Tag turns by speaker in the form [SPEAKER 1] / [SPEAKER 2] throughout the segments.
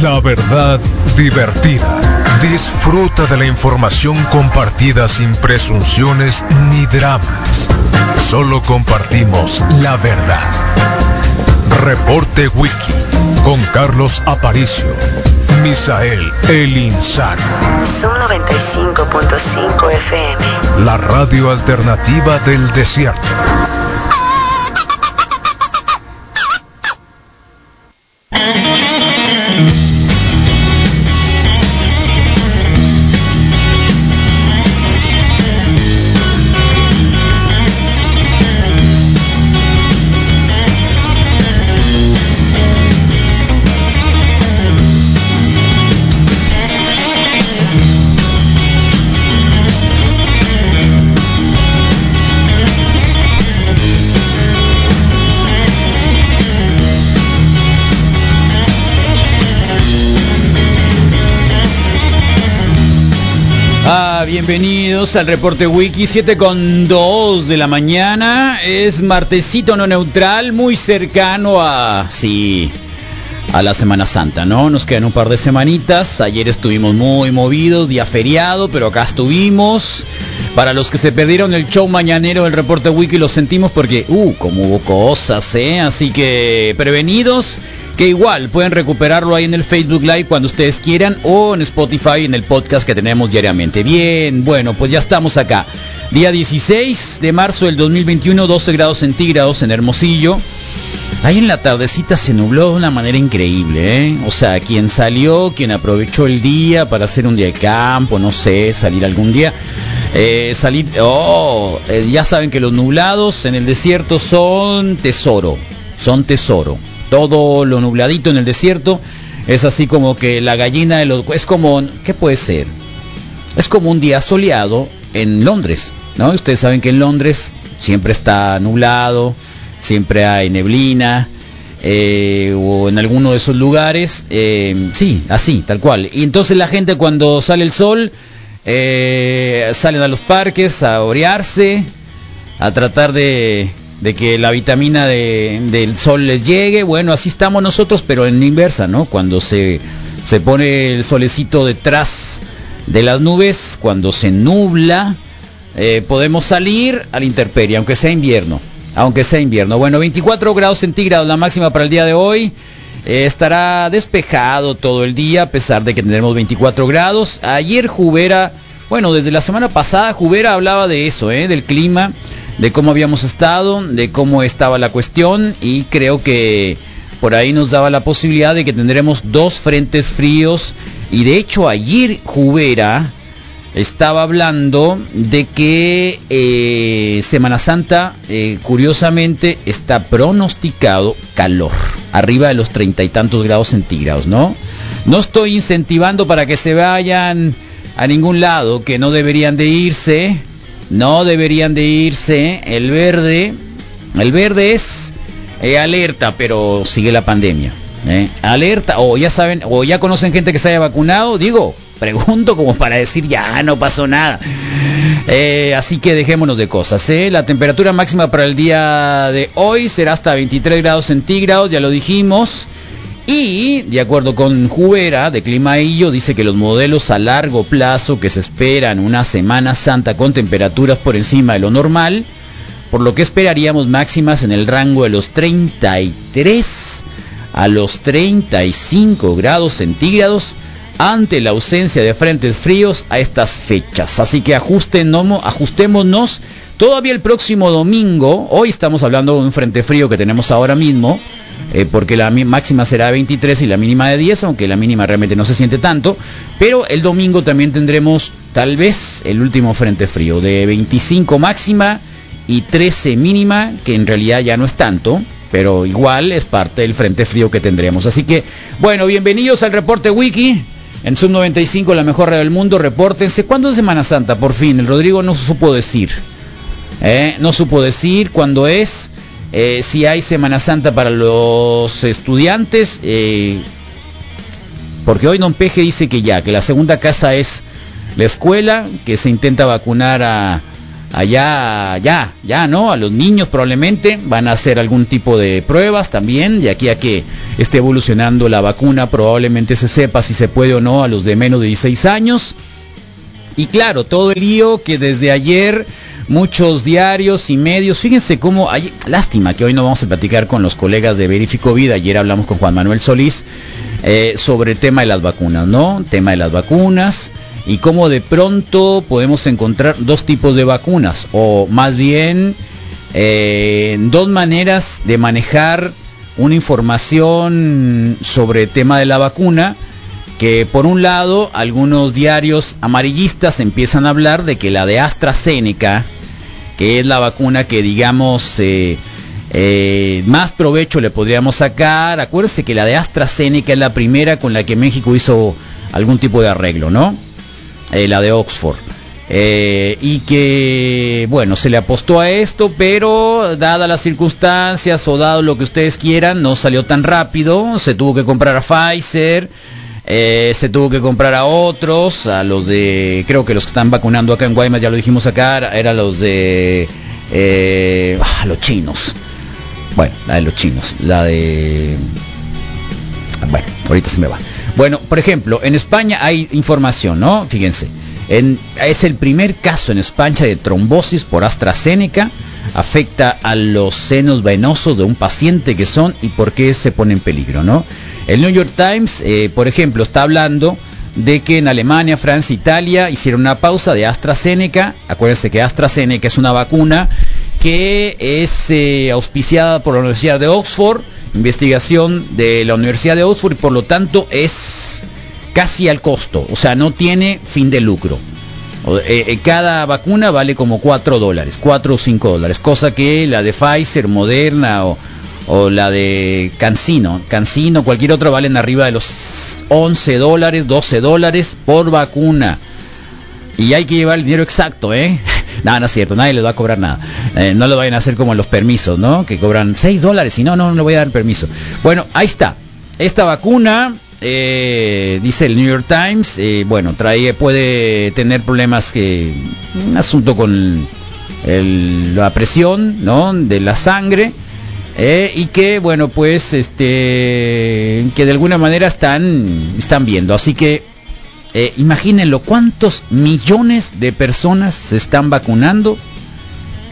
[SPEAKER 1] La verdad divertida. Disfruta de la información compartida sin presunciones ni dramas. Solo compartimos la verdad. Reporte Wiki con Carlos Aparicio. Misael El Insano.
[SPEAKER 2] Son 95.5 FM.
[SPEAKER 1] La radio alternativa del desierto.
[SPEAKER 3] Ah, bienvenidos al reporte wiki 7 con 2 de la mañana. Es martesito no neutral, muy cercano a sí a la Semana Santa, ¿no? Nos quedan un par de semanitas. Ayer estuvimos muy movidos, día feriado, pero acá estuvimos. Para los que se perdieron el show mañanero del reporte wiki lo sentimos porque uh, como hubo cosas, ¿eh? Así que prevenidos que igual pueden recuperarlo ahí en el Facebook Live cuando ustedes quieran o en Spotify en el podcast que tenemos diariamente. Bien, bueno, pues ya estamos acá. Día 16 de marzo del 2021, 12 grados centígrados en Hermosillo. Ahí en la tardecita se nubló de una manera increíble, ¿eh? O sea, quien salió, quien aprovechó el día para hacer un día de campo, no sé, salir algún día. Eh, salir, oh, eh, ya saben que los nublados en el desierto son tesoro, son tesoro todo lo nubladito en el desierto. Es así como que la gallina de los... Es como... ¿Qué puede ser? Es como un día soleado en Londres, ¿no? Ustedes saben que en Londres siempre está nublado, siempre hay neblina, eh, o en alguno de esos lugares. Eh, sí, así, tal cual. Y entonces la gente cuando sale el sol, eh, salen a los parques a orearse, a tratar de de que la vitamina de, del sol les llegue. Bueno, así estamos nosotros, pero en inversa, ¿no? Cuando se, se pone el solecito detrás de las nubes, cuando se nubla, eh, podemos salir a la intemperie, aunque sea invierno. Aunque sea invierno. Bueno, 24 grados centígrados la máxima para el día de hoy. Eh, estará despejado todo el día, a pesar de que tendremos 24 grados. Ayer Jubera, bueno, desde la semana pasada Jubera hablaba de eso, ¿eh? del clima de cómo habíamos estado, de cómo estaba la cuestión y creo que por ahí nos daba la posibilidad de que tendremos dos frentes fríos y de hecho ayer Jubera estaba hablando de que eh, Semana Santa eh, curiosamente está pronosticado calor, arriba de los treinta y tantos grados centígrados, ¿no? No estoy incentivando para que se vayan a ningún lado, que no deberían de irse, no deberían de irse. El verde, el verde es eh, alerta, pero sigue la pandemia. Eh. Alerta, o ya saben, o ya conocen gente que se haya vacunado, digo, pregunto como para decir ya no pasó nada. Eh, así que dejémonos de cosas. ¿eh? La temperatura máxima para el día de hoy será hasta 23 grados centígrados, ya lo dijimos. Y, de acuerdo con Jubera de Climaillo, dice que los modelos a largo plazo que se esperan una Semana Santa con temperaturas por encima de lo normal, por lo que esperaríamos máximas en el rango de los 33 a los 35 grados centígrados ante la ausencia de frentes fríos a estas fechas. Así que ajustémonos todavía el próximo domingo, hoy estamos hablando de un frente frío que tenemos ahora mismo, eh, porque la máxima será de 23 y la mínima de 10, aunque la mínima realmente no se siente tanto, pero el domingo también tendremos tal vez el último frente frío de 25 máxima y 13 mínima, que en realidad ya no es tanto. Pero igual es parte del frente frío que tendremos. Así que, bueno, bienvenidos al reporte Wiki. En Sub 95, la mejor radio del mundo, repórtense. ¿Cuándo es Semana Santa? Por fin, el Rodrigo no supo decir. Eh, no supo decir cuándo es. Eh, si hay Semana Santa para los estudiantes, eh, Porque hoy Don Peje dice que ya, que la segunda casa es la escuela, que se intenta vacunar a allá, ya, ya, ¿no? A los niños probablemente van a hacer algún tipo de pruebas también, de aquí a que esté evolucionando la vacuna, probablemente se sepa si se puede o no a los de menos de 16 años. Y claro, todo el lío que desde ayer muchos diarios y medios, fíjense cómo, hay, lástima que hoy no vamos a platicar con los colegas de Verifico Vida, ayer hablamos con Juan Manuel Solís eh, sobre el tema de las vacunas, ¿no? Tema de las vacunas y cómo de pronto podemos encontrar dos tipos de vacunas o más bien eh, dos maneras de manejar una información sobre el tema de la vacuna que por un lado algunos diarios amarillistas empiezan a hablar de que la de AstraZeneca que es la vacuna que digamos eh, eh, más provecho le podríamos sacar acuérdense que la de AstraZeneca es la primera con la que México hizo algún tipo de arreglo no eh, la de Oxford. Eh, y que, bueno, se le apostó a esto, pero dadas las circunstancias o dado lo que ustedes quieran, no salió tan rápido, se tuvo que comprar a Pfizer, eh, se tuvo que comprar a otros, a los de, creo que los que están vacunando acá en Guaymas, ya lo dijimos acá, eran los de, ah, los chinos. Bueno, la de los chinos, la de... Bueno, ahorita se me va. Bueno, por ejemplo, en España hay información, ¿no? Fíjense. En, es el primer caso en España de trombosis por AstraZeneca. Afecta a los senos venosos de un paciente que son y por qué se pone en peligro, ¿no? El New York Times, eh, por ejemplo, está hablando de que en Alemania, Francia, Italia hicieron una pausa de AstraZeneca. Acuérdense que AstraZeneca es una vacuna que es eh, auspiciada por la Universidad de Oxford investigación de la Universidad de Oxford y por lo tanto es casi al costo, o sea, no tiene fin de lucro. eh, cada vacuna vale como 4 dólares, 4 o 5 dólares, cosa que la de Pfizer, Moderna o, o la de Cancino, Cancino, cualquier otra valen arriba de los 11 dólares, 12 dólares por vacuna. Y hay que llevar el dinero exacto, ¿eh? No, no es cierto, nadie les va a cobrar nada. Eh, no lo vayan a hacer como los permisos, ¿no? Que cobran 6 dólares y no, no, no le voy a dar permiso. Bueno, ahí está. Esta vacuna, eh, dice el New York Times, eh, bueno, trae, puede tener problemas que... Un asunto con el, la presión, ¿no? De la sangre. eh, y que bueno pues este que de alguna manera están están viendo así que eh, imagínenlo, cuántos millones de personas se están vacunando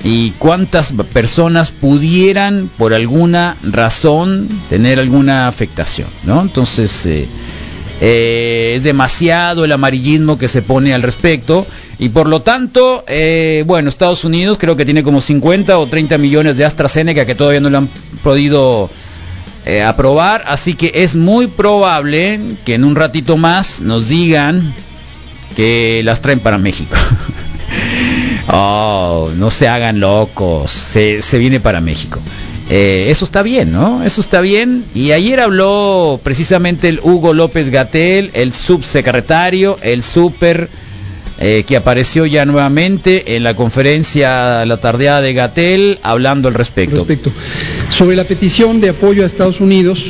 [SPEAKER 3] y cuántas personas pudieran por alguna razón tener alguna afectación, ¿no? Entonces eh, eh, es demasiado el amarillismo que se pone al respecto y por lo tanto, eh, bueno, Estados Unidos creo que tiene como 50 o 30 millones de AstraZeneca que todavía no le han podido eh, aprobar, así que es muy probable que en un ratito más nos digan que las traen para México. oh, no se hagan locos, se, se viene para México. Eh, eso está bien, ¿no? Eso está bien. Y ayer habló precisamente el Hugo López Gatel, el subsecretario, el super... Eh, que apareció ya nuevamente en la conferencia la tardeada de Gatel hablando al respecto.
[SPEAKER 4] respecto. Sobre la petición de apoyo a Estados Unidos,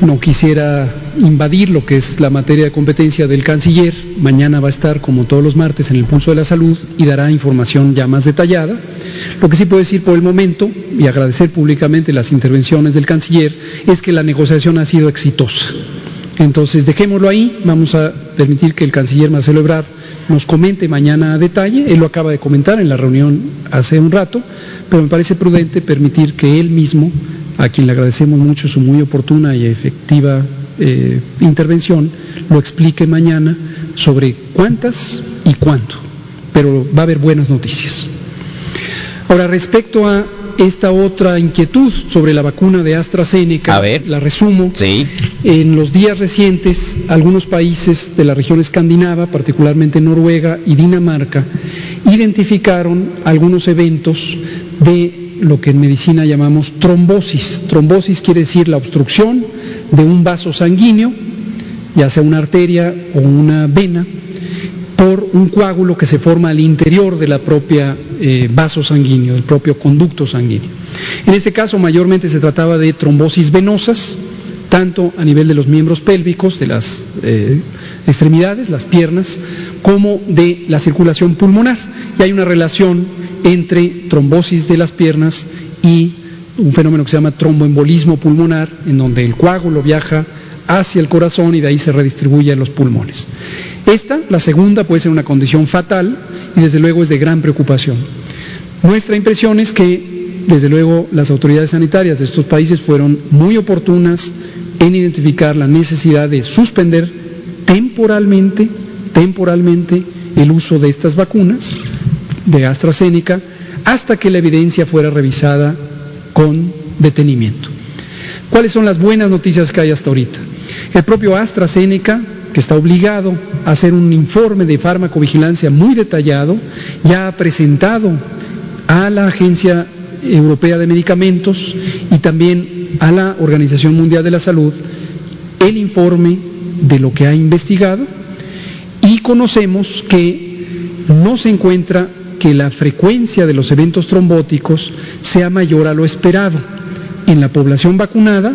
[SPEAKER 4] no quisiera invadir lo que es la materia de competencia del canciller. Mañana va a estar, como todos los martes, en el pulso de la salud y dará información ya más detallada. Lo que sí puedo decir por el momento, y agradecer públicamente las intervenciones del canciller, es que la negociación ha sido exitosa. Entonces, dejémoslo ahí, vamos a permitir que el canciller Marcelo Ebrard nos comente mañana a detalle. Él lo acaba de comentar en la reunión hace un rato, pero me parece prudente permitir que él mismo, a quien le agradecemos mucho su muy oportuna y efectiva eh, intervención, lo explique mañana sobre cuántas y cuánto. Pero va a haber buenas noticias. Ahora, respecto a esta otra inquietud sobre la vacuna de AstraZeneca,
[SPEAKER 3] a ver.
[SPEAKER 4] la resumo.
[SPEAKER 3] Sí.
[SPEAKER 4] En los días recientes, algunos países de la región escandinava, particularmente Noruega y Dinamarca, identificaron algunos eventos de lo que en medicina llamamos trombosis. Trombosis quiere decir la obstrucción de un vaso sanguíneo, ya sea una arteria o una vena, por un coágulo que se forma al interior de la propia eh, vaso sanguíneo, del propio conducto sanguíneo. En este caso mayormente se trataba de trombosis venosas, tanto a nivel de los miembros pélvicos, de las eh, extremidades, las piernas, como de la circulación pulmonar. Y hay una relación entre trombosis de las piernas y un fenómeno que se llama tromboembolismo pulmonar, en donde el coágulo viaja hacia el corazón y de ahí se redistribuye a los pulmones. Esta, la segunda, puede ser una condición fatal y desde luego es de gran preocupación. Nuestra impresión es que desde luego las autoridades sanitarias de estos países fueron muy oportunas en identificar la necesidad de suspender temporalmente, temporalmente el uso de estas vacunas de AstraZeneca hasta que la evidencia fuera revisada con detenimiento. ¿Cuáles son las buenas noticias que hay hasta ahorita? El propio AstraZeneca, que está obligado a hacer un informe de farmacovigilancia muy detallado, ya ha presentado a la Agencia Europea de Medicamentos y también a la Organización Mundial de la Salud el informe de lo que ha investigado y conocemos que no se encuentra que la frecuencia de los eventos trombóticos sea mayor a lo esperado en la población vacunada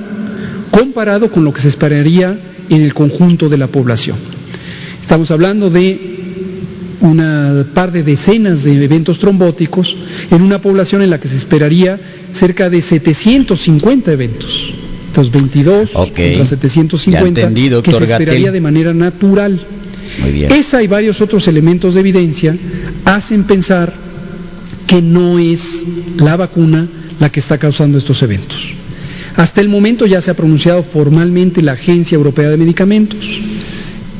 [SPEAKER 4] comparado con lo que se esperaría en el conjunto de la población. Estamos hablando de una par de decenas de eventos trombóticos en una población en la que se esperaría cerca de 750 eventos. Entonces 22 okay. contra 750
[SPEAKER 3] entendí,
[SPEAKER 4] que se esperaría
[SPEAKER 3] Gattel.
[SPEAKER 4] de manera natural. Muy bien. Esa y varios otros elementos de evidencia hacen pensar que no es la vacuna la que está causando estos eventos. Hasta el momento ya se ha pronunciado formalmente la Agencia Europea de Medicamentos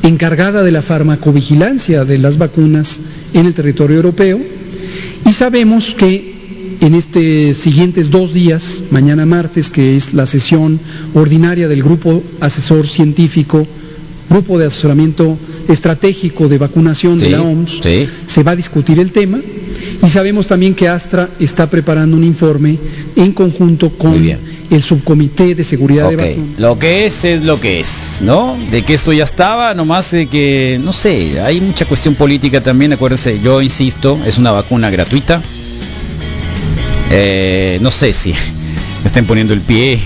[SPEAKER 4] encargada de la farmacovigilancia de las vacunas en el territorio europeo y sabemos que en estos siguientes dos días, mañana martes, que es la sesión ordinaria del Grupo Asesor Científico, Grupo de Asesoramiento Estratégico de Vacunación sí, de la OMS, sí. se va a discutir el tema y sabemos también que Astra está preparando un informe en conjunto con el subcomité de seguridad
[SPEAKER 3] okay.
[SPEAKER 4] de vacunas.
[SPEAKER 3] Lo que es es lo que es, ¿no? De que esto ya estaba, nomás de que, no sé, hay mucha cuestión política también, acuérdense, yo insisto, es una vacuna gratuita. Eh, no sé si estén poniendo el pie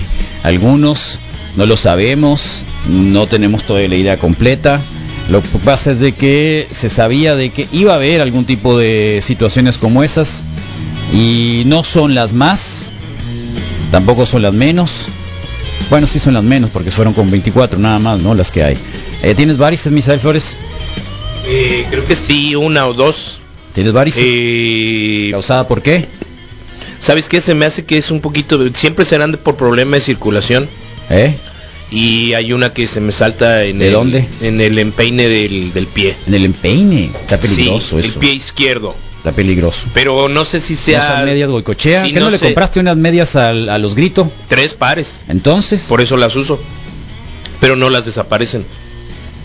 [SPEAKER 3] algunos, no lo sabemos, no tenemos toda la idea completa. Lo que pasa es de que se sabía de que iba a haber algún tipo de situaciones como esas y no son las más, tampoco son las menos. Bueno, sí son las menos porque fueron con 24 nada más, ¿no? Las que hay. Eh, ¿Tienes varices, Misael Flores?
[SPEAKER 5] Eh, creo que sí, una o dos.
[SPEAKER 3] ¿Tienes varices? Eh... ¿Causada por qué?
[SPEAKER 5] ¿Sabes qué? Se me hace que es un poquito... Siempre serán por problema de circulación.
[SPEAKER 3] ¿Eh?
[SPEAKER 5] Y hay una que se me salta en
[SPEAKER 3] ¿De
[SPEAKER 5] el,
[SPEAKER 3] dónde?
[SPEAKER 5] En el empeine del, del pie.
[SPEAKER 3] En el empeine. Está peligroso
[SPEAKER 5] sí,
[SPEAKER 3] eso.
[SPEAKER 5] El pie izquierdo.
[SPEAKER 3] Está peligroso.
[SPEAKER 5] Pero no sé si sea.
[SPEAKER 3] ¿Esas medias boicochea?
[SPEAKER 5] Sí,
[SPEAKER 3] ¿Qué no,
[SPEAKER 5] no
[SPEAKER 3] le
[SPEAKER 5] sé.
[SPEAKER 3] compraste unas medias al- a los gritos?
[SPEAKER 5] Tres pares.
[SPEAKER 3] Entonces.
[SPEAKER 5] Por eso las uso. Pero no las desaparecen.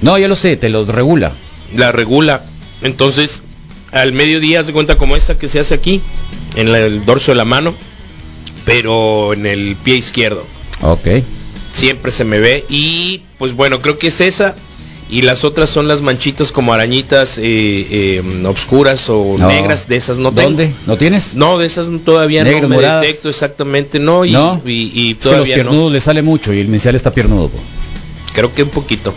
[SPEAKER 3] No, ya lo sé, te los regula.
[SPEAKER 5] La regula. Entonces, al mediodía se cuenta como esta que se hace aquí, en la- el dorso de la mano, pero en el pie izquierdo.
[SPEAKER 3] Ok.
[SPEAKER 5] Siempre se me ve. Y pues bueno, creo que es esa. Y las otras son las manchitas como arañitas eh, eh, obscuras o
[SPEAKER 3] No.
[SPEAKER 5] negras. De esas no tengo.
[SPEAKER 3] ¿Dónde? ¿No tienes?
[SPEAKER 5] No, de esas todavía
[SPEAKER 3] Negras,
[SPEAKER 5] no me
[SPEAKER 3] moradas.
[SPEAKER 5] detecto exactamente, no. Y,
[SPEAKER 3] No.
[SPEAKER 5] y, y
[SPEAKER 3] Es que los
[SPEAKER 5] todavía no.
[SPEAKER 3] piernudos le sale mucho y el Misael está piernudo. po.
[SPEAKER 5] Creo que un poquito.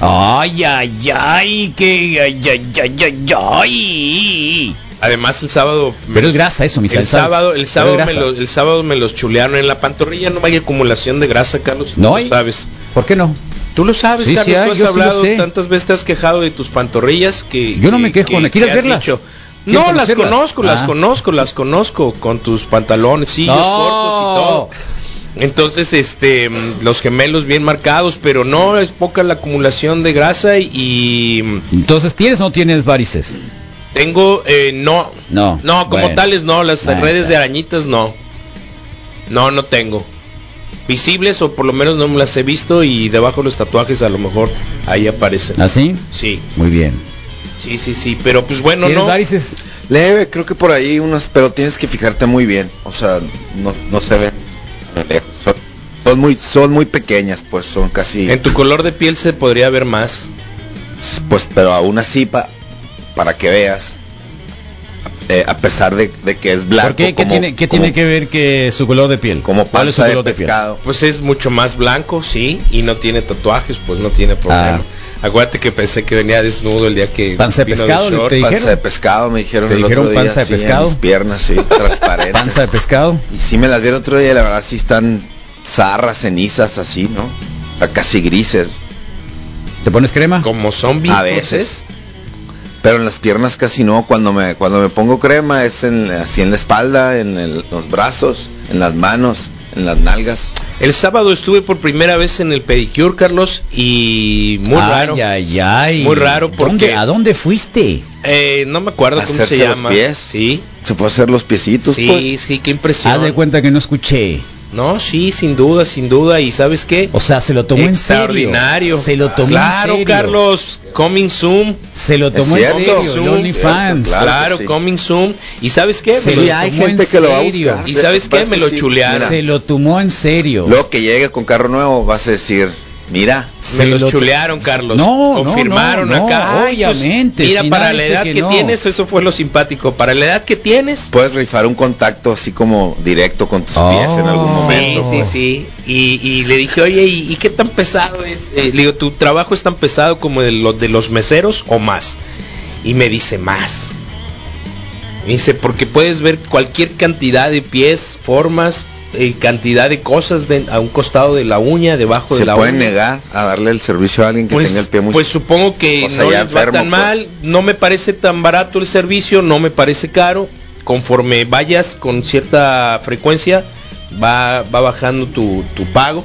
[SPEAKER 3] Ay, ay, ay, que ay, ay, ay, ay, ay.
[SPEAKER 5] Además el sábado... me
[SPEAKER 3] Pero es
[SPEAKER 5] los-
[SPEAKER 3] grasa eso, Misael.
[SPEAKER 5] El sábado, el sábado, me lo-
[SPEAKER 3] lo...
[SPEAKER 5] el sábado me los chulearon en la pantorrilla, no hay acumulación de grasa, Carlos.
[SPEAKER 3] No
[SPEAKER 5] tú
[SPEAKER 3] hay.
[SPEAKER 5] lo sabes.
[SPEAKER 3] ¿Por qué no?
[SPEAKER 5] Tú lo sabes,
[SPEAKER 3] Sí, sí
[SPEAKER 5] Pues, Carlos.
[SPEAKER 3] hay,
[SPEAKER 5] tú has
[SPEAKER 3] yo sí lo
[SPEAKER 5] hablado
[SPEAKER 3] sé.
[SPEAKER 5] tantas veces, te has quejado de tus pantorrillas que.
[SPEAKER 3] Yo no me quejo, ¿me quieres
[SPEAKER 5] has
[SPEAKER 3] verlas?
[SPEAKER 5] dicho.
[SPEAKER 3] ¿Quieres
[SPEAKER 5] No, las
[SPEAKER 3] conocerlas?
[SPEAKER 5] conozco, las
[SPEAKER 3] Ah.
[SPEAKER 5] conozco, las conozco con tus pantalones, sillos
[SPEAKER 3] No.
[SPEAKER 5] cortos y todo. Entonces, este, mm, los gemelos bien marcados, pero no es poca la acumulación de grasa y, y, mm,
[SPEAKER 3] Entonces, ¿tienes o no tienes varices?
[SPEAKER 5] tengo, eh, no,
[SPEAKER 3] No.
[SPEAKER 5] no, como
[SPEAKER 3] Bueno.
[SPEAKER 5] tales no, las
[SPEAKER 3] Ahí
[SPEAKER 5] redes
[SPEAKER 3] está.
[SPEAKER 5] de arañitas no. No, no tengo. Visibles o por lo menos no me las he visto y debajo de los tatuajes a lo mejor ahí aparecen.
[SPEAKER 3] ¿Así?
[SPEAKER 5] Sí,
[SPEAKER 3] ¿Ah, Muy bien.
[SPEAKER 5] sí, sí, sí, pero pues bueno,
[SPEAKER 3] ¿Tienes
[SPEAKER 5] no.
[SPEAKER 3] varices?
[SPEAKER 6] Leve, creo que por ahí unas, pero tienes que fijarte muy bien, o sea, no, no se ven a lo lejos. Son, son muy, son muy pequeñas, pues son casi,
[SPEAKER 5] En tu color de piel se podría ver más.
[SPEAKER 6] pues, pero aún así pa- para que veas, eh, a pesar de, de que es blanco.
[SPEAKER 3] ¿Por qué? ¿Qué,
[SPEAKER 6] como-
[SPEAKER 3] tiene, qué
[SPEAKER 6] como-
[SPEAKER 3] tiene que ver que su color de piel?
[SPEAKER 6] Como
[SPEAKER 3] ¿Cuál es su
[SPEAKER 6] panza de
[SPEAKER 3] color piel?
[SPEAKER 6] pescado.
[SPEAKER 5] Pues es mucho más blanco, sí, y no tiene tatuajes, pues no tiene problema. Acuérdate que pensé que venía desnudo el día que
[SPEAKER 3] Panza de
[SPEAKER 5] vino
[SPEAKER 3] Ah. pescado,
[SPEAKER 5] short.
[SPEAKER 3] te-
[SPEAKER 6] Panza
[SPEAKER 3] dijeron?
[SPEAKER 6] de pescado me dijeron
[SPEAKER 3] ¿Te
[SPEAKER 6] el otro
[SPEAKER 3] dijeron
[SPEAKER 6] día.
[SPEAKER 3] panza de
[SPEAKER 6] sí, en
[SPEAKER 3] pescado?
[SPEAKER 6] mis piernas, sí, transparentes.
[SPEAKER 3] ¿Panza de pescado?
[SPEAKER 6] Y sí me las vi el otro día, la verdad sí están zarras, cenizas, así, ¿no? O sea, casi grises,
[SPEAKER 3] ¿Te pones crema?
[SPEAKER 5] Como zombie.
[SPEAKER 6] a veces. Pero en las piernas casi no, cuando me, cuando me pongo crema es en, así en la espalda, en el- los brazos, en las manos, en las nalgas.
[SPEAKER 5] El sábado estuve por primera vez en el pedicure, Carlos, y muy
[SPEAKER 3] Ay,
[SPEAKER 5] raro.
[SPEAKER 3] ay, ay.
[SPEAKER 5] Muy raro, ¿por
[SPEAKER 3] ¿Dónde-
[SPEAKER 5] qué?
[SPEAKER 3] ¿A dónde fuiste?
[SPEAKER 5] Eh, no me acuerdo cómo
[SPEAKER 6] Hacerse
[SPEAKER 5] se
[SPEAKER 6] los
[SPEAKER 5] llama.
[SPEAKER 6] pies.
[SPEAKER 5] Sí,
[SPEAKER 6] Se puede hacer los piecitos,
[SPEAKER 5] sí,
[SPEAKER 6] pues.
[SPEAKER 5] sí, qué
[SPEAKER 3] Haz de
[SPEAKER 5] impresión.
[SPEAKER 3] cuenta que no escuché.
[SPEAKER 5] No, sí, sin duda, sin duda. Y sabes qué?
[SPEAKER 3] O sea, se lo tomó en serio.
[SPEAKER 5] Extraordinario.
[SPEAKER 3] Se lo tomó
[SPEAKER 5] Claro,
[SPEAKER 3] en serio.
[SPEAKER 5] Carlos. Coming soon.
[SPEAKER 3] Se lo tomó en
[SPEAKER 6] cierto.
[SPEAKER 3] serio.
[SPEAKER 6] Es
[SPEAKER 3] el
[SPEAKER 5] cierto,
[SPEAKER 3] OnlyFans.
[SPEAKER 6] Claro
[SPEAKER 5] Claro,
[SPEAKER 6] que sí.
[SPEAKER 5] coming soon. ¿Y sabes qué?
[SPEAKER 3] Sí,
[SPEAKER 5] Me lo-
[SPEAKER 6] Sí, hay
[SPEAKER 3] tomó
[SPEAKER 6] gente
[SPEAKER 3] en
[SPEAKER 6] que lo va a
[SPEAKER 3] serio.
[SPEAKER 6] buscar.
[SPEAKER 5] ¿Y sabes qué?
[SPEAKER 6] Pues
[SPEAKER 5] Me
[SPEAKER 6] que
[SPEAKER 5] lo
[SPEAKER 6] sí,
[SPEAKER 5] chulearon.
[SPEAKER 3] Se
[SPEAKER 6] mira.
[SPEAKER 3] lo tomó en serio.
[SPEAKER 6] Luego que llegue con carro nuevo vas a decir, mira,
[SPEAKER 5] Me
[SPEAKER 3] Se
[SPEAKER 5] los
[SPEAKER 3] lo-
[SPEAKER 5] chulearon, Carlos.
[SPEAKER 3] No, no,
[SPEAKER 5] Confirmaron
[SPEAKER 3] no, no,
[SPEAKER 5] acá. Ay, pues,
[SPEAKER 3] obviamente,
[SPEAKER 5] mira,
[SPEAKER 3] si
[SPEAKER 5] para
[SPEAKER 3] nadie
[SPEAKER 5] la
[SPEAKER 3] dice
[SPEAKER 5] edad
[SPEAKER 3] que
[SPEAKER 5] que,
[SPEAKER 3] no.
[SPEAKER 5] tienes, eso fue lo simpático. Para la edad que tienes.
[SPEAKER 6] puedes rifar un contacto así como directo con tus
[SPEAKER 3] Oh.
[SPEAKER 6] pies en algún momento.
[SPEAKER 5] Sí, sí, pues, sí. Y, y le dije, oye, ¿y, y qué tan pesado es? Eh, le digo, ¿tu trabajo es tan pesado como el de los, de los meseros o más? Y me dice, más. Me dice, porque puedes ver cualquier cantidad de pies, formas, eh, cantidad de cosas de- a un costado de la uña, debajo
[SPEAKER 6] Se
[SPEAKER 5] de la
[SPEAKER 6] pueden
[SPEAKER 5] uña.
[SPEAKER 6] negar a darle el servicio a alguien que
[SPEAKER 5] Pues,
[SPEAKER 6] tenga el pie muy
[SPEAKER 5] pues supongo que
[SPEAKER 6] O sea,
[SPEAKER 5] no
[SPEAKER 6] ya
[SPEAKER 5] les va
[SPEAKER 6] enfermo,
[SPEAKER 5] tan
[SPEAKER 6] pues.
[SPEAKER 5] mal, no me parece tan barato el servicio, no me parece caro. Conforme vayas con cierta frecuencia, va, va bajando tu, tu pago.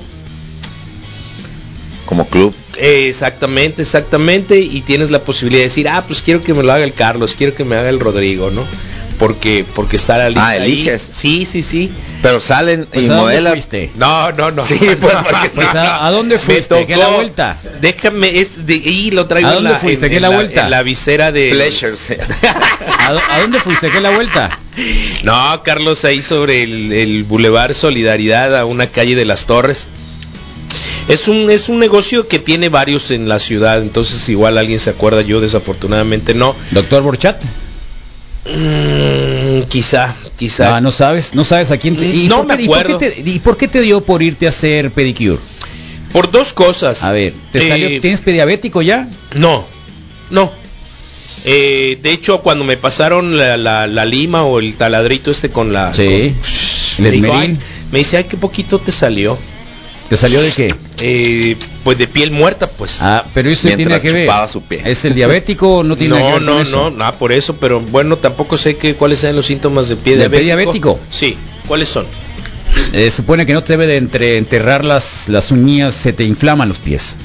[SPEAKER 6] como club.
[SPEAKER 5] Eh, exactamente, exactamente. Y tienes la posibilidad de decir, ah, pues quiero que me lo haga el Carlos, quiero que me haga el Rodrigo, ¿no? Porque, porque está la lista.
[SPEAKER 6] Ah,
[SPEAKER 5] ahí.
[SPEAKER 6] eliges.
[SPEAKER 5] Sí, sí, sí.
[SPEAKER 6] Pero salen
[SPEAKER 3] Pues,
[SPEAKER 6] y
[SPEAKER 3] ¿a dónde
[SPEAKER 6] modelan.
[SPEAKER 3] fuiste?
[SPEAKER 5] No, no, no.
[SPEAKER 6] Sí, pues,
[SPEAKER 5] No,
[SPEAKER 6] porque-
[SPEAKER 3] Pues, ¿a- a dónde
[SPEAKER 5] Me
[SPEAKER 3] fuiste? ¿Qué
[SPEAKER 5] tocó.
[SPEAKER 3] la vuelta?
[SPEAKER 5] Déjame, es de- y lo traigo
[SPEAKER 3] ¿A
[SPEAKER 5] en
[SPEAKER 3] dónde
[SPEAKER 5] la-
[SPEAKER 3] fuiste?
[SPEAKER 5] en-
[SPEAKER 3] ¿Qué
[SPEAKER 5] en
[SPEAKER 3] la vuelta?
[SPEAKER 5] en la visera de...
[SPEAKER 6] Pleasure, se llama.
[SPEAKER 3] ¿A, do- a dónde fuiste? ¿Qué es la vuelta?
[SPEAKER 5] No, Carlos, ahí sobre el, el Boulevard Solidaridad, a una calle de las Torres. Es un, es un negocio que tiene varios en la ciudad, entonces igual alguien se acuerda, yo desafortunadamente no.
[SPEAKER 3] Doctor Borchat.
[SPEAKER 5] Mm, quizá, quizá.
[SPEAKER 3] Ah, No, no sabes, no sabes a quién te...
[SPEAKER 5] No
[SPEAKER 3] por
[SPEAKER 5] me
[SPEAKER 3] qué- y por qué
[SPEAKER 5] acuerdo.
[SPEAKER 3] te- ¿Y por qué te dio por irte a hacer pedicure?
[SPEAKER 5] Por dos cosas.
[SPEAKER 3] A ver, ¿te
[SPEAKER 5] Eh,
[SPEAKER 3] salió, ¿tienes prediabético ya?
[SPEAKER 5] No, no. Eh, de hecho, cuando me pasaron la, la- la lima o el taladrito este con la...
[SPEAKER 3] Sí.
[SPEAKER 5] con- me,
[SPEAKER 3] El
[SPEAKER 5] dijo,
[SPEAKER 3] esmeril.
[SPEAKER 5] "Ay", me dice, ay, qué poquito te salió.
[SPEAKER 3] ¿Te salió de qué?
[SPEAKER 5] Eh, pues de piel muerta, pues.
[SPEAKER 3] Ah, pero eso
[SPEAKER 6] Mientras
[SPEAKER 3] tiene que
[SPEAKER 6] chupaba
[SPEAKER 3] ver. Eh,
[SPEAKER 6] su pie.
[SPEAKER 3] ¿Es el diabético? No tiene que
[SPEAKER 5] no,
[SPEAKER 3] ver
[SPEAKER 5] no,
[SPEAKER 3] con eso?
[SPEAKER 5] no, nada por eso, pero bueno, tampoco sé que, cuáles sean los síntomas del pie
[SPEAKER 3] ¿Del
[SPEAKER 5] diabético.
[SPEAKER 3] pie diabético?
[SPEAKER 5] Sí, ¿cuáles son?
[SPEAKER 3] Eh, supone que no te debe de entre- enterrar las, las uñas, se te inflaman los pies.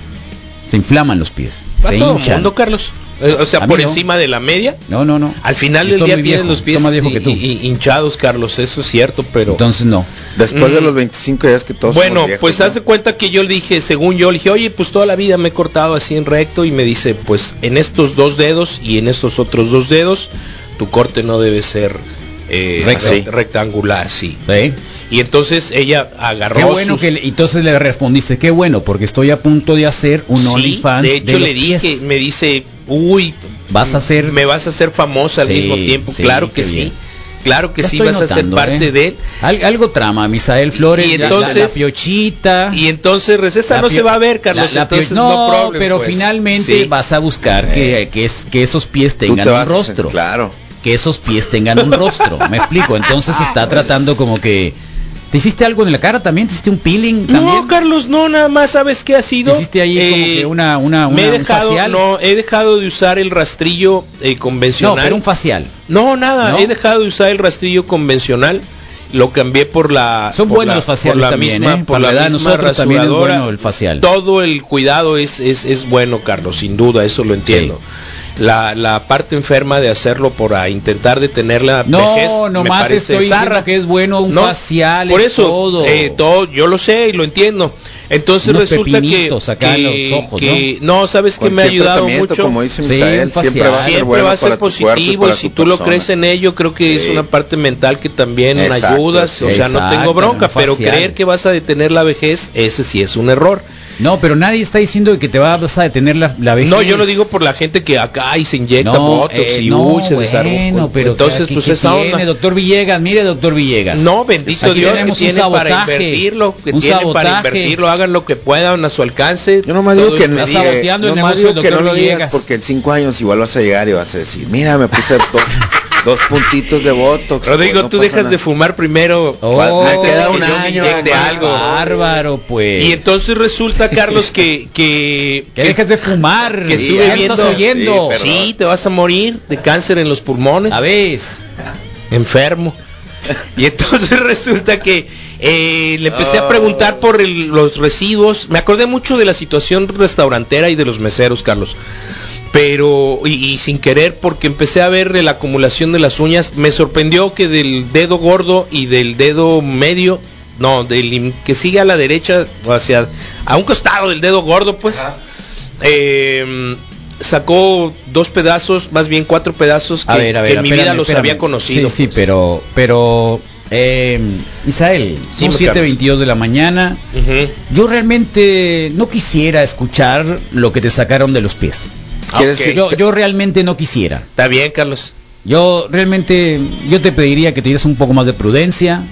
[SPEAKER 3] Se inflaman los pies.
[SPEAKER 5] A
[SPEAKER 3] se
[SPEAKER 5] todo
[SPEAKER 3] hinchan.
[SPEAKER 5] mundo, Carlos. Eh, o sea,
[SPEAKER 3] A mí
[SPEAKER 5] por
[SPEAKER 3] no.
[SPEAKER 5] encima de la media.
[SPEAKER 3] No, no, no.
[SPEAKER 5] Al final
[SPEAKER 3] Yo
[SPEAKER 5] del
[SPEAKER 3] estoy
[SPEAKER 5] día
[SPEAKER 3] muy
[SPEAKER 5] tienes
[SPEAKER 3] viejo,
[SPEAKER 5] los
[SPEAKER 3] estoy
[SPEAKER 5] pies
[SPEAKER 3] más viejo que
[SPEAKER 5] hi-
[SPEAKER 3] tú.
[SPEAKER 5] hi- hinchados, Carlos, eso es cierto, pero...
[SPEAKER 3] Entonces no.
[SPEAKER 6] Después de
[SPEAKER 5] Mm.
[SPEAKER 6] los 25 días que todos
[SPEAKER 5] bueno,
[SPEAKER 6] somos viejos,
[SPEAKER 5] pues
[SPEAKER 6] ¿no?
[SPEAKER 5] hace cuenta que yo le dije, según yo, le dije, oye, pues toda la vida me he cortado así en recto y me dice, pues en estos dos dedos y en estos otros dos dedos, tu corte no debe ser eh,
[SPEAKER 6] Recto.
[SPEAKER 5] rect- rectangular, sí.
[SPEAKER 3] ¿Eh?
[SPEAKER 5] Y entonces ella agarró...
[SPEAKER 3] Qué bueno
[SPEAKER 5] sus-
[SPEAKER 3] que le- entonces le respondiste, qué bueno, porque estoy a punto de hacer un
[SPEAKER 5] Sí,
[SPEAKER 3] OnlyFans.
[SPEAKER 5] de hecho
[SPEAKER 3] los
[SPEAKER 5] le dije,
[SPEAKER 3] pies.
[SPEAKER 5] me dice, uy,
[SPEAKER 3] Vas a ser-
[SPEAKER 5] me vas a hacer famosa al
[SPEAKER 3] Sí,
[SPEAKER 5] mismo tiempo,
[SPEAKER 3] sí,
[SPEAKER 5] claro
[SPEAKER 3] qué
[SPEAKER 5] que sí,
[SPEAKER 3] bien.
[SPEAKER 5] claro que
[SPEAKER 3] Ya
[SPEAKER 5] sí,
[SPEAKER 3] estoy
[SPEAKER 5] vas a ser
[SPEAKER 3] notando,
[SPEAKER 5] parte
[SPEAKER 3] ¿eh?
[SPEAKER 5] de él.
[SPEAKER 3] Al- algo trama, Misael Flores,
[SPEAKER 5] Y
[SPEAKER 3] la- la-
[SPEAKER 5] entonces-
[SPEAKER 3] la, piochita.
[SPEAKER 5] Y entonces, pues, esa
[SPEAKER 3] la
[SPEAKER 5] no
[SPEAKER 3] pio-
[SPEAKER 5] se va a ver, Carlos,
[SPEAKER 3] la- la pio-
[SPEAKER 5] entonces
[SPEAKER 3] no,
[SPEAKER 5] no, problem,
[SPEAKER 3] pero
[SPEAKER 5] pues.
[SPEAKER 3] finalmente
[SPEAKER 5] Sí. Eh.
[SPEAKER 3] vas a buscar que, que, es, que esos pies
[SPEAKER 6] Tú
[SPEAKER 3] tengan
[SPEAKER 6] te
[SPEAKER 3] un
[SPEAKER 6] vas a-
[SPEAKER 3] rostro.
[SPEAKER 6] Claro.
[SPEAKER 3] que esos pies tengan un rostro. Me explico. Entonces
[SPEAKER 5] Ah, pues.
[SPEAKER 3] está tratando como que. ¿Te hiciste algo en la cara también? ¿Te hiciste un peeling
[SPEAKER 5] No,
[SPEAKER 3] también?
[SPEAKER 5] Carlos, no, nada más sabes qué ha sido. Eh,
[SPEAKER 3] ¿Hiciste ahí como que una- una-
[SPEAKER 5] me he
[SPEAKER 3] una- un
[SPEAKER 5] dejado,
[SPEAKER 3] facial?
[SPEAKER 5] no, he dejado de usar el rastrillo eh,
[SPEAKER 3] No,
[SPEAKER 5] convencional.
[SPEAKER 3] pero un facial.
[SPEAKER 5] No, nada,
[SPEAKER 3] ¿No?
[SPEAKER 5] he dejado de usar el rastrillo convencional. Lo cambié por la
[SPEAKER 3] Son
[SPEAKER 5] por
[SPEAKER 3] buenos
[SPEAKER 5] la-
[SPEAKER 3] los faciales
[SPEAKER 5] por la
[SPEAKER 3] también,
[SPEAKER 5] misma,
[SPEAKER 3] ¿eh?
[SPEAKER 5] por
[SPEAKER 3] Para
[SPEAKER 5] la
[SPEAKER 3] la edad de
[SPEAKER 5] misma
[SPEAKER 3] nosotros también es
[SPEAKER 5] rasuradora.
[SPEAKER 3] bueno el facial.
[SPEAKER 5] Todo el cuidado es, es, es bueno, Carlos, sin duda, eso lo entiendo. La, la parte enferma de hacerlo para intentar detener la
[SPEAKER 3] No,
[SPEAKER 5] vejez me
[SPEAKER 3] nomás
[SPEAKER 5] parece
[SPEAKER 3] estoy diciendo
[SPEAKER 5] zarra.
[SPEAKER 3] que es bueno un facial,
[SPEAKER 5] Por
[SPEAKER 3] es
[SPEAKER 5] eso,
[SPEAKER 3] todo.
[SPEAKER 5] eh, todo, yo lo sé y lo entiendo. Entonces
[SPEAKER 3] Unos
[SPEAKER 5] resulta que,
[SPEAKER 3] pepinitos acá en
[SPEAKER 5] que-
[SPEAKER 3] los ojos,
[SPEAKER 5] que- ¿no? sabes que me ha
[SPEAKER 6] Cualquier
[SPEAKER 5] ayudado
[SPEAKER 6] tratamiento,
[SPEAKER 5] mucho
[SPEAKER 6] Como dice
[SPEAKER 3] Sí,
[SPEAKER 6] Misael,
[SPEAKER 3] un facial.
[SPEAKER 6] siempre va a ser
[SPEAKER 5] siempre
[SPEAKER 6] bueno
[SPEAKER 5] va a ser
[SPEAKER 6] para tu cuerpo y
[SPEAKER 5] positivo
[SPEAKER 6] para
[SPEAKER 5] y si
[SPEAKER 6] tu
[SPEAKER 5] tú lo
[SPEAKER 6] persona.
[SPEAKER 5] crees en ello creo que es
[SPEAKER 6] Sí.
[SPEAKER 5] una parte mental que también
[SPEAKER 6] Exacto,
[SPEAKER 5] ayudas o sea no
[SPEAKER 3] exacto,
[SPEAKER 5] tengo bronca
[SPEAKER 3] un
[SPEAKER 5] pero
[SPEAKER 3] facial.
[SPEAKER 5] creer que vas a detener la vejez ese sí es un error
[SPEAKER 3] No, pero nadie está diciendo que te vas a detener la, la vejez.
[SPEAKER 5] No, yo lo digo por la gente que acá y se inyecta
[SPEAKER 3] Pues No,
[SPEAKER 5] botox
[SPEAKER 3] eh,
[SPEAKER 5] y
[SPEAKER 3] no,
[SPEAKER 5] uy, se desarrolla.
[SPEAKER 3] bueno, pero
[SPEAKER 5] Entonces,
[SPEAKER 3] ¿qué-
[SPEAKER 5] pues
[SPEAKER 3] qué
[SPEAKER 5] esa
[SPEAKER 3] tiene,
[SPEAKER 5] onda.
[SPEAKER 3] doctor Villegas, mire, doctor Villegas.
[SPEAKER 5] No, bendito
[SPEAKER 3] Aquí
[SPEAKER 5] Dios que
[SPEAKER 3] tenemos un
[SPEAKER 5] tiene para
[SPEAKER 3] sabotaje,
[SPEAKER 5] invertirlo, que
[SPEAKER 3] un
[SPEAKER 5] tiene para
[SPEAKER 3] sabotaje.
[SPEAKER 5] invertirlo, hagan lo que puedan a su alcance.
[SPEAKER 6] Yo nomás digo
[SPEAKER 5] Todo
[SPEAKER 6] que
[SPEAKER 5] es
[SPEAKER 6] no,
[SPEAKER 3] está
[SPEAKER 6] diga-
[SPEAKER 3] saboteando el
[SPEAKER 6] nomás
[SPEAKER 3] negocio
[SPEAKER 6] digo
[SPEAKER 3] del
[SPEAKER 6] que no lo
[SPEAKER 3] doctor
[SPEAKER 6] digas
[SPEAKER 3] Villegas.
[SPEAKER 6] porque en cinco años igual vas a llegar y vas a decir, mira, me puse dos, dos puntitos de botox.
[SPEAKER 5] Rodrigo,
[SPEAKER 6] pues, no
[SPEAKER 5] tú
[SPEAKER 6] pasa
[SPEAKER 5] dejas de
[SPEAKER 6] nada".
[SPEAKER 5] fumar primero.
[SPEAKER 3] Oh,
[SPEAKER 6] Me queda
[SPEAKER 5] que
[SPEAKER 6] un
[SPEAKER 5] yo me
[SPEAKER 6] año.
[SPEAKER 5] inyecte
[SPEAKER 6] hermano.
[SPEAKER 5] algo.
[SPEAKER 3] Bárbaro, pues.
[SPEAKER 5] Y entonces resulta, Carlos, que... que,
[SPEAKER 3] que dejes de fumar.
[SPEAKER 5] que
[SPEAKER 3] Sí,
[SPEAKER 5] estuve
[SPEAKER 3] ya estás
[SPEAKER 5] viendo-
[SPEAKER 3] oyendo.
[SPEAKER 6] Sí,
[SPEAKER 5] Sí, te vas a morir de cáncer en los pulmones.
[SPEAKER 3] A ver.
[SPEAKER 5] enfermo. Y entonces resulta que eh, le empecé a preguntar por el- los residuos. Me acordé mucho de la situación restaurantera y de los meseros, Carlos. Pero, y, y sin querer, porque empecé a ver la acumulación de las uñas, me sorprendió que del dedo gordo y del dedo medio, no, del in- que sigue a la derecha, o hacia, a un costado del dedo gordo, pues, eh, sacó dos pedazos, más bien cuatro pedazos, que,
[SPEAKER 3] A ver, a ver.
[SPEAKER 5] que en mi
[SPEAKER 3] espérame,
[SPEAKER 5] vida los
[SPEAKER 3] espérame.
[SPEAKER 5] había conocido.
[SPEAKER 3] Sí, sí,
[SPEAKER 5] pues.
[SPEAKER 3] pero, pero, eh, Isael, son
[SPEAKER 5] Dime,
[SPEAKER 3] 7.22 de la mañana.
[SPEAKER 5] Ujú.
[SPEAKER 3] Yo realmente no quisiera escuchar lo que te sacaron de los pies.
[SPEAKER 6] ¿Quieres
[SPEAKER 5] Ok.
[SPEAKER 6] decir-
[SPEAKER 3] Yo, yo realmente Ah, no quisiera.
[SPEAKER 5] Está bien, Carlos.
[SPEAKER 3] Yo realmente, yo te pediría que tuvieras un poco más de prudencia.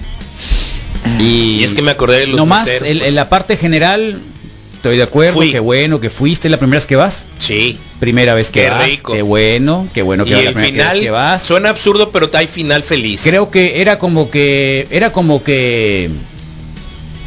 [SPEAKER 3] Y,
[SPEAKER 5] Ah. Y es que me acordé de los
[SPEAKER 3] Mm. Nomás,
[SPEAKER 5] meseros,
[SPEAKER 3] el-
[SPEAKER 5] pues.
[SPEAKER 3] en la parte general, estoy de acuerdo,
[SPEAKER 5] Fui.
[SPEAKER 3] qué bueno que fuiste, la primera vez que vas.
[SPEAKER 5] Sí.
[SPEAKER 3] Primera vez que
[SPEAKER 5] Qué
[SPEAKER 3] vas,
[SPEAKER 5] rico.
[SPEAKER 3] qué bueno, qué bueno que
[SPEAKER 5] y
[SPEAKER 3] vas,
[SPEAKER 5] el
[SPEAKER 3] la primera
[SPEAKER 5] final
[SPEAKER 3] vez que vas.
[SPEAKER 5] suena absurdo, pero hay final feliz.
[SPEAKER 3] Creo que era como que, era como que,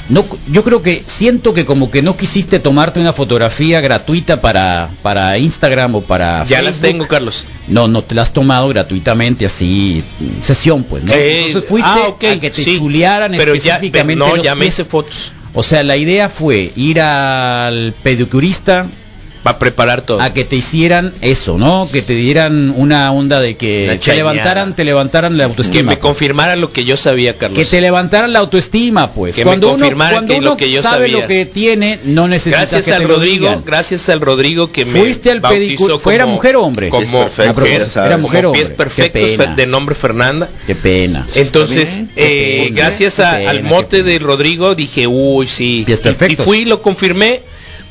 [SPEAKER 3] no, yo creo que siento que como que no quisiste tomarte una fotografía gratuita para, para Instagram o para
[SPEAKER 5] ya las tengo, Carlos.
[SPEAKER 3] No, no te la has tomado gratuitamente así, sesión pues, ¿no?
[SPEAKER 5] Eh,
[SPEAKER 3] Entonces fuiste
[SPEAKER 5] ah, ok,
[SPEAKER 3] a que te
[SPEAKER 5] sí.
[SPEAKER 3] chulearan
[SPEAKER 5] pero ya, pero
[SPEAKER 3] específicamente
[SPEAKER 5] no,
[SPEAKER 3] los
[SPEAKER 5] ya me
[SPEAKER 3] pies.
[SPEAKER 5] hice fotos
[SPEAKER 3] O sea, la idea fue ir al pedicurista
[SPEAKER 5] para preparar todo.
[SPEAKER 3] a Ah, que te hicieran eso, ¿no? Que te dieran una onda de que
[SPEAKER 5] Una
[SPEAKER 3] te
[SPEAKER 5] chañada.
[SPEAKER 3] levantaran, te levantaran la
[SPEAKER 5] que
[SPEAKER 3] autoestima. pues.
[SPEAKER 5] me confirmara lo que yo sabía, Carlos.
[SPEAKER 3] Que te levantaran la autoestima, pues.
[SPEAKER 5] Que me
[SPEAKER 3] cuando uno,
[SPEAKER 5] confirmaran
[SPEAKER 3] cuando
[SPEAKER 5] que
[SPEAKER 3] uno
[SPEAKER 5] lo que yo
[SPEAKER 3] sabe
[SPEAKER 5] sabía.
[SPEAKER 3] lo que tiene, no necesita
[SPEAKER 5] gracias
[SPEAKER 3] que te
[SPEAKER 5] al
[SPEAKER 3] lo
[SPEAKER 5] Rodrigo,
[SPEAKER 3] digan.
[SPEAKER 5] gracias al Rodrigo que me
[SPEAKER 3] Fuiste al
[SPEAKER 5] bautizó
[SPEAKER 3] pedicur- ¿fuera
[SPEAKER 5] como-
[SPEAKER 3] mujer o hombre? Ah,
[SPEAKER 6] Es
[SPEAKER 5] Como,
[SPEAKER 6] perfecto,
[SPEAKER 5] como
[SPEAKER 6] ya
[SPEAKER 5] pies-
[SPEAKER 6] sabes.
[SPEAKER 3] era mujer o
[SPEAKER 5] como pies
[SPEAKER 3] hombre. Qué
[SPEAKER 5] perfectos fe-
[SPEAKER 3] pena.
[SPEAKER 5] de nombre Fernanda.
[SPEAKER 3] Qué pena.
[SPEAKER 5] Entonces,
[SPEAKER 6] bien.
[SPEAKER 5] eh,
[SPEAKER 3] Qué pena,
[SPEAKER 5] gracias
[SPEAKER 3] qué
[SPEAKER 5] a-
[SPEAKER 3] pena,
[SPEAKER 5] al
[SPEAKER 3] qué
[SPEAKER 5] mote
[SPEAKER 3] pena.
[SPEAKER 5] de Rodrigo dije, uy, sí.
[SPEAKER 3] Pies
[SPEAKER 5] Y- Y,
[SPEAKER 3] perfectos.
[SPEAKER 5] fui, lo confirmé.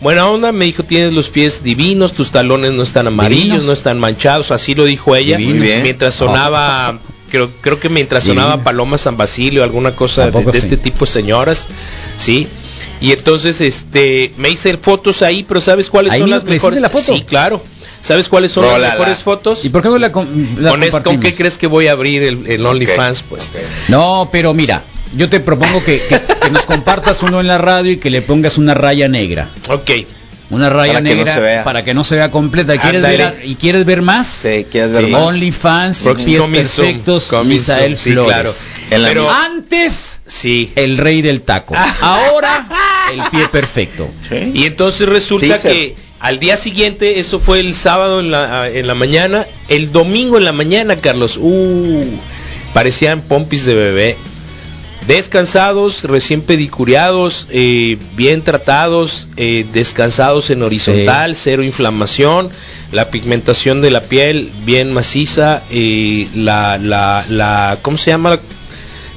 [SPEAKER 5] Buena onda, me dijo, tienes los pies divinos, tus talones no están amarillos,
[SPEAKER 3] Divinos.
[SPEAKER 5] no están manchados, así lo dijo ella.
[SPEAKER 3] Divinos. Ah.
[SPEAKER 6] Muy bien.
[SPEAKER 5] Mientras sonaba, creo, creo que mientras sonaba
[SPEAKER 3] Divino.
[SPEAKER 5] Paloma San Basilio, alguna cosa de,
[SPEAKER 3] Tampoco
[SPEAKER 5] de
[SPEAKER 3] sí.
[SPEAKER 5] este tipo de señoras, ¿sí? Y entonces, este, me hice fotos ahí, pero ¿sabes cuáles
[SPEAKER 3] Ahí
[SPEAKER 5] son
[SPEAKER 3] mismo
[SPEAKER 5] las
[SPEAKER 3] te hiciste
[SPEAKER 5] mejores?
[SPEAKER 3] la foto.
[SPEAKER 5] Sí, claro. ¿Sabes cuáles son las
[SPEAKER 6] Rólala.
[SPEAKER 5] mejores fotos?
[SPEAKER 3] ¿Y por qué no la, con- la
[SPEAKER 5] con, es- con
[SPEAKER 3] compartimos?
[SPEAKER 5] qué crees que voy a abrir el, el OnlyFans? Pues
[SPEAKER 3] No, pero mira, yo te propongo que, que- que nos compartas uno en la radio y que le pongas una raya negra.
[SPEAKER 5] Ok,
[SPEAKER 3] Una raya
[SPEAKER 6] Para que no
[SPEAKER 3] negra
[SPEAKER 6] se vea.
[SPEAKER 3] para que no se vea completa. ¿Y ¿Quieres
[SPEAKER 5] Ándale.
[SPEAKER 3] ver, a- ¿Y quieres ver más?
[SPEAKER 6] Sí, ¿quieres ver más?
[SPEAKER 3] OnlyFans,
[SPEAKER 5] Prox-
[SPEAKER 3] pies
[SPEAKER 5] Coming soon,
[SPEAKER 3] perfectos,
[SPEAKER 5] coming
[SPEAKER 3] Misael
[SPEAKER 5] soon, sí,
[SPEAKER 3] Flores.
[SPEAKER 5] claro.
[SPEAKER 6] En la
[SPEAKER 5] Pero
[SPEAKER 6] misma-
[SPEAKER 3] Antes,
[SPEAKER 5] sí.
[SPEAKER 3] el rey del taco. Ahora, el pie perfecto.
[SPEAKER 6] Sí.
[SPEAKER 5] Y entonces resulta
[SPEAKER 6] Teaser.
[SPEAKER 5] que al día siguiente, eso fue el sábado en la, en la mañana, el domingo en la mañana, Carlos, uh, parecían pompis de bebé. Descansados, recién pedicuriados, eh, bien tratados, eh, descansados en horizontal, cero inflamación, la pigmentación de la piel bien maciza, eh, la, la, la, ¿cómo se llama?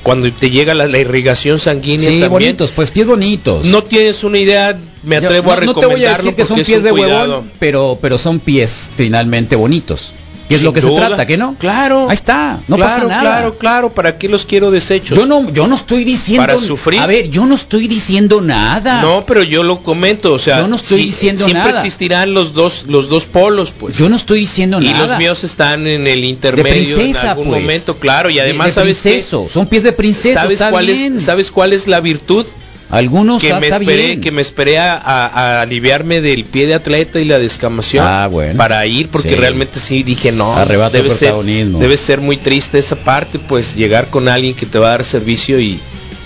[SPEAKER 5] Cuando te llega la, la irrigación
[SPEAKER 3] Sí,
[SPEAKER 5] sanguínea también.
[SPEAKER 3] bonitos, pues pies bonitos.
[SPEAKER 5] No tienes una idea, me
[SPEAKER 3] Yo-
[SPEAKER 5] atrevo a
[SPEAKER 3] no- no
[SPEAKER 5] recomendarlo
[SPEAKER 3] te voy a decir que son
[SPEAKER 5] porque es
[SPEAKER 3] pies
[SPEAKER 5] un
[SPEAKER 3] de
[SPEAKER 5] cuidado.
[SPEAKER 3] huevón, pero, pero son pies finalmente bonitos. Y es
[SPEAKER 5] Sin
[SPEAKER 3] lo que se
[SPEAKER 5] duda.
[SPEAKER 3] trata, ¿qué no?
[SPEAKER 5] Claro.
[SPEAKER 3] Ahí está, no
[SPEAKER 5] claro,
[SPEAKER 3] pasa nada.
[SPEAKER 5] Claro, claro, ¿para qué los quiero desechos?
[SPEAKER 3] Yo no, yo no estoy diciendo.
[SPEAKER 5] Para sufrir.
[SPEAKER 3] A ver, yo no estoy diciendo nada.
[SPEAKER 5] No, pero yo lo comento, o sea,
[SPEAKER 3] Yo no estoy diciendo
[SPEAKER 5] siempre
[SPEAKER 3] nada.
[SPEAKER 5] existirán los dos los dos polos, pues.
[SPEAKER 3] yo no estoy diciendo
[SPEAKER 5] y
[SPEAKER 3] nada.
[SPEAKER 5] los míos están en el
[SPEAKER 3] de
[SPEAKER 5] intermedio
[SPEAKER 3] princesa,
[SPEAKER 5] en algún
[SPEAKER 3] pues.
[SPEAKER 5] momento, claro, y
[SPEAKER 3] De-
[SPEAKER 5] además
[SPEAKER 3] de
[SPEAKER 5] sabes qué?
[SPEAKER 3] princeso, son pies de princesa.
[SPEAKER 5] ¿Sabes
[SPEAKER 3] está
[SPEAKER 5] cuál
[SPEAKER 3] bien.
[SPEAKER 5] es sabes cuál es la virtud
[SPEAKER 3] Algunos
[SPEAKER 5] que
[SPEAKER 3] está,
[SPEAKER 5] me
[SPEAKER 3] está
[SPEAKER 5] esperé
[SPEAKER 3] bien.
[SPEAKER 5] que me esperé a, a- a aliviarme del pie de atleta y la descamación
[SPEAKER 3] Ah, bueno.
[SPEAKER 5] para ir porque
[SPEAKER 3] Sí.
[SPEAKER 5] realmente sí dije no
[SPEAKER 3] Arrebato de
[SPEAKER 5] debe ser
[SPEAKER 3] protagonismo.
[SPEAKER 5] debe ser muy triste esa parte pues llegar con alguien que te va a dar servicio y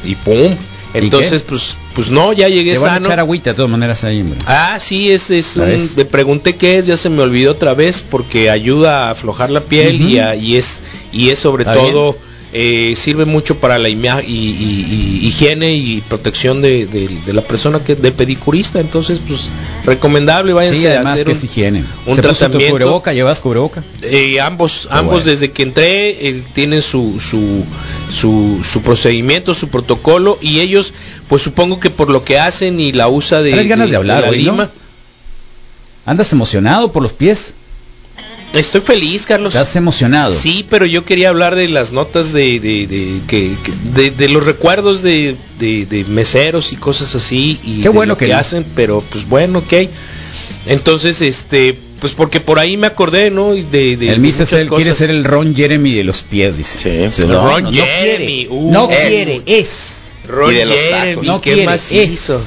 [SPEAKER 5] y pum entonces
[SPEAKER 3] qué?
[SPEAKER 5] pues pues no ya llegué
[SPEAKER 3] Te van a
[SPEAKER 5] sano
[SPEAKER 3] echar agüita de todas maneras ahí, hombre.
[SPEAKER 5] Ah, sí, es, es un-
[SPEAKER 3] ¿Sabes?
[SPEAKER 5] me pregunté qué es, ya se me olvidó otra vez porque ayuda a aflojar la piel y,
[SPEAKER 3] Ujú.
[SPEAKER 5] a- y es y es sobre
[SPEAKER 3] Está
[SPEAKER 5] todo eh, sirve mucho para la imia- y, y- y- higiene y protección de, de- de la persona que de pedicurista, entonces pues recomendable váyanse
[SPEAKER 3] Sí,
[SPEAKER 5] a
[SPEAKER 3] además
[SPEAKER 5] hacer
[SPEAKER 3] que
[SPEAKER 5] un-
[SPEAKER 3] es higiene.
[SPEAKER 5] un
[SPEAKER 3] ¿Te puso tu
[SPEAKER 5] tratamiento.
[SPEAKER 3] cubreboca? ¿Llevas cubreboca?
[SPEAKER 5] eh, ambos ambos
[SPEAKER 3] bueno.
[SPEAKER 5] desde que entré eh, tienen su, su su su procedimiento, su protocolo y ellos pues supongo que por lo que hacen y la usa de,
[SPEAKER 3] Traes ganas de hablar,
[SPEAKER 5] la
[SPEAKER 3] oílo.
[SPEAKER 5] lima.
[SPEAKER 3] ¿Andas emocionado por los pies?
[SPEAKER 5] Estoy feliz, Carlos.
[SPEAKER 3] ¿Estás emocionado?
[SPEAKER 5] Sí, pero yo quería hablar de las notas de, de, de- que, que- de, de los recuerdos de, de- de meseros y cosas así y
[SPEAKER 3] Qué
[SPEAKER 5] de
[SPEAKER 3] bueno
[SPEAKER 5] lo que,
[SPEAKER 3] que no.
[SPEAKER 5] hacen, pero pues bueno, ok. Entonces, este, pues porque por ahí me acordé, ¿no? Y De, de- de
[SPEAKER 3] el Mister
[SPEAKER 5] muchas
[SPEAKER 3] Cell quiere
[SPEAKER 5] cosas.
[SPEAKER 3] ser el Ron Jeremy de los pies, dice.
[SPEAKER 6] Sí,
[SPEAKER 3] Dice,
[SPEAKER 6] pero
[SPEAKER 5] Ron
[SPEAKER 3] quiere.
[SPEAKER 5] Jeremy, uh,
[SPEAKER 3] no
[SPEAKER 5] es.
[SPEAKER 3] quiere, es.
[SPEAKER 5] Ron
[SPEAKER 6] y de los
[SPEAKER 5] Jeremy,
[SPEAKER 6] tacos.
[SPEAKER 3] No
[SPEAKER 5] qué
[SPEAKER 3] quiere, es.
[SPEAKER 5] macizo.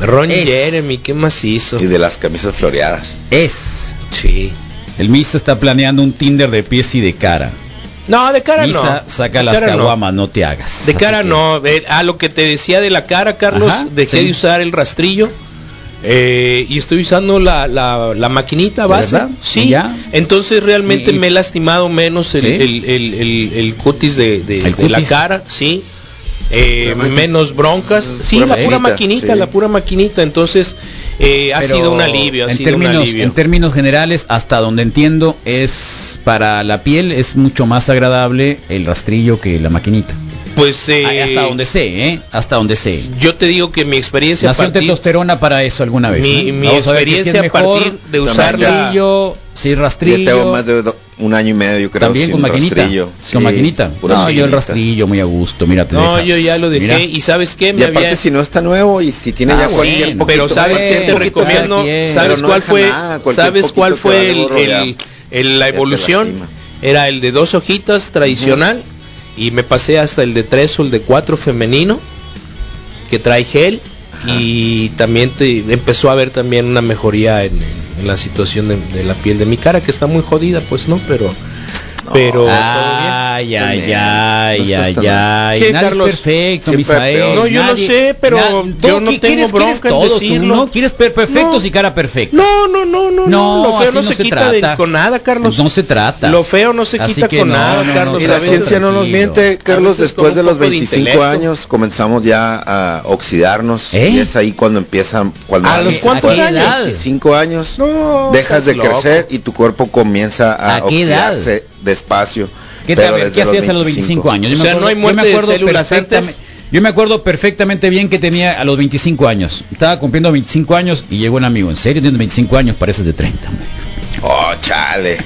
[SPEAKER 5] Ron
[SPEAKER 3] Es.
[SPEAKER 5] Jeremy, qué macizo.
[SPEAKER 6] Y de las camisas floreadas.
[SPEAKER 3] Es.
[SPEAKER 5] Sí.
[SPEAKER 3] El Misa está planeando un Tinder de pies y de cara.
[SPEAKER 5] No, de cara
[SPEAKER 3] Misa,
[SPEAKER 5] no.
[SPEAKER 3] saca
[SPEAKER 5] De
[SPEAKER 3] las
[SPEAKER 5] cara no.
[SPEAKER 3] caguamas, no. te hagas.
[SPEAKER 5] De
[SPEAKER 3] Así
[SPEAKER 5] cara
[SPEAKER 3] que-
[SPEAKER 5] no, eh, a lo que te decía de la cara, Carlos,
[SPEAKER 3] Ajá,
[SPEAKER 5] dejé
[SPEAKER 3] sí.
[SPEAKER 5] de usar el rastrillo eh, y estoy usando la, la- la maquinita
[SPEAKER 3] ¿De
[SPEAKER 5] base.
[SPEAKER 3] verdad?
[SPEAKER 5] Sí,
[SPEAKER 3] Ya.
[SPEAKER 5] entonces realmente
[SPEAKER 3] Y- y-
[SPEAKER 5] me he lastimado menos el,
[SPEAKER 3] Sí.
[SPEAKER 5] el- el- el- el cutis de, de-
[SPEAKER 3] El
[SPEAKER 5] de la
[SPEAKER 3] cutis.
[SPEAKER 5] cara, sí. Eh,
[SPEAKER 6] Pura maquis.
[SPEAKER 5] menos broncas, sí,
[SPEAKER 6] Pura
[SPEAKER 5] la
[SPEAKER 6] maquinita,
[SPEAKER 5] pura maquinita,
[SPEAKER 6] sí.
[SPEAKER 5] la pura maquinita, entonces eh, ha
[SPEAKER 3] Pero
[SPEAKER 5] sido un alivio, ha
[SPEAKER 3] en
[SPEAKER 5] sido
[SPEAKER 3] términos,
[SPEAKER 5] un alivio.
[SPEAKER 3] En términos generales, hasta donde entiendo, es para la piel es mucho más agradable el rastrillo que la maquinita.
[SPEAKER 5] pues eh,
[SPEAKER 3] Ah, hasta donde sé, ¿eh? Hasta donde sé.
[SPEAKER 5] yo te digo que mi experiencia a
[SPEAKER 3] Nació
[SPEAKER 5] partir-
[SPEAKER 3] testosterona para eso alguna vez.
[SPEAKER 5] Mi-
[SPEAKER 3] ¿eh?
[SPEAKER 5] mi
[SPEAKER 3] a ver que si es
[SPEAKER 5] experiencia a partir de usar la-
[SPEAKER 3] rastrillo, sí,
[SPEAKER 6] Yo tengo
[SPEAKER 3] rastrillo.
[SPEAKER 6] más de do- un año y medio, yo creo,
[SPEAKER 3] También
[SPEAKER 6] sin
[SPEAKER 3] con maquinita.
[SPEAKER 6] rastrillo. Sí,
[SPEAKER 3] con maquinita.
[SPEAKER 6] pura
[SPEAKER 3] no, yo el
[SPEAKER 6] maquinita.
[SPEAKER 3] rastrillo muy a gusto. Mira, te
[SPEAKER 5] No,
[SPEAKER 3] deja.
[SPEAKER 5] yo ya lo dejé
[SPEAKER 3] Mira.
[SPEAKER 5] y sabes qué,
[SPEAKER 6] Y aparte, si no está nuevo y si tiene
[SPEAKER 3] Ah,
[SPEAKER 6] ya cualquier
[SPEAKER 3] bueno,
[SPEAKER 6] poquito,
[SPEAKER 5] pero sabes
[SPEAKER 3] bueno,
[SPEAKER 5] qué te
[SPEAKER 3] poquito,
[SPEAKER 5] recomiendo,
[SPEAKER 3] cada quien.
[SPEAKER 5] sabes
[SPEAKER 6] Pero no
[SPEAKER 5] cuál
[SPEAKER 6] deja
[SPEAKER 5] fue,
[SPEAKER 6] nada, cualquier
[SPEAKER 5] sabes cuál
[SPEAKER 6] poquito te
[SPEAKER 5] fue el,
[SPEAKER 6] vale gorro,
[SPEAKER 5] el-
[SPEAKER 6] ya.
[SPEAKER 5] el- la
[SPEAKER 6] Ya te
[SPEAKER 5] evolución,
[SPEAKER 6] lastima.
[SPEAKER 5] era el de dos hojitas tradicional y me pasé hasta el de tres o el de cuatro femenino que trae gel y también te empezó a ver también una mejoría en, en la situación de, de la piel de mi cara que está muy jodida, pues no, pero
[SPEAKER 6] No.
[SPEAKER 5] pero
[SPEAKER 3] Ay,
[SPEAKER 6] Está
[SPEAKER 3] ay,
[SPEAKER 6] bien. No
[SPEAKER 3] ay,
[SPEAKER 6] estás
[SPEAKER 3] ay,
[SPEAKER 6] tan mal.
[SPEAKER 3] ay.
[SPEAKER 5] ¿Qué,
[SPEAKER 3] Nadie
[SPEAKER 5] Carlos?
[SPEAKER 3] es perfecto,
[SPEAKER 6] Siempre
[SPEAKER 3] Misael.
[SPEAKER 6] peor. No,
[SPEAKER 5] yo lo sé, pero yo no
[SPEAKER 3] ¿qué-
[SPEAKER 5] tengo bronca en
[SPEAKER 3] todo, tú,
[SPEAKER 5] decirlo.
[SPEAKER 3] ¿no? Quieres ser perfectos
[SPEAKER 5] No.
[SPEAKER 3] y cara perfecta.
[SPEAKER 5] No, no, no, no,
[SPEAKER 3] No,
[SPEAKER 5] no, lo feo
[SPEAKER 3] así no
[SPEAKER 5] no se,
[SPEAKER 3] se
[SPEAKER 5] quita de-
[SPEAKER 3] trata.
[SPEAKER 5] con nada, Carlos.
[SPEAKER 3] No se trata.
[SPEAKER 5] Lo feo no se
[SPEAKER 3] Así
[SPEAKER 5] quita
[SPEAKER 3] que
[SPEAKER 5] con
[SPEAKER 3] no,
[SPEAKER 5] nada,
[SPEAKER 3] no, no,
[SPEAKER 5] Carlos.
[SPEAKER 6] Y
[SPEAKER 3] no,
[SPEAKER 5] a
[SPEAKER 6] la
[SPEAKER 5] veces-
[SPEAKER 3] Tranquilo.
[SPEAKER 6] ciencia no nos miente, Carlos,
[SPEAKER 5] A veces
[SPEAKER 6] después de
[SPEAKER 5] con un
[SPEAKER 6] los
[SPEAKER 5] poco de
[SPEAKER 6] 25
[SPEAKER 5] intelecto.
[SPEAKER 6] años comenzamos ya a oxidarnos
[SPEAKER 3] ¿Eh?
[SPEAKER 6] y es ahí cuando empiezan cuando
[SPEAKER 5] ¿A
[SPEAKER 6] alguien-
[SPEAKER 5] los cuántos
[SPEAKER 6] a qué
[SPEAKER 3] años?
[SPEAKER 6] edad? 25 años
[SPEAKER 5] No,
[SPEAKER 6] dejas
[SPEAKER 5] estás
[SPEAKER 6] de
[SPEAKER 5] loco.
[SPEAKER 6] crecer y tu cuerpo comienza a,
[SPEAKER 3] ¿A qué edad?
[SPEAKER 6] oxidarse despacio.
[SPEAKER 3] ¿Qué,
[SPEAKER 6] pero
[SPEAKER 3] tal,
[SPEAKER 6] desde
[SPEAKER 3] ¿qué hacías a los 25 años?
[SPEAKER 5] O sea, no hay muerte de células
[SPEAKER 3] perfectamente-
[SPEAKER 5] antes.
[SPEAKER 3] Yo me acuerdo perfectamente bien que tenía a los 25 años. Estaba cumpliendo 25 años y llegó un amigo. ¿En serio tienes 25 años? Pareces de 30. hombre".
[SPEAKER 6] Oh, chale.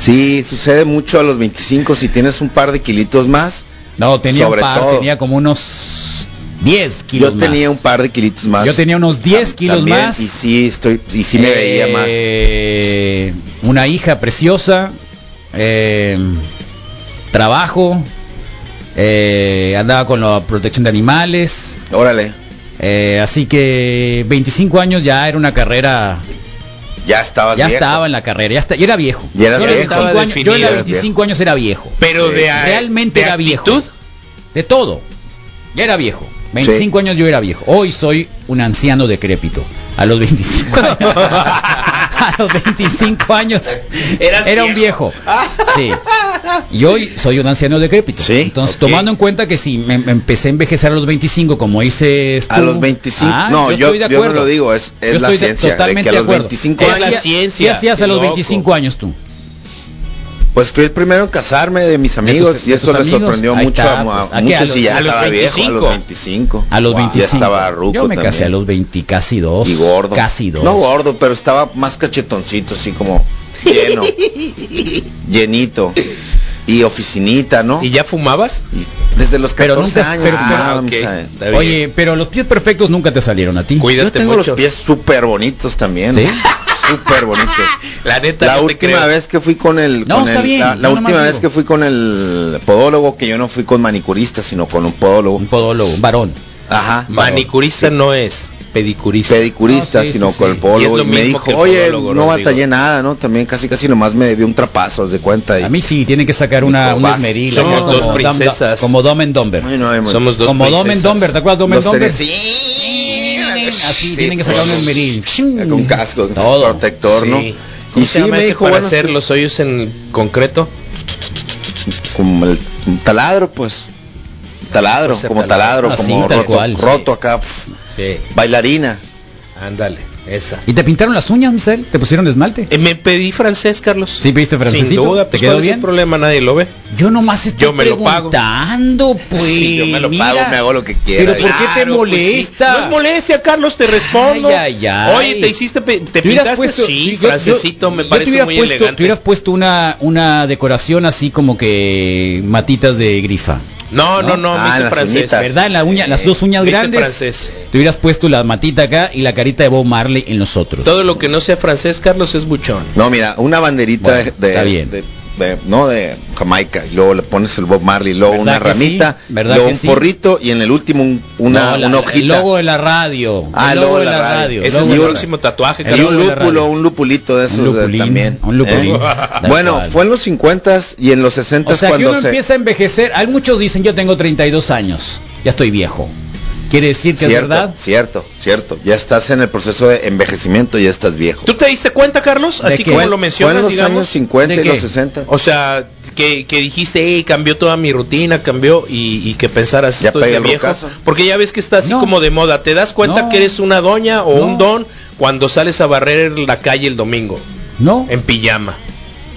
[SPEAKER 6] Sí, sucede mucho a los 25 si tienes un par de kilitos más.
[SPEAKER 3] No, tenía
[SPEAKER 6] Sobre
[SPEAKER 3] un par,
[SPEAKER 6] todo.
[SPEAKER 3] tenía como unos 10 kilos
[SPEAKER 6] yo tenía
[SPEAKER 3] más.
[SPEAKER 6] un par de kilitos más.
[SPEAKER 3] Yo tenía unos 10
[SPEAKER 6] Tam-
[SPEAKER 3] kilos
[SPEAKER 6] también,
[SPEAKER 3] más.
[SPEAKER 6] Y sí, estoy y sí me veía más.
[SPEAKER 3] Eh, Una hija preciosa, eh, trabajo, eh, andaba con la protección de animales,
[SPEAKER 6] Órale.
[SPEAKER 3] eh, así que 25 años ya era una carrera,
[SPEAKER 6] Ya estabas
[SPEAKER 3] ya
[SPEAKER 6] viejo.
[SPEAKER 3] estaba en la carrera, ya, está, ya era viejo.
[SPEAKER 6] Ya eras
[SPEAKER 3] yo, a los
[SPEAKER 6] viejo.
[SPEAKER 3] 25
[SPEAKER 5] Estaba
[SPEAKER 3] años, yo a los
[SPEAKER 5] definido.
[SPEAKER 3] 25 años era viejo,
[SPEAKER 5] Pero de a-
[SPEAKER 3] realmente
[SPEAKER 5] de
[SPEAKER 3] era viejo,
[SPEAKER 5] actitud,
[SPEAKER 3] de todo, ya era viejo. 25 años yo era viejo. Hoy soy un anciano decrépito. A los 25 años. a los 25 años
[SPEAKER 5] Eras
[SPEAKER 3] era un viejo. Sí. Y hoy soy un anciano decrépito.
[SPEAKER 6] Sí,
[SPEAKER 3] Entonces,
[SPEAKER 6] ok.
[SPEAKER 3] tomando en cuenta que si me, me empecé a envejecer a los 25, como hice
[SPEAKER 6] A los 25.
[SPEAKER 3] Ah,
[SPEAKER 6] no, yo,
[SPEAKER 3] estoy de
[SPEAKER 6] yo no
[SPEAKER 3] acuerdo.
[SPEAKER 6] lo digo, es, es
[SPEAKER 3] Yo
[SPEAKER 6] la
[SPEAKER 3] estoy de-
[SPEAKER 6] ciencia. De,
[SPEAKER 3] totalmente
[SPEAKER 6] que a
[SPEAKER 3] de
[SPEAKER 6] los
[SPEAKER 3] acuerdo.
[SPEAKER 6] 25
[SPEAKER 3] ¿Qué
[SPEAKER 5] Es la
[SPEAKER 6] años,
[SPEAKER 3] hacías-
[SPEAKER 5] ciencia,
[SPEAKER 3] ¿Qué hacías a
[SPEAKER 5] qué
[SPEAKER 3] los
[SPEAKER 5] loco.
[SPEAKER 3] 25 años tú?
[SPEAKER 6] pues fui el primero en casarme de mis amigos
[SPEAKER 3] tus-
[SPEAKER 6] y
[SPEAKER 3] de
[SPEAKER 6] eso
[SPEAKER 3] tus
[SPEAKER 6] le
[SPEAKER 3] amigos.
[SPEAKER 6] sorprendió
[SPEAKER 3] Ahí
[SPEAKER 6] mucho
[SPEAKER 3] está,
[SPEAKER 6] a,
[SPEAKER 3] pues,
[SPEAKER 6] a
[SPEAKER 3] ¿a qué?
[SPEAKER 6] muchos
[SPEAKER 3] A los-
[SPEAKER 6] y ya
[SPEAKER 5] a los
[SPEAKER 6] estaba viejo a los
[SPEAKER 5] 25.
[SPEAKER 6] 25.
[SPEAKER 3] A los
[SPEAKER 6] Wow.
[SPEAKER 3] 25.
[SPEAKER 6] Ya estaba ruco
[SPEAKER 3] Yo me casé a
[SPEAKER 6] también.
[SPEAKER 3] los 20, casi dos.
[SPEAKER 6] y gordo.
[SPEAKER 3] Casi dos.
[SPEAKER 6] No gordo, pero estaba más cachetoncito, así como lleno. llenito. Y oficinita, ¿no?
[SPEAKER 5] ¿Y ya fumabas?
[SPEAKER 6] Y desde los 14 años.
[SPEAKER 3] Pero nunca-
[SPEAKER 6] Ah,
[SPEAKER 3] pero- ah,
[SPEAKER 6] fumaba,
[SPEAKER 5] pero- ok.
[SPEAKER 6] Misael.
[SPEAKER 5] Está bien.
[SPEAKER 3] Oye, pero los pies perfectos nunca te salieron a ti.
[SPEAKER 6] Yo
[SPEAKER 5] Cuídate
[SPEAKER 6] tengo
[SPEAKER 5] mucho.
[SPEAKER 6] los pies súper bonitos también.
[SPEAKER 3] ¿Sí?
[SPEAKER 6] Súper bonitos.
[SPEAKER 5] La neta
[SPEAKER 6] La
[SPEAKER 5] no te
[SPEAKER 6] última
[SPEAKER 5] creo.
[SPEAKER 6] vez que fui con el,
[SPEAKER 3] No,
[SPEAKER 6] con
[SPEAKER 3] está
[SPEAKER 6] el-
[SPEAKER 3] bien,
[SPEAKER 6] la,
[SPEAKER 3] yo
[SPEAKER 6] la
[SPEAKER 3] nomás
[SPEAKER 6] última vez
[SPEAKER 3] digo.
[SPEAKER 6] que fui con el podólogo, que yo no fui con manicurista, sino con un podólogo.
[SPEAKER 3] Un podólogo, un varón.
[SPEAKER 6] Ajá.
[SPEAKER 5] manicurista no es, pedicurista.
[SPEAKER 6] Pedicurista,
[SPEAKER 3] No, Ah, sí,
[SPEAKER 6] sino
[SPEAKER 3] sí,
[SPEAKER 6] con
[SPEAKER 3] sí.
[SPEAKER 6] el podólogo.
[SPEAKER 5] Y
[SPEAKER 6] Y,
[SPEAKER 5] es lo
[SPEAKER 6] me
[SPEAKER 5] mismo
[SPEAKER 6] dijo,
[SPEAKER 5] que el
[SPEAKER 6] oye,
[SPEAKER 5] podólogo,
[SPEAKER 6] no
[SPEAKER 5] Rodrigo".
[SPEAKER 6] batallé nada, ¿no? También casi casi nomás me debió un trapazo, haz de cuenta. Y,
[SPEAKER 3] A mí sí, tienen que sacar una,
[SPEAKER 6] Dijo,
[SPEAKER 3] una
[SPEAKER 6] "Vas,
[SPEAKER 3] esmeril.
[SPEAKER 5] somos
[SPEAKER 3] acá,
[SPEAKER 5] dos
[SPEAKER 3] como Dam-
[SPEAKER 5] princesas.
[SPEAKER 3] como Dom and Dumber.
[SPEAKER 6] Ay, no, ay, man.
[SPEAKER 5] Somos dos
[SPEAKER 3] Como Dom and
[SPEAKER 5] princesas.
[SPEAKER 3] Dumber, ¿te acuerdas Dom and
[SPEAKER 6] Los
[SPEAKER 3] Dumber?
[SPEAKER 6] tenés- sí.
[SPEAKER 3] Así
[SPEAKER 6] Sí,
[SPEAKER 3] tienen que sacar
[SPEAKER 6] con-
[SPEAKER 3] un esmeril.
[SPEAKER 6] Con casco,
[SPEAKER 3] Todo.
[SPEAKER 6] protector, ¿no?
[SPEAKER 5] Sí.
[SPEAKER 6] Y
[SPEAKER 5] ¿Cómo se
[SPEAKER 6] sí
[SPEAKER 5] llama
[SPEAKER 6] me
[SPEAKER 5] este
[SPEAKER 6] dijo,
[SPEAKER 5] para
[SPEAKER 6] bueno,
[SPEAKER 5] hacer
[SPEAKER 6] pues,
[SPEAKER 5] los hoyos en concreto?
[SPEAKER 6] como el un taladro, pues. Taladro,
[SPEAKER 3] Pues
[SPEAKER 5] Puede ser
[SPEAKER 6] como taladro,
[SPEAKER 3] taladro.
[SPEAKER 6] como
[SPEAKER 3] Así, tal
[SPEAKER 6] roto,
[SPEAKER 3] cual.
[SPEAKER 6] roto acá, pf,
[SPEAKER 5] Sí,
[SPEAKER 6] bailarina.
[SPEAKER 5] ándale. Esa.
[SPEAKER 3] ¿Y te pintaron las uñas, Misael? ¿Te pusieron esmalte?
[SPEAKER 5] Eh, me pedí francés, Carlos.
[SPEAKER 3] ¿Sí pediste francesito?
[SPEAKER 5] Sin duda,
[SPEAKER 3] ¿Te
[SPEAKER 5] pues,
[SPEAKER 3] quedó
[SPEAKER 5] ¿cuál es el
[SPEAKER 3] bien?
[SPEAKER 5] problema? Nadie lo ve.
[SPEAKER 3] Yo nomás estoy
[SPEAKER 5] Yo me lo pago.
[SPEAKER 3] preguntando, pues.
[SPEAKER 6] Sí, yo me lo pago,
[SPEAKER 3] mira.
[SPEAKER 6] me hago lo que quiera.
[SPEAKER 3] Pero ¿por qué te
[SPEAKER 5] Claro, pues,
[SPEAKER 3] molesta?
[SPEAKER 5] sí. No es molestia, Carlos, te respondo.
[SPEAKER 3] Ay, ay, ay.
[SPEAKER 5] Oye, te hiciste, pe- te
[SPEAKER 3] Te hubieras
[SPEAKER 5] pintaste,
[SPEAKER 3] puesto-
[SPEAKER 5] sí,
[SPEAKER 3] yo- yo-
[SPEAKER 5] francesito, me
[SPEAKER 3] yo te
[SPEAKER 5] parece
[SPEAKER 3] hubieras
[SPEAKER 5] muy
[SPEAKER 3] puesto- Te
[SPEAKER 5] elegante.
[SPEAKER 3] hubieras puesto una, una decoración así como que matitas de grifa.
[SPEAKER 5] No, no, no,
[SPEAKER 6] Ah,
[SPEAKER 5] me hice
[SPEAKER 6] las
[SPEAKER 5] francés.
[SPEAKER 6] uñitas.
[SPEAKER 3] ¿Verdad? La uña, las dos uñas
[SPEAKER 5] me hice
[SPEAKER 3] grandes.
[SPEAKER 5] francés.
[SPEAKER 3] Te hubieras puesto la matita acá y la carita de Bob Marley en los otros.
[SPEAKER 5] Todo lo que no sea francés, Carlos, es buchón.
[SPEAKER 6] No, mira, una banderita
[SPEAKER 3] Bueno,
[SPEAKER 6] de,
[SPEAKER 3] está bien.
[SPEAKER 6] de- de- no de Jamaica, y luego le pones el Bob Marley, y luego
[SPEAKER 3] ¿Verdad
[SPEAKER 6] una
[SPEAKER 3] que
[SPEAKER 6] ramita,
[SPEAKER 3] sí? ¿Verdad
[SPEAKER 6] luego
[SPEAKER 3] que
[SPEAKER 6] un
[SPEAKER 3] sí?
[SPEAKER 6] porrito y en el último un- una,
[SPEAKER 3] No, la-
[SPEAKER 6] una
[SPEAKER 3] la-
[SPEAKER 6] hojita.
[SPEAKER 3] El logo de la radio.
[SPEAKER 6] Ah,
[SPEAKER 3] el logo de la radio.
[SPEAKER 5] Ese
[SPEAKER 3] logo
[SPEAKER 5] es mi
[SPEAKER 3] de la
[SPEAKER 5] próximo
[SPEAKER 3] radio.
[SPEAKER 5] tatuaje,
[SPEAKER 6] y
[SPEAKER 3] logo
[SPEAKER 5] Carlos.
[SPEAKER 6] un
[SPEAKER 3] de la radio.
[SPEAKER 6] lúpulo, un lupulito de esos
[SPEAKER 3] Un
[SPEAKER 6] eh,
[SPEAKER 3] lupulín,
[SPEAKER 6] también.
[SPEAKER 3] un lupulín,
[SPEAKER 6] ¿eh?
[SPEAKER 3] tal
[SPEAKER 6] Bueno,
[SPEAKER 3] cual.
[SPEAKER 6] fue en los 50 y en los 60
[SPEAKER 3] O sea, que
[SPEAKER 6] cuando
[SPEAKER 3] uno
[SPEAKER 6] se
[SPEAKER 3] empieza a envejecer. Hay muchos dicen, yo tengo 32 años, ya estoy viejo. Quiere decir que
[SPEAKER 6] cierto,
[SPEAKER 3] es verdad.
[SPEAKER 6] cierto, cierto. Ya estás en el proceso de envejecimiento, ya estás viejo.
[SPEAKER 5] ¿Tú te diste cuenta, Carlos?
[SPEAKER 3] ¿De
[SPEAKER 5] Así
[SPEAKER 3] qué?
[SPEAKER 5] como lo
[SPEAKER 6] Fue en
[SPEAKER 5] mencionas,
[SPEAKER 6] los
[SPEAKER 5] digamos.
[SPEAKER 6] años 50
[SPEAKER 3] ¿De
[SPEAKER 6] y los
[SPEAKER 3] qué?
[SPEAKER 6] 60.
[SPEAKER 5] O sea, que, que dijiste, hey, cambió toda mi rutina, cambió, y, y que pensaras
[SPEAKER 6] Ya
[SPEAKER 5] esto es
[SPEAKER 6] pegué
[SPEAKER 5] de
[SPEAKER 6] el
[SPEAKER 5] viejo.
[SPEAKER 6] rucazo.
[SPEAKER 5] Porque ya ves que está así
[SPEAKER 3] No.
[SPEAKER 5] como de moda. ¿Te das cuenta
[SPEAKER 3] No.
[SPEAKER 5] que eres una doña o
[SPEAKER 3] No.
[SPEAKER 5] un don cuando sales a barrer la calle el domingo
[SPEAKER 3] No,
[SPEAKER 5] en pijama?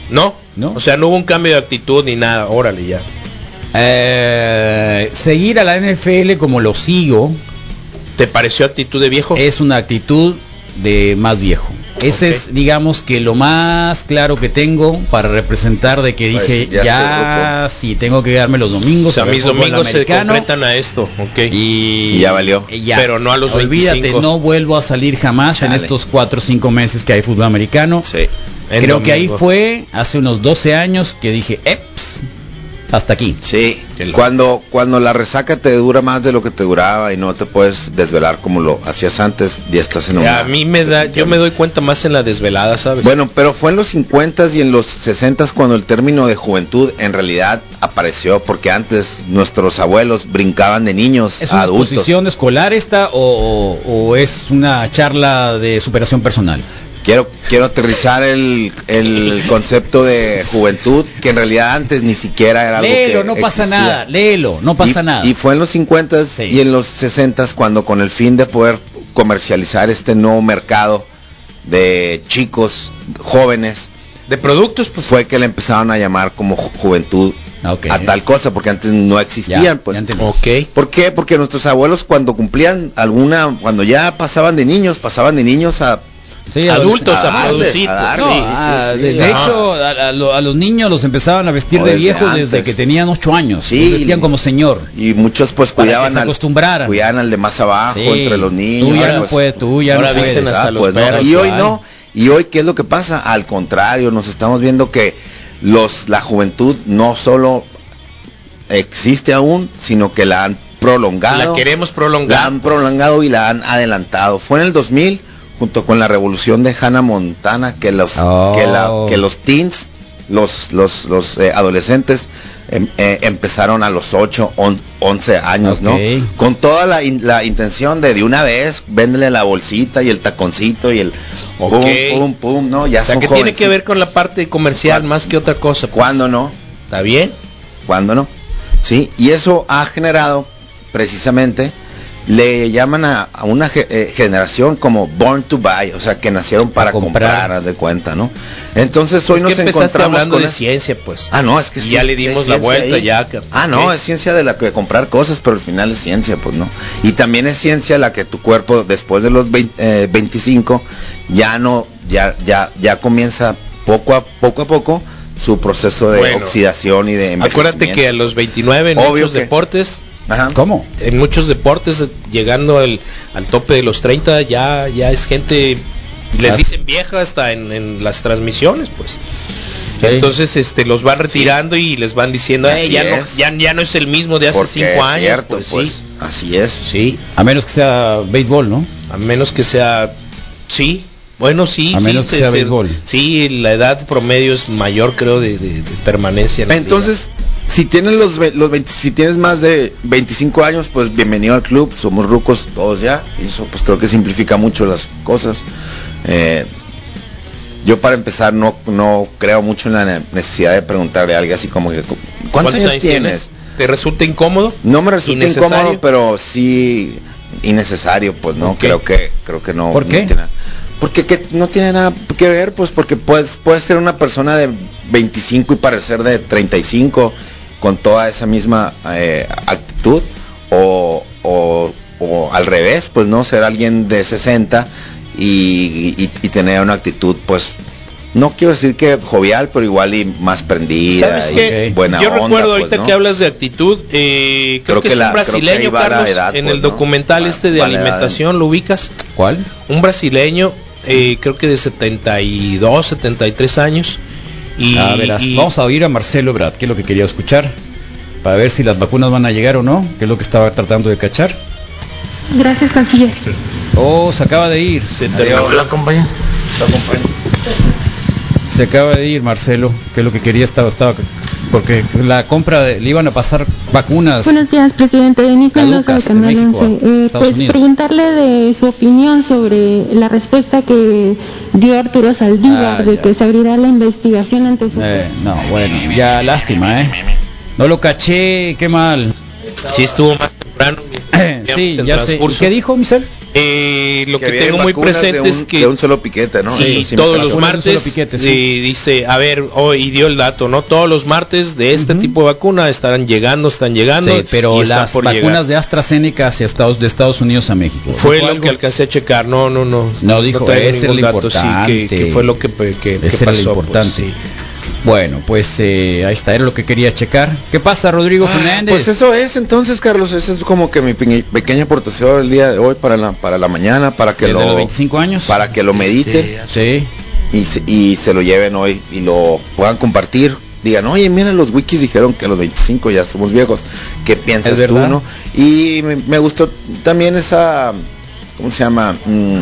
[SPEAKER 5] ¿No?
[SPEAKER 3] No.
[SPEAKER 5] O sea, no hubo un cambio de actitud ni nada. Órale, ya.
[SPEAKER 3] Eh, seguir a la NFL como lo sigo
[SPEAKER 5] ¿Te pareció actitud de viejo?
[SPEAKER 3] es una actitud de más viejo. Ese
[SPEAKER 5] Ok.
[SPEAKER 3] es, digamos, que lo más claro que tengo para representar de que
[SPEAKER 6] Pues,
[SPEAKER 3] dije,
[SPEAKER 6] ya
[SPEAKER 3] ya, sí, tengo que quedarme los domingos.
[SPEAKER 5] o sea,
[SPEAKER 3] a ver
[SPEAKER 5] mis
[SPEAKER 3] fútbol
[SPEAKER 5] domingos se
[SPEAKER 3] americano.
[SPEAKER 5] concretan a esto, ok.
[SPEAKER 3] Y,
[SPEAKER 6] Y ya valió.
[SPEAKER 3] y
[SPEAKER 5] Pero no a los
[SPEAKER 3] Olvídate,
[SPEAKER 5] 25.
[SPEAKER 3] no vuelvo a salir jamás
[SPEAKER 6] Chale.
[SPEAKER 3] en estos 4 o 5 meses que hay fútbol americano.
[SPEAKER 5] Sí. En
[SPEAKER 3] Creo que ahí
[SPEAKER 5] domingo.
[SPEAKER 3] fue hace unos 12 años que dije, eps, hasta aquí.
[SPEAKER 6] Sí,
[SPEAKER 5] Qué loco.
[SPEAKER 6] cuando, cuando la resaca te dura más de lo que te duraba y no te puedes desvelar como lo hacías antes, ya estás en una-
[SPEAKER 5] a mí me da, yo me doy cuenta más en la desvelada, ¿sabes?
[SPEAKER 6] Bueno, pero fue en los 50 y en los 60 cuando el término de juventud en realidad apareció, porque antes nuestros abuelos brincaban de niños
[SPEAKER 3] ¿Es
[SPEAKER 6] a
[SPEAKER 3] una
[SPEAKER 6] adultos.
[SPEAKER 3] exposición escolar esta o, o- o es una charla de superación personal?
[SPEAKER 6] Quiero, quiero aterrizar el, el concepto de juventud, que en realidad antes ni siquiera era algo
[SPEAKER 3] Léelo,
[SPEAKER 6] que
[SPEAKER 3] no pasa
[SPEAKER 6] existía.
[SPEAKER 3] nada, léelo, no pasa
[SPEAKER 6] y,
[SPEAKER 3] nada.
[SPEAKER 6] y fue en los 50
[SPEAKER 3] Sí.
[SPEAKER 6] y en los 60 cuando con el fin de poder comercializar este nuevo mercado de chicos jóvenes
[SPEAKER 5] de productos, pues
[SPEAKER 6] fue que le empezaron a llamar como ju- juventud
[SPEAKER 3] Ah, ok.
[SPEAKER 6] a tal cosa porque antes no
[SPEAKER 3] Ya,
[SPEAKER 6] existían pues.
[SPEAKER 3] ya entendí.
[SPEAKER 5] Ok.
[SPEAKER 6] ¿Por qué? Porque nuestros abuelos cuando cumplían alguna cuando ya pasaban de niños, pasaban de niños a
[SPEAKER 3] Sí,
[SPEAKER 5] Adultos
[SPEAKER 3] adolesc-
[SPEAKER 5] a
[SPEAKER 6] darle,
[SPEAKER 5] producir. pues,
[SPEAKER 6] a darle,
[SPEAKER 3] No,
[SPEAKER 6] sí, sí,
[SPEAKER 3] ah,
[SPEAKER 6] sí,
[SPEAKER 3] de, de
[SPEAKER 6] ajá.
[SPEAKER 3] hecho, a, a lo- a los niños los empezaban a vestir
[SPEAKER 6] O
[SPEAKER 3] de
[SPEAKER 6] desde
[SPEAKER 3] viejos desde
[SPEAKER 6] antes.
[SPEAKER 3] que tenían 8 años.
[SPEAKER 6] Sí.
[SPEAKER 3] los vestían como señor.
[SPEAKER 6] y muchos pues
[SPEAKER 3] Para que
[SPEAKER 6] cuidaban
[SPEAKER 3] se
[SPEAKER 6] al,
[SPEAKER 3] acostumbraran.
[SPEAKER 6] cuidaban al de más abajo
[SPEAKER 3] Sí,
[SPEAKER 6] entre los niños
[SPEAKER 3] Tú ya
[SPEAKER 6] Ahora,
[SPEAKER 3] no
[SPEAKER 6] pues,
[SPEAKER 3] puedes, tú ya
[SPEAKER 5] ahora
[SPEAKER 3] no puedes.
[SPEAKER 5] visten hasta
[SPEAKER 6] Ah,
[SPEAKER 5] los
[SPEAKER 6] pues, no,
[SPEAKER 5] perros,
[SPEAKER 6] Y hoy
[SPEAKER 5] ay.
[SPEAKER 6] no. Y hoy qué es lo que pasa? Al contrario, nos estamos viendo que los la juventud no solo existe aún, sino que la han prolongado.
[SPEAKER 5] La queremos
[SPEAKER 6] la
[SPEAKER 5] prolongar.
[SPEAKER 6] han prolongado y la han adelantado. Fue en el 2000 junto con la revolución de Hannah Montana que los
[SPEAKER 3] Oh.
[SPEAKER 6] que, la- que los teens, los los los eh, adolescentes em- eh, empezaron a los 8, on- 11 años,
[SPEAKER 3] Ok.
[SPEAKER 6] ¿no? con toda la, in- la intención de de una vez véndele la bolsita y el taconcito y el
[SPEAKER 5] Ok.
[SPEAKER 6] pum pum pum no ya
[SPEAKER 5] o sea,
[SPEAKER 6] son
[SPEAKER 5] que tiene que
[SPEAKER 6] jovencitos.
[SPEAKER 5] ver con la parte comercial
[SPEAKER 6] ¿Cuándo?
[SPEAKER 5] más que otra cosa. pues.
[SPEAKER 6] cuándo no
[SPEAKER 5] ¿Está bien?
[SPEAKER 6] cuándo no sí y eso ha generado precisamente le llaman a, a una ge- eh, generación como born to buy o sea que nacieron para
[SPEAKER 3] comprar.
[SPEAKER 6] comprar, haz de cuenta no entonces hoy
[SPEAKER 5] Es que
[SPEAKER 6] nos
[SPEAKER 5] Pues, empezaste
[SPEAKER 6] encontramos
[SPEAKER 5] hablando
[SPEAKER 6] con
[SPEAKER 5] de
[SPEAKER 6] es-
[SPEAKER 5] ciencia, pues.
[SPEAKER 6] Ah, no, es que
[SPEAKER 5] Y
[SPEAKER 6] sí,
[SPEAKER 5] ya le
[SPEAKER 6] sí
[SPEAKER 5] dimos
[SPEAKER 6] hay
[SPEAKER 5] la
[SPEAKER 6] ciencia
[SPEAKER 5] vuelta,
[SPEAKER 6] ahí.
[SPEAKER 5] ya, Carlos.
[SPEAKER 6] Ah, no,
[SPEAKER 5] Ok.
[SPEAKER 6] es ciencia de la que comprar cosas, pero al final es ciencia, pues no. Y también es ciencia la que tu cuerpo después de los 20, eh, 25 ya no ya ya ya comienza poco a poco a poco su proceso de
[SPEAKER 5] Bueno.
[SPEAKER 6] oxidación y de envejecimiento.
[SPEAKER 5] Acuérdate que a los 29 en
[SPEAKER 6] Obvio
[SPEAKER 5] muchos
[SPEAKER 6] que-
[SPEAKER 5] deportes,
[SPEAKER 6] Ajá.
[SPEAKER 3] ¿Cómo?
[SPEAKER 5] en muchos deportes eh, llegando al, al tope de los 30 ya ya es gente les
[SPEAKER 3] Claro.
[SPEAKER 5] dicen vieja hasta en, en las transmisiones, pues.
[SPEAKER 3] Sí.
[SPEAKER 5] Entonces, este, los van retirando y les van diciendo, "Ey,
[SPEAKER 6] Así
[SPEAKER 5] ya no,
[SPEAKER 6] es.
[SPEAKER 5] ya, ya no es el mismo de hace
[SPEAKER 6] Porque
[SPEAKER 5] cinco
[SPEAKER 6] es
[SPEAKER 5] años.
[SPEAKER 6] cierto,
[SPEAKER 5] pues,
[SPEAKER 6] pues,
[SPEAKER 5] sí.
[SPEAKER 6] así es.
[SPEAKER 5] sí.
[SPEAKER 3] A menos que sea béisbol, ¿no?
[SPEAKER 5] A menos que sea, sí, bueno, sí.
[SPEAKER 3] A
[SPEAKER 5] sí,
[SPEAKER 3] menos que
[SPEAKER 5] te-
[SPEAKER 3] sea
[SPEAKER 5] se-
[SPEAKER 3] béisbol.
[SPEAKER 5] Sí, la edad promedio es mayor, creo, de, de- de permanencia. en la
[SPEAKER 6] Entonces, si tienes los, ve- los 20 si tienes más de 25 años, pues bienvenido al club, somos rucos todos ya. y Eso pues creo que simplifica mucho las cosas. Eh, yo para empezar no, no creo mucho en la ne- necesidad de preguntarle a alguien así como que "¿Cu-
[SPEAKER 5] liga.
[SPEAKER 6] ¿cuántos, años, tienes?
[SPEAKER 5] ¿Te resulta incómodo?
[SPEAKER 6] No me resulta
[SPEAKER 5] ¿Innecesario?
[SPEAKER 6] incómodo, pero sí innecesario, pues no
[SPEAKER 5] Ok.
[SPEAKER 6] creo que creo que no.
[SPEAKER 3] ¿Por
[SPEAKER 6] no
[SPEAKER 3] qué?
[SPEAKER 6] tiene nada. Porque que no tiene nada que ver, pues porque puedes, puedes ser una persona de 25 y parecer de 35 con toda esa misma eh, actitud o, o, o, al revés, pues no ser alguien de 60 y, y, y, tener una actitud pues no quiero decir que jovial, pero igual y más prendida
[SPEAKER 5] ¿Sabes
[SPEAKER 6] y
[SPEAKER 5] qué?
[SPEAKER 6] buena
[SPEAKER 5] Yo
[SPEAKER 6] onda,
[SPEAKER 5] recuerdo
[SPEAKER 6] pues,
[SPEAKER 5] ahorita
[SPEAKER 6] ¿no?
[SPEAKER 5] que hablas de actitud, eh,
[SPEAKER 6] Creo
[SPEAKER 5] creo, que,
[SPEAKER 6] que
[SPEAKER 5] es
[SPEAKER 6] la-
[SPEAKER 5] un
[SPEAKER 6] creo que ahí
[SPEAKER 5] brasileño,
[SPEAKER 6] va la
[SPEAKER 5] Carlos,
[SPEAKER 6] edad,
[SPEAKER 5] en
[SPEAKER 6] pues,
[SPEAKER 5] el
[SPEAKER 6] ¿no?
[SPEAKER 5] documental
[SPEAKER 6] Va-
[SPEAKER 5] este de
[SPEAKER 6] va la edad.
[SPEAKER 5] alimentación, ¿lo ubicas?
[SPEAKER 3] ¿Cuál?
[SPEAKER 5] un brasileño, eh, creo que de 72, 73 años. Y,
[SPEAKER 3] Ah, verás,
[SPEAKER 5] y-
[SPEAKER 3] Vamos a oír a Marcelo Brad, que es lo que quería escuchar, para ver si las vacunas van a llegar o no, que es lo que estaba tratando de cachar.
[SPEAKER 7] Gracias, canciller.
[SPEAKER 3] Oh, se acaba de ir,
[SPEAKER 5] se terminó.
[SPEAKER 3] se acaba de ir Marcelo, que es lo que quería estaba, estaba porque la compra de- le iban a pasar vacunas.
[SPEAKER 7] Buenos días, presidente. Denise
[SPEAKER 3] Caducas,
[SPEAKER 7] Mendoza de Canal
[SPEAKER 3] de México,
[SPEAKER 7] 11.
[SPEAKER 3] a
[SPEAKER 7] Eh,
[SPEAKER 3] Estados
[SPEAKER 7] pues
[SPEAKER 3] Unidos.
[SPEAKER 7] preguntarle de su opinión sobre la respuesta que dio Arturo Saldívar
[SPEAKER 3] Ah,
[SPEAKER 7] de
[SPEAKER 3] ya.
[SPEAKER 7] que se abrirá la investigación ante su...
[SPEAKER 3] Eh, no, bueno, ya lástima, ¿eh? No lo caché, qué mal.
[SPEAKER 5] Sí, estuvo más temprano. digamos,
[SPEAKER 3] sí,
[SPEAKER 5] en
[SPEAKER 3] ya sé. ¿Y
[SPEAKER 5] transcurso.
[SPEAKER 3] ¿Qué dijo, Michel?
[SPEAKER 5] Eh, lo que,
[SPEAKER 6] había
[SPEAKER 5] tengo muy
[SPEAKER 6] vacunas
[SPEAKER 5] presente
[SPEAKER 6] de un,
[SPEAKER 5] es que
[SPEAKER 6] de un solo piquete, ¿no?
[SPEAKER 5] Sí,
[SPEAKER 6] Eso sí me
[SPEAKER 5] todos
[SPEAKER 6] acuerdo.
[SPEAKER 5] los
[SPEAKER 3] Solo
[SPEAKER 5] martes
[SPEAKER 3] piquete,
[SPEAKER 5] eh,
[SPEAKER 3] sí.
[SPEAKER 5] dice, a ver, hoy dio el dato, ¿no? Todos los martes de este tipo de vacuna están llegando, están llegando.
[SPEAKER 3] Sí, pero
[SPEAKER 5] y están
[SPEAKER 3] las
[SPEAKER 5] por
[SPEAKER 3] vacunas
[SPEAKER 5] llegar.
[SPEAKER 3] de AstraZeneca hacia Estados, de Estados Unidos a México.
[SPEAKER 5] fue
[SPEAKER 3] ¿Dijo
[SPEAKER 5] lo
[SPEAKER 3] algo?
[SPEAKER 5] que alcancé a checar, no, no, no.
[SPEAKER 3] No, dijo,
[SPEAKER 5] traigo
[SPEAKER 3] ese era
[SPEAKER 5] ningún
[SPEAKER 3] lo
[SPEAKER 5] dato, sí, que- que,
[SPEAKER 3] importante.
[SPEAKER 5] fue lo que, que, que
[SPEAKER 3] Ese era lo
[SPEAKER 5] pasó, pues,
[SPEAKER 3] importante.
[SPEAKER 5] sí.
[SPEAKER 3] Bueno, pues eh, ahí está, era lo que quería checar. ¿Qué pasa, Rodrigo
[SPEAKER 6] Ah,
[SPEAKER 3] Fernández?
[SPEAKER 6] Pues eso es, entonces, Carlos, esa es como que mi peque- pequeña aportación el día de hoy para la para la mañana, para que
[SPEAKER 3] Desde los
[SPEAKER 6] lo
[SPEAKER 3] 25 años.
[SPEAKER 6] para que lo mediten
[SPEAKER 3] Sí.
[SPEAKER 6] y, se, y se lo lleven hoy y lo puedan compartir. Digan, oye, mira, los wikis dijeron que a los 25 ya somos viejos. ¿Qué piensas
[SPEAKER 3] Es
[SPEAKER 6] tú,
[SPEAKER 3] verdad.
[SPEAKER 6] no? Y me, me gustó también esa, ¿cómo se llama? Mm,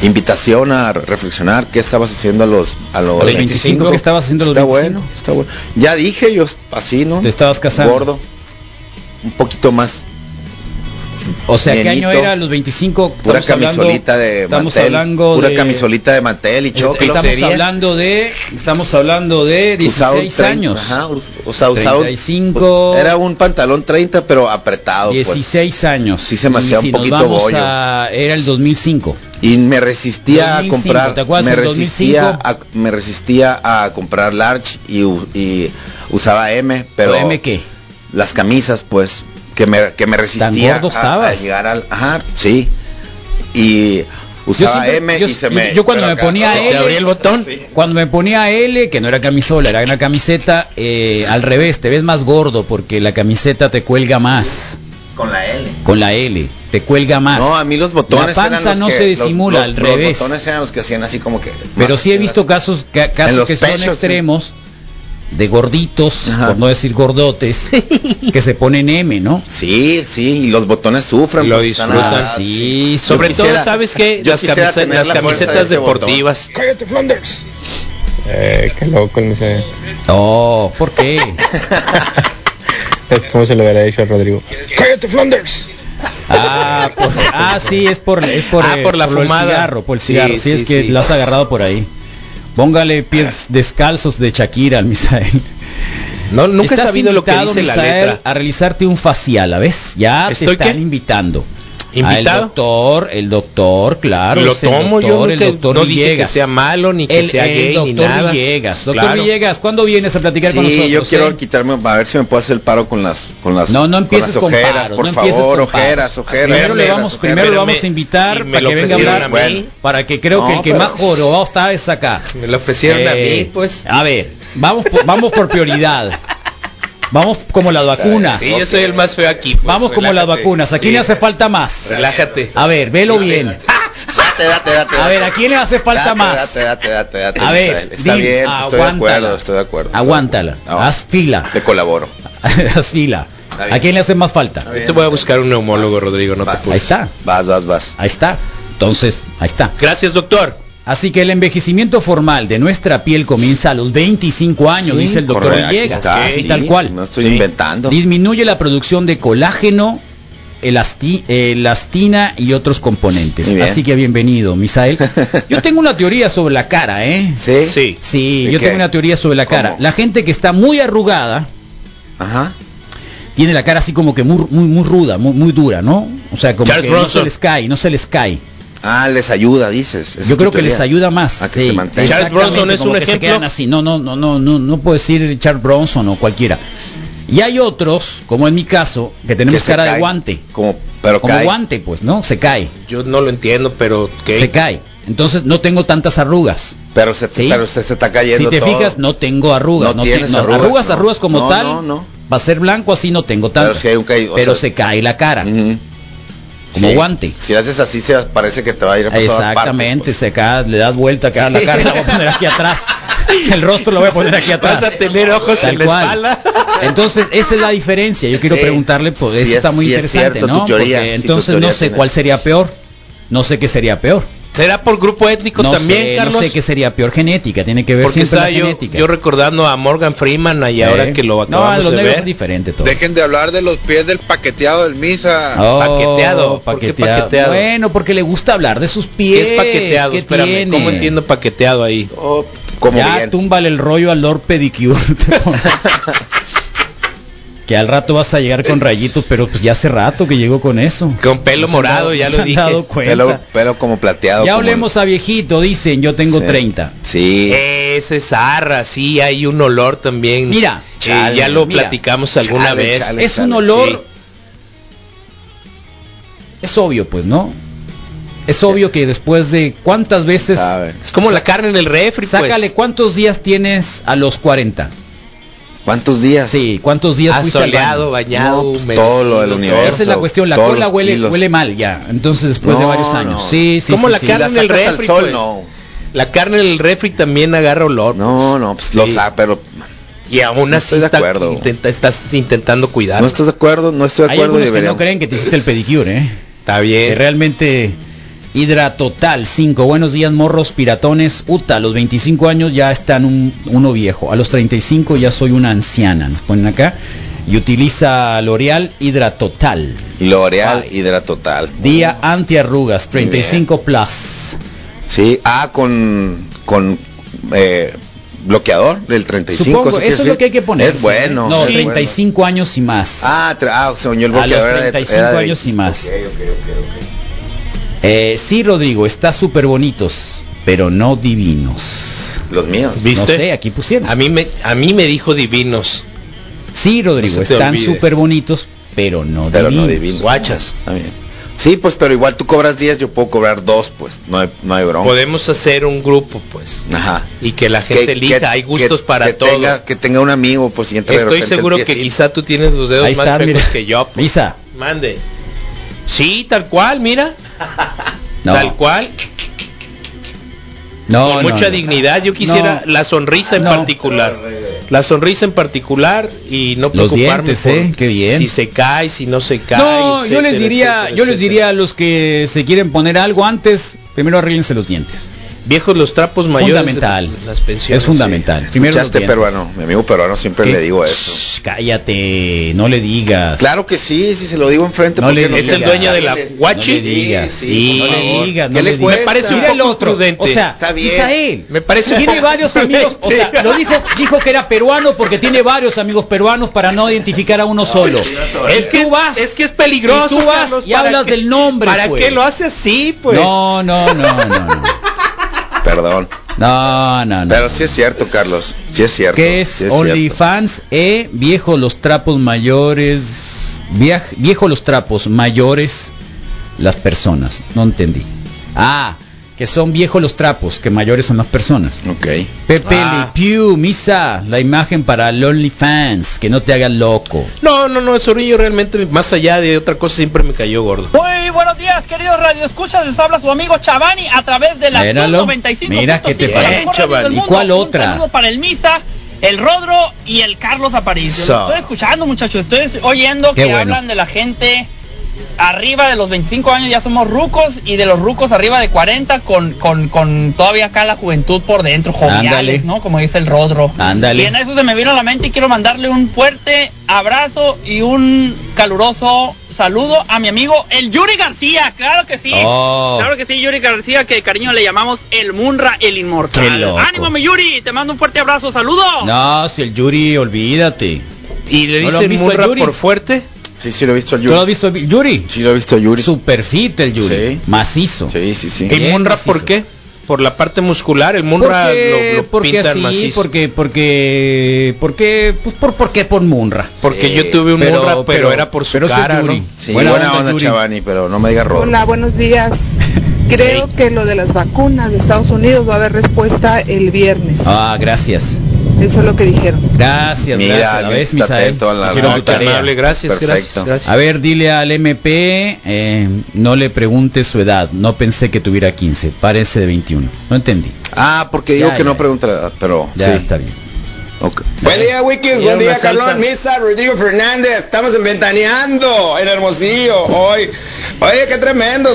[SPEAKER 6] invitación a reflexionar qué estabas haciendo a los a los,
[SPEAKER 3] A los 25, ¿qué estabas haciendo a los
[SPEAKER 6] Está
[SPEAKER 3] 25?
[SPEAKER 6] bueno, está bueno. Ya dije yo así, ¿no?
[SPEAKER 3] Te estabas casando.
[SPEAKER 6] Gordo. Un poquito más
[SPEAKER 3] O sea, ¿qué
[SPEAKER 6] Bienito.
[SPEAKER 3] año era? Los 25.
[SPEAKER 6] pura
[SPEAKER 3] Estamos hablando-
[SPEAKER 6] camisolita de
[SPEAKER 3] Estamos
[SPEAKER 6] mantel,
[SPEAKER 3] hablando
[SPEAKER 6] pura
[SPEAKER 3] de- Este,
[SPEAKER 6] camisolita de mantel y choque.
[SPEAKER 3] Estamos hablando de estamos hablando de 16
[SPEAKER 6] trein-
[SPEAKER 3] años.
[SPEAKER 6] Ajá, us- o sea, usaba un- pues,
[SPEAKER 3] 35.
[SPEAKER 6] era un pantalón 30 pero apretado. pues.
[SPEAKER 3] 16 años.
[SPEAKER 6] Sí se me hacía
[SPEAKER 3] Y si
[SPEAKER 6] un
[SPEAKER 3] nos
[SPEAKER 6] poquito
[SPEAKER 3] vamos
[SPEAKER 6] bollo.
[SPEAKER 3] a- era el 2005.
[SPEAKER 6] Y me resistía
[SPEAKER 3] 2005,
[SPEAKER 6] a comprar,
[SPEAKER 3] ¿te acuerdas
[SPEAKER 6] me
[SPEAKER 3] del
[SPEAKER 6] resistía
[SPEAKER 3] 2005?
[SPEAKER 6] a, me resistía a comprar large y, u- y usaba M, pero
[SPEAKER 3] Pero M qué?
[SPEAKER 6] las camisas pues que me, que me resistía
[SPEAKER 3] gordo
[SPEAKER 6] a- a,
[SPEAKER 3] estabas.
[SPEAKER 6] llegar al ajá, sí. Y usaba
[SPEAKER 3] siempre-
[SPEAKER 6] M
[SPEAKER 3] yo-
[SPEAKER 6] y se
[SPEAKER 3] yo-
[SPEAKER 6] me
[SPEAKER 3] yo cuando
[SPEAKER 6] pero
[SPEAKER 3] me ponía
[SPEAKER 6] no,
[SPEAKER 3] L-
[SPEAKER 5] Te abrí el botón.
[SPEAKER 6] sí.
[SPEAKER 3] Cuando me ponía L, que no era camisola, era una camiseta, eh, al revés, te ves más gordo porque la camiseta te cuelga más
[SPEAKER 6] con la L.
[SPEAKER 3] con la L, te cuelga más.
[SPEAKER 6] No, a mí los botones
[SPEAKER 3] La panza
[SPEAKER 6] eran los
[SPEAKER 3] no
[SPEAKER 6] que-
[SPEAKER 3] se
[SPEAKER 6] los-
[SPEAKER 3] disimula,
[SPEAKER 6] los-
[SPEAKER 3] al revés.
[SPEAKER 6] Los botones eran los que hacían así como que
[SPEAKER 3] Pero
[SPEAKER 6] más
[SPEAKER 3] sí he
[SPEAKER 6] que-
[SPEAKER 3] visto casos, ca- casos
[SPEAKER 6] los
[SPEAKER 3] que
[SPEAKER 6] pechos,
[SPEAKER 3] son
[SPEAKER 6] sí.
[SPEAKER 3] extremos de gorditos,
[SPEAKER 6] Ajá.
[SPEAKER 3] por no decir gordotes, que se ponen M, ¿no?
[SPEAKER 6] Sí, sí, y los botones sufren.
[SPEAKER 5] Lo
[SPEAKER 6] pues, están
[SPEAKER 5] disfrutan,
[SPEAKER 6] agarrados,
[SPEAKER 3] sí,
[SPEAKER 6] Yo
[SPEAKER 5] ah, Sobre
[SPEAKER 6] quisiera-
[SPEAKER 5] todo, ¿sabes qué?
[SPEAKER 6] yo
[SPEAKER 5] Las,
[SPEAKER 6] quisiera
[SPEAKER 5] camisas-
[SPEAKER 6] tener
[SPEAKER 5] las
[SPEAKER 6] la fuerza de
[SPEAKER 5] camisetas
[SPEAKER 6] ese botón.
[SPEAKER 5] deportivas.
[SPEAKER 8] Cállate, Flanders.
[SPEAKER 9] Eh, qué loco, no sé.
[SPEAKER 3] Oh, ¿por qué?
[SPEAKER 9] ¿Sabes cómo se lo hubiera hecho a Rodrigo?
[SPEAKER 8] Cállate, Flanders.
[SPEAKER 3] ah, por- ah, sí, es por, es por,
[SPEAKER 5] Ah,
[SPEAKER 3] eh,
[SPEAKER 5] por la
[SPEAKER 3] lo del
[SPEAKER 5] fumada.
[SPEAKER 3] cigarro, por el
[SPEAKER 5] Sí,
[SPEAKER 3] cigarro. Sí,
[SPEAKER 5] sí,
[SPEAKER 3] es que
[SPEAKER 5] sí.
[SPEAKER 3] la has agarrado por ahí. Póngale pies descalzos de Shakira al Misael.
[SPEAKER 5] No, nunca he
[SPEAKER 3] Estás
[SPEAKER 5] sabido lo que
[SPEAKER 3] invitado,
[SPEAKER 5] dice la
[SPEAKER 3] Misael,
[SPEAKER 5] letra.
[SPEAKER 3] A realizarte un facial, ¿a ves? Ya
[SPEAKER 5] ¿Estoy
[SPEAKER 3] te están
[SPEAKER 5] qué?
[SPEAKER 3] invitando.
[SPEAKER 5] ¿Invitado?
[SPEAKER 3] Ah, El doctor, el doctor, claro.
[SPEAKER 5] Lo
[SPEAKER 3] es el
[SPEAKER 5] tomo, yo
[SPEAKER 3] doctor, el
[SPEAKER 5] nunca-
[SPEAKER 3] doctor
[SPEAKER 5] no dije que
[SPEAKER 3] Villegas.
[SPEAKER 5] sea malo, ni que sea gay, ni
[SPEAKER 3] doctor
[SPEAKER 5] nada.
[SPEAKER 3] Villegas. Doctor
[SPEAKER 5] Claro.
[SPEAKER 3] Villegas, ¿cuándo vienes a platicar
[SPEAKER 6] Sí,
[SPEAKER 3] con nosotros?
[SPEAKER 6] yo quiero
[SPEAKER 3] eh?
[SPEAKER 6] quitarme a ver si me puedo hacer el paro con las con las
[SPEAKER 3] No, no
[SPEAKER 6] con
[SPEAKER 3] empieces
[SPEAKER 6] las
[SPEAKER 3] con
[SPEAKER 6] ojeras,
[SPEAKER 3] paros,
[SPEAKER 6] por
[SPEAKER 3] no empieces
[SPEAKER 6] favor,
[SPEAKER 3] con
[SPEAKER 6] ojeras,
[SPEAKER 3] paros.
[SPEAKER 6] ojeras.
[SPEAKER 3] Primero le
[SPEAKER 6] ojeras,
[SPEAKER 3] vamos,
[SPEAKER 6] ojeras.
[SPEAKER 3] primero lo
[SPEAKER 5] Pero
[SPEAKER 3] vamos
[SPEAKER 5] me-
[SPEAKER 3] a
[SPEAKER 5] y
[SPEAKER 3] invitar
[SPEAKER 5] me
[SPEAKER 3] para
[SPEAKER 5] lo
[SPEAKER 3] que venga a
[SPEAKER 5] ofrecieron
[SPEAKER 3] hablar,
[SPEAKER 5] a mí.
[SPEAKER 3] para que creo
[SPEAKER 6] No,
[SPEAKER 3] que el que
[SPEAKER 6] pero-
[SPEAKER 3] más jorobado está es acá.
[SPEAKER 5] Me lo ofrecieron a
[SPEAKER 3] Eh,
[SPEAKER 5] mí, pues.
[SPEAKER 3] A ver, vamos por, vamos por prioridad. Vamos como las vacunas.
[SPEAKER 5] Sí, yo soy el más feo aquí. pues,
[SPEAKER 3] Vamos como las
[SPEAKER 5] relájate.
[SPEAKER 3] vacunas. ¿A quién
[SPEAKER 5] Sí,
[SPEAKER 3] le hace falta más?
[SPEAKER 5] Relájate.
[SPEAKER 3] A ver, velo bien.
[SPEAKER 6] Date, date, date,
[SPEAKER 3] A ver,
[SPEAKER 6] date.
[SPEAKER 3] ¿a quién le hace falta
[SPEAKER 6] Date,
[SPEAKER 3] más?
[SPEAKER 6] Date, date, date, date,
[SPEAKER 3] A ver,
[SPEAKER 6] Misael. está
[SPEAKER 3] di-
[SPEAKER 6] bien, estoy de
[SPEAKER 3] aguántala.
[SPEAKER 6] acuerdo, estoy de acuerdo. estoy de
[SPEAKER 3] Aguántala.
[SPEAKER 6] acuerdo. No,
[SPEAKER 3] Haz fila.
[SPEAKER 6] Le colaboro.
[SPEAKER 3] Haz fila.
[SPEAKER 6] Está bien.
[SPEAKER 3] ¿A quién le hace más falta?
[SPEAKER 6] Está
[SPEAKER 5] Yo
[SPEAKER 6] bien,
[SPEAKER 5] te voy a
[SPEAKER 6] Misael.
[SPEAKER 5] buscar un neumólogo, Rodrigo, no te
[SPEAKER 6] Vas.
[SPEAKER 3] Ahí
[SPEAKER 5] apures.
[SPEAKER 3] está.
[SPEAKER 6] Vas, vas, vas.
[SPEAKER 3] Ahí está. Entonces, ahí está.
[SPEAKER 5] Gracias, doctor.
[SPEAKER 3] Así que el envejecimiento formal de nuestra piel comienza a los 25 años,
[SPEAKER 6] Sí,
[SPEAKER 3] dice el doctor
[SPEAKER 6] correcto,
[SPEAKER 3] Villegas,
[SPEAKER 6] está,
[SPEAKER 3] así
[SPEAKER 6] sí,
[SPEAKER 3] tal cual.
[SPEAKER 6] no estoy inventando.
[SPEAKER 3] Disminuye la producción de colágeno, elasti- elastina y otros componentes.
[SPEAKER 6] Muy bien.
[SPEAKER 3] Así que bienvenido, Misael. Yo tengo una teoría sobre la cara, ¿eh?
[SPEAKER 6] ¿Sí?
[SPEAKER 5] Sí.
[SPEAKER 3] Sí,
[SPEAKER 6] ¿De
[SPEAKER 3] yo
[SPEAKER 6] qué?
[SPEAKER 3] tengo una teoría sobre la cara.
[SPEAKER 6] ¿Cómo?
[SPEAKER 3] La gente que está muy arrugada
[SPEAKER 6] Ajá.
[SPEAKER 3] tiene la cara así como que muy muy, muy ruda, muy, muy dura, ¿no? O sea, como
[SPEAKER 5] Charles
[SPEAKER 3] que no
[SPEAKER 5] Bronson.
[SPEAKER 3] se les cae, no se les cae.
[SPEAKER 6] Ah, les ayuda, dices. Esa
[SPEAKER 3] Yo
[SPEAKER 6] es
[SPEAKER 3] creo
[SPEAKER 6] tu
[SPEAKER 3] que les
[SPEAKER 6] teoría.
[SPEAKER 3] ayuda más.
[SPEAKER 6] A que se mantenga.
[SPEAKER 5] Charles Bronson
[SPEAKER 3] Exactamente,
[SPEAKER 5] es
[SPEAKER 3] como
[SPEAKER 5] un
[SPEAKER 3] que se
[SPEAKER 5] ejemplo.
[SPEAKER 3] quedan así. No, no, no, no, no, no puedo decir Charles Bronson o cualquiera. Y hay otros, como en mi caso, que tenemos
[SPEAKER 6] Que se
[SPEAKER 3] cara de
[SPEAKER 6] cae,
[SPEAKER 3] guante.
[SPEAKER 6] Como, pero
[SPEAKER 3] Como
[SPEAKER 6] cae.
[SPEAKER 3] guante, pues, ¿no? Se cae.
[SPEAKER 5] Yo no lo entiendo, pero que
[SPEAKER 3] Se cae. Entonces no tengo tantas arrugas.
[SPEAKER 6] Pero se,
[SPEAKER 3] Sí.
[SPEAKER 6] pero se, se está cayendo
[SPEAKER 3] Si te
[SPEAKER 6] todo.
[SPEAKER 3] fijas, no tengo arrugas.
[SPEAKER 6] No
[SPEAKER 3] No,
[SPEAKER 6] tienes
[SPEAKER 3] te- no,
[SPEAKER 6] arrugas,
[SPEAKER 3] arrugas, arrugas,
[SPEAKER 6] no.
[SPEAKER 3] como
[SPEAKER 6] No,
[SPEAKER 3] tal.
[SPEAKER 6] no, no.
[SPEAKER 3] Para ser blanco así no tengo
[SPEAKER 6] Pero
[SPEAKER 3] tantas.
[SPEAKER 6] si hay un caído. o
[SPEAKER 3] Pero
[SPEAKER 6] sea,
[SPEAKER 3] se cae la cara.
[SPEAKER 6] ujú.
[SPEAKER 3] Como
[SPEAKER 6] Sí.
[SPEAKER 3] guante.
[SPEAKER 6] Si haces así, se parece que te va a ir por todas partes,
[SPEAKER 3] Exactamente,
[SPEAKER 6] pues.
[SPEAKER 3] se cae, le das vuelta acá a la cara, la voy a poner aquí atrás. El rostro lo voy a poner aquí atrás.
[SPEAKER 5] vas a tener ojos
[SPEAKER 3] Tal
[SPEAKER 5] en la
[SPEAKER 3] cual.
[SPEAKER 5] espalda.
[SPEAKER 3] Entonces, esa es la diferencia. Yo quiero
[SPEAKER 6] Sí.
[SPEAKER 3] preguntarle, pues
[SPEAKER 6] Sí
[SPEAKER 3] eso
[SPEAKER 6] es-
[SPEAKER 3] está muy
[SPEAKER 6] sí es
[SPEAKER 3] interesante,
[SPEAKER 6] cierto tu
[SPEAKER 3] ¿no?
[SPEAKER 6] teoría,
[SPEAKER 3] Porque
[SPEAKER 6] sí, tu
[SPEAKER 3] entonces
[SPEAKER 6] teoría
[SPEAKER 3] no sé
[SPEAKER 6] tiene-
[SPEAKER 3] cuál sería peor. No sé qué sería peor.
[SPEAKER 5] será por grupo étnico
[SPEAKER 3] No,
[SPEAKER 5] también,
[SPEAKER 3] sé,
[SPEAKER 5] Carlos.
[SPEAKER 3] no sé qué sería peor genética, tiene que ver
[SPEAKER 5] porque
[SPEAKER 3] siempre
[SPEAKER 5] estaba
[SPEAKER 3] la
[SPEAKER 5] yo,
[SPEAKER 3] genética.
[SPEAKER 5] yo recordando a Morgan Freeman y ahora
[SPEAKER 3] Eh.
[SPEAKER 5] que lo
[SPEAKER 3] No,
[SPEAKER 5] acabamos
[SPEAKER 3] los
[SPEAKER 5] de
[SPEAKER 3] negros es
[SPEAKER 5] ver.
[SPEAKER 3] diferente todo.
[SPEAKER 10] Dejen de hablar de los pies del paqueteado del misa.
[SPEAKER 3] Oh,
[SPEAKER 5] Paqueteado, ¿por qué
[SPEAKER 3] paqueteado.
[SPEAKER 5] paqueteado?
[SPEAKER 3] Bueno, porque le gusta hablar de sus
[SPEAKER 5] ¿Qué
[SPEAKER 3] pies.
[SPEAKER 5] es paqueteado?
[SPEAKER 3] ¿qué
[SPEAKER 5] Espérame,
[SPEAKER 3] tiene?
[SPEAKER 5] ¿cómo entiendo paqueteado ahí?
[SPEAKER 6] Oh, como
[SPEAKER 3] ya
[SPEAKER 6] bien.
[SPEAKER 3] túmbale el rollo al Lord Pedicure. te pongo. que al rato vas a llegar con rayitos, pero pues ya hace rato que llegó con eso.
[SPEAKER 5] Con pelo
[SPEAKER 3] No se han
[SPEAKER 5] morado,
[SPEAKER 3] dado-
[SPEAKER 5] ya
[SPEAKER 3] no
[SPEAKER 5] lo
[SPEAKER 3] se han
[SPEAKER 5] dije.
[SPEAKER 3] dado cuenta.
[SPEAKER 6] Pelo, pelo como plateado.
[SPEAKER 3] ya
[SPEAKER 6] como-
[SPEAKER 3] hablemos a viejito, dicen, yo tengo
[SPEAKER 6] Sí.
[SPEAKER 3] 30.
[SPEAKER 6] Sí.
[SPEAKER 5] Ese es zarra, sí, hay un olor también.
[SPEAKER 3] Mira,
[SPEAKER 5] Eh,
[SPEAKER 3] chale,
[SPEAKER 5] ya lo
[SPEAKER 3] mira.
[SPEAKER 5] platicamos alguna
[SPEAKER 6] Chale,
[SPEAKER 5] vez.
[SPEAKER 6] chale.
[SPEAKER 3] es un olor... Es obvio, pues, ¿no? Es obvio que después de cuántas veces...
[SPEAKER 6] Sabe.
[SPEAKER 5] Es como la carne en el refri, pues.
[SPEAKER 3] Sácale, ¿cuántos días tienes a los 40?
[SPEAKER 6] ¿Cuántos días?
[SPEAKER 3] Sí, ¿cuántos días
[SPEAKER 5] Ah,
[SPEAKER 3] fuiste al baño?
[SPEAKER 5] Asoleado, bañado,
[SPEAKER 6] No, pues,
[SPEAKER 5] humedecido,
[SPEAKER 6] todo lo del universo.
[SPEAKER 3] Esa es la cuestión, la
[SPEAKER 6] Todos
[SPEAKER 3] cola
[SPEAKER 6] los
[SPEAKER 3] huele,
[SPEAKER 6] kilos.
[SPEAKER 3] huele mal ya, entonces después de
[SPEAKER 6] No,
[SPEAKER 3] varios años.
[SPEAKER 6] no.
[SPEAKER 3] Sí, sí,
[SPEAKER 5] ¿Cómo
[SPEAKER 3] sí,
[SPEAKER 5] la
[SPEAKER 3] sí.
[SPEAKER 6] Si la
[SPEAKER 5] carne en el
[SPEAKER 6] sacas al
[SPEAKER 5] refri,
[SPEAKER 6] sol,
[SPEAKER 5] pues.
[SPEAKER 6] no.
[SPEAKER 5] La carne en el refri también agarra olor.
[SPEAKER 6] No, no, pues lo
[SPEAKER 5] Sí.
[SPEAKER 6] sabe, pero
[SPEAKER 5] Y aún
[SPEAKER 6] No
[SPEAKER 5] así
[SPEAKER 6] estoy de
[SPEAKER 5] está-
[SPEAKER 6] acuerdo.
[SPEAKER 5] intenta- estás intentando cuidar.
[SPEAKER 6] no estás de acuerdo, no estoy de
[SPEAKER 3] Hay
[SPEAKER 6] acuerdo.
[SPEAKER 3] algunos que
[SPEAKER 6] deberíamos.
[SPEAKER 3] no creen que te hiciste el pedicure, ¿eh?
[SPEAKER 5] Está
[SPEAKER 3] Que
[SPEAKER 5] bien.
[SPEAKER 3] realmente hidratotal 5. Buenos días, morros, piratones. Uta, a los 25 años ya están un, uno viejo. A los 35 ya soy una anciana, nos ponen acá. Y utiliza L'Oreal Hidratotal.
[SPEAKER 6] L'Oreal
[SPEAKER 3] Ay.
[SPEAKER 6] Hidratotal.
[SPEAKER 3] Día antiarrugas, 35 plus.
[SPEAKER 6] Sí, ah, con con eh, bloqueador del 35.
[SPEAKER 3] Supongo,
[SPEAKER 6] quiere
[SPEAKER 3] eso es lo
[SPEAKER 6] decir.
[SPEAKER 3] que hay que poner.
[SPEAKER 6] Es bueno.
[SPEAKER 3] No,
[SPEAKER 6] es bueno.
[SPEAKER 3] 35 años y más.
[SPEAKER 6] Ah, tra- ah, se unió el
[SPEAKER 3] A los
[SPEAKER 6] bloqueador. era de-
[SPEAKER 3] 35
[SPEAKER 6] era de
[SPEAKER 3] años y
[SPEAKER 6] 20.
[SPEAKER 3] más.
[SPEAKER 6] Ok, ok, ok, ok.
[SPEAKER 3] Eh, sí, Rodrigo, está súper bonitos, pero no divinos.
[SPEAKER 6] Los míos.
[SPEAKER 3] No
[SPEAKER 5] ¿Viste?
[SPEAKER 3] sé, aquí pusieron.
[SPEAKER 5] A mí me a mí me dijo divinos.
[SPEAKER 3] Sí, Rodrigo,
[SPEAKER 5] No se te
[SPEAKER 3] están
[SPEAKER 5] olvide.
[SPEAKER 3] súper bonitos, pero no
[SPEAKER 6] Pero
[SPEAKER 3] divinos.
[SPEAKER 6] no divino.
[SPEAKER 5] Guachas.
[SPEAKER 6] Está bien. Sí, pues, pero igual tú cobras 10, yo puedo cobrar 2, pues. No hay, no hay bronca.
[SPEAKER 5] Podemos hacer un grupo, pues.
[SPEAKER 6] Ajá.
[SPEAKER 5] Y que la gente elija, hay gustos
[SPEAKER 6] que-
[SPEAKER 5] para
[SPEAKER 6] que
[SPEAKER 5] todo.
[SPEAKER 6] Tenga, que tenga un amigo, pues, y entre de
[SPEAKER 5] Estoy
[SPEAKER 6] repente el
[SPEAKER 5] seguro que
[SPEAKER 6] piecito.
[SPEAKER 5] quizá tú tienes los dedos
[SPEAKER 3] Ahí
[SPEAKER 5] más
[SPEAKER 3] está,
[SPEAKER 5] chuecos
[SPEAKER 3] mira.
[SPEAKER 5] que yo. pues.
[SPEAKER 3] Misa.
[SPEAKER 5] Mande. Sí, tal cual, mira.
[SPEAKER 3] No.
[SPEAKER 5] Tal cual.
[SPEAKER 3] No,
[SPEAKER 5] con
[SPEAKER 3] no,
[SPEAKER 5] mucha
[SPEAKER 3] no.
[SPEAKER 5] dignidad. Yo quisiera
[SPEAKER 3] No.
[SPEAKER 5] la sonrisa en
[SPEAKER 3] No.
[SPEAKER 5] particular. La sonrisa en particular y no
[SPEAKER 3] Los
[SPEAKER 5] preocuparme
[SPEAKER 3] dientes, ¿eh? Qué bien.
[SPEAKER 5] si se cae, si no se cae.
[SPEAKER 3] No, yo
[SPEAKER 5] etcétera,
[SPEAKER 3] les diría,
[SPEAKER 5] etcétera,
[SPEAKER 3] yo les
[SPEAKER 5] etcétera.
[SPEAKER 3] diría a los que se quieren poner algo antes, primero arréglense los dientes.
[SPEAKER 5] Viejos los trapos mayores.
[SPEAKER 3] fundamental.
[SPEAKER 5] Las pensiones.
[SPEAKER 3] es fundamental. Primero los
[SPEAKER 6] Escuchaste
[SPEAKER 3] dientes.
[SPEAKER 6] peruano, mi amigo peruano siempre
[SPEAKER 3] ¿Qué?
[SPEAKER 6] le digo eso.
[SPEAKER 3] Shh, cállate, no le digas.
[SPEAKER 6] Claro que sí, si se lo digo enfrente.
[SPEAKER 3] No
[SPEAKER 6] ¿por qué
[SPEAKER 3] le-
[SPEAKER 5] sí. Es el
[SPEAKER 3] Mira,
[SPEAKER 5] dueño de la
[SPEAKER 6] Cállate.
[SPEAKER 3] No le
[SPEAKER 5] guachi.
[SPEAKER 3] digas,
[SPEAKER 6] Sí,
[SPEAKER 3] sí,
[SPEAKER 6] sí, por
[SPEAKER 3] no le
[SPEAKER 6] favor.
[SPEAKER 3] digas, no
[SPEAKER 6] ¿Qué
[SPEAKER 3] le
[SPEAKER 6] le
[SPEAKER 3] digas.
[SPEAKER 6] cuesta?
[SPEAKER 3] Mira el otro, o sea,
[SPEAKER 6] Está bien.
[SPEAKER 3] Isael,
[SPEAKER 5] Me parece un
[SPEAKER 3] tiene
[SPEAKER 5] poco
[SPEAKER 3] varios amigos, o sea, lo dijo, dijo que era peruano porque tiene varios amigos peruanos para no identificar a uno solo.
[SPEAKER 5] Es que
[SPEAKER 3] tú vas,
[SPEAKER 5] es que es peligroso.
[SPEAKER 3] y tú vas
[SPEAKER 5] Carlos,
[SPEAKER 3] y
[SPEAKER 5] ¿para
[SPEAKER 3] hablas
[SPEAKER 5] qué-
[SPEAKER 3] del nombre,
[SPEAKER 5] ¿Para
[SPEAKER 3] pues?
[SPEAKER 5] qué lo hace así, pues?
[SPEAKER 3] No, no, no, no, no,
[SPEAKER 6] Perdón.
[SPEAKER 3] no, no, no.
[SPEAKER 6] Pero sí es cierto, Carlos. Sí es cierto.
[SPEAKER 3] que es
[SPEAKER 6] sí cierto.
[SPEAKER 3] OnlyFans, eh, viejo los trapos mayores, viaj, viejo los trapos mayores, las personas, no entendí. Ah, que son viejos los trapos, que mayores son las personas.
[SPEAKER 6] Ok.
[SPEAKER 3] Pepe
[SPEAKER 5] Ah.
[SPEAKER 3] Le Pew, misa, la imagen para el OnlyFans, que no te hagan loco.
[SPEAKER 5] No, no, no, el Zorrillo realmente, más allá de otra cosa, siempre me cayó gordo.
[SPEAKER 11] Muy buenos días, queridos radioescuchas. Les habla su amigo Chavani a través de la
[SPEAKER 3] Míralo.
[SPEAKER 11] 95.
[SPEAKER 3] Mira qué te
[SPEAKER 5] parece, Chavani.
[SPEAKER 3] ¿Y cuál otra?
[SPEAKER 11] Un saludo para el Misa, el Rodro y el Carlos Aparicio.
[SPEAKER 5] So.
[SPEAKER 11] Los estoy escuchando, muchachos. Estoy oyendo
[SPEAKER 3] Qué
[SPEAKER 11] que
[SPEAKER 3] bueno.
[SPEAKER 11] hablan de la gente arriba de los 25 años, ya somos rucos, y de los rucos arriba de 40 con, con, con todavía acá la juventud por dentro,
[SPEAKER 3] Ándale.
[SPEAKER 11] joviales, ¿no? Como dice el Rodro.
[SPEAKER 3] Ándale.
[SPEAKER 11] Y en eso se me vino a la mente y quiero mandarle un fuerte abrazo y un caluroso saludo a mi amigo el Yuri García, claro que sí.
[SPEAKER 3] Oh.
[SPEAKER 11] Claro que sí, Yuri García, que de cariño le llamamos el Munra, el
[SPEAKER 3] Qué
[SPEAKER 11] inmortal.
[SPEAKER 3] loco.
[SPEAKER 11] Ánimo, mi Yuri, te mando un fuerte abrazo, saludo.
[SPEAKER 3] No, si el Yuri, olvídate.
[SPEAKER 5] Y
[SPEAKER 3] ¿No
[SPEAKER 5] le
[SPEAKER 3] lo
[SPEAKER 5] dicen
[SPEAKER 3] han visto a
[SPEAKER 5] Murra
[SPEAKER 3] Yuri?
[SPEAKER 5] por fuerte.
[SPEAKER 6] Sí, sí lo he visto al
[SPEAKER 3] ¿Tú
[SPEAKER 6] Yuri.
[SPEAKER 3] lo has visto, Yuri?
[SPEAKER 6] Sí lo he visto al Yuri.
[SPEAKER 3] Super fit el Yuri. Eh,
[SPEAKER 6] Sí.
[SPEAKER 3] Macizo.
[SPEAKER 6] Sí, sí, sí.
[SPEAKER 5] ¿El
[SPEAKER 3] Bien
[SPEAKER 5] Munra por
[SPEAKER 3] macizo.
[SPEAKER 5] qué? Por la parte muscular, el Munra
[SPEAKER 3] porque,
[SPEAKER 5] lo, lo
[SPEAKER 3] porque
[SPEAKER 5] pintan
[SPEAKER 3] así,
[SPEAKER 5] macizo.
[SPEAKER 3] porque, porque, porque, pues por, porque por Munra.
[SPEAKER 5] Porque yo tuve un Munra, pero, era por su
[SPEAKER 3] pero ese
[SPEAKER 5] cara, ¿no?
[SPEAKER 3] Yuri.
[SPEAKER 6] Sí, buena, onda,
[SPEAKER 3] Yuri.
[SPEAKER 6] Chavani, pero no me digas robo.
[SPEAKER 12] Hola, buenos días. Creo que lo de las vacunas de Estados Unidos va a haber respuesta el viernes.
[SPEAKER 3] Ah, gracias.
[SPEAKER 12] Eso es lo que dijeron.
[SPEAKER 3] Gracias,
[SPEAKER 6] Mira,
[SPEAKER 3] gracias. A
[SPEAKER 6] alguien
[SPEAKER 3] ver,
[SPEAKER 6] está
[SPEAKER 3] Misael.
[SPEAKER 6] atento a la
[SPEAKER 3] Hicieron tu
[SPEAKER 6] nota.
[SPEAKER 3] tarea.
[SPEAKER 5] Amable, gracias,
[SPEAKER 6] Perfecto.
[SPEAKER 5] gracias, gracias.
[SPEAKER 3] A ver, dile al MP, eh, no le pregunte su edad. No pensé que tuviera 15. Parece de 21. No entendí.
[SPEAKER 6] Ah, porque digo
[SPEAKER 3] Ya,
[SPEAKER 6] que
[SPEAKER 3] ya,
[SPEAKER 6] no
[SPEAKER 3] ya.
[SPEAKER 6] pregunta la edad, pero
[SPEAKER 3] Ya
[SPEAKER 6] sí.
[SPEAKER 3] está bien.
[SPEAKER 6] ok.
[SPEAKER 13] Buen día, Wikis.
[SPEAKER 5] Dieron
[SPEAKER 13] Buen día,
[SPEAKER 5] las
[SPEAKER 13] Carlón
[SPEAKER 5] alzas.
[SPEAKER 13] Misa, Rodrigo Fernández. Estamos en Ventaneando, en Hermosillo, hoy. Oye, qué tremendo.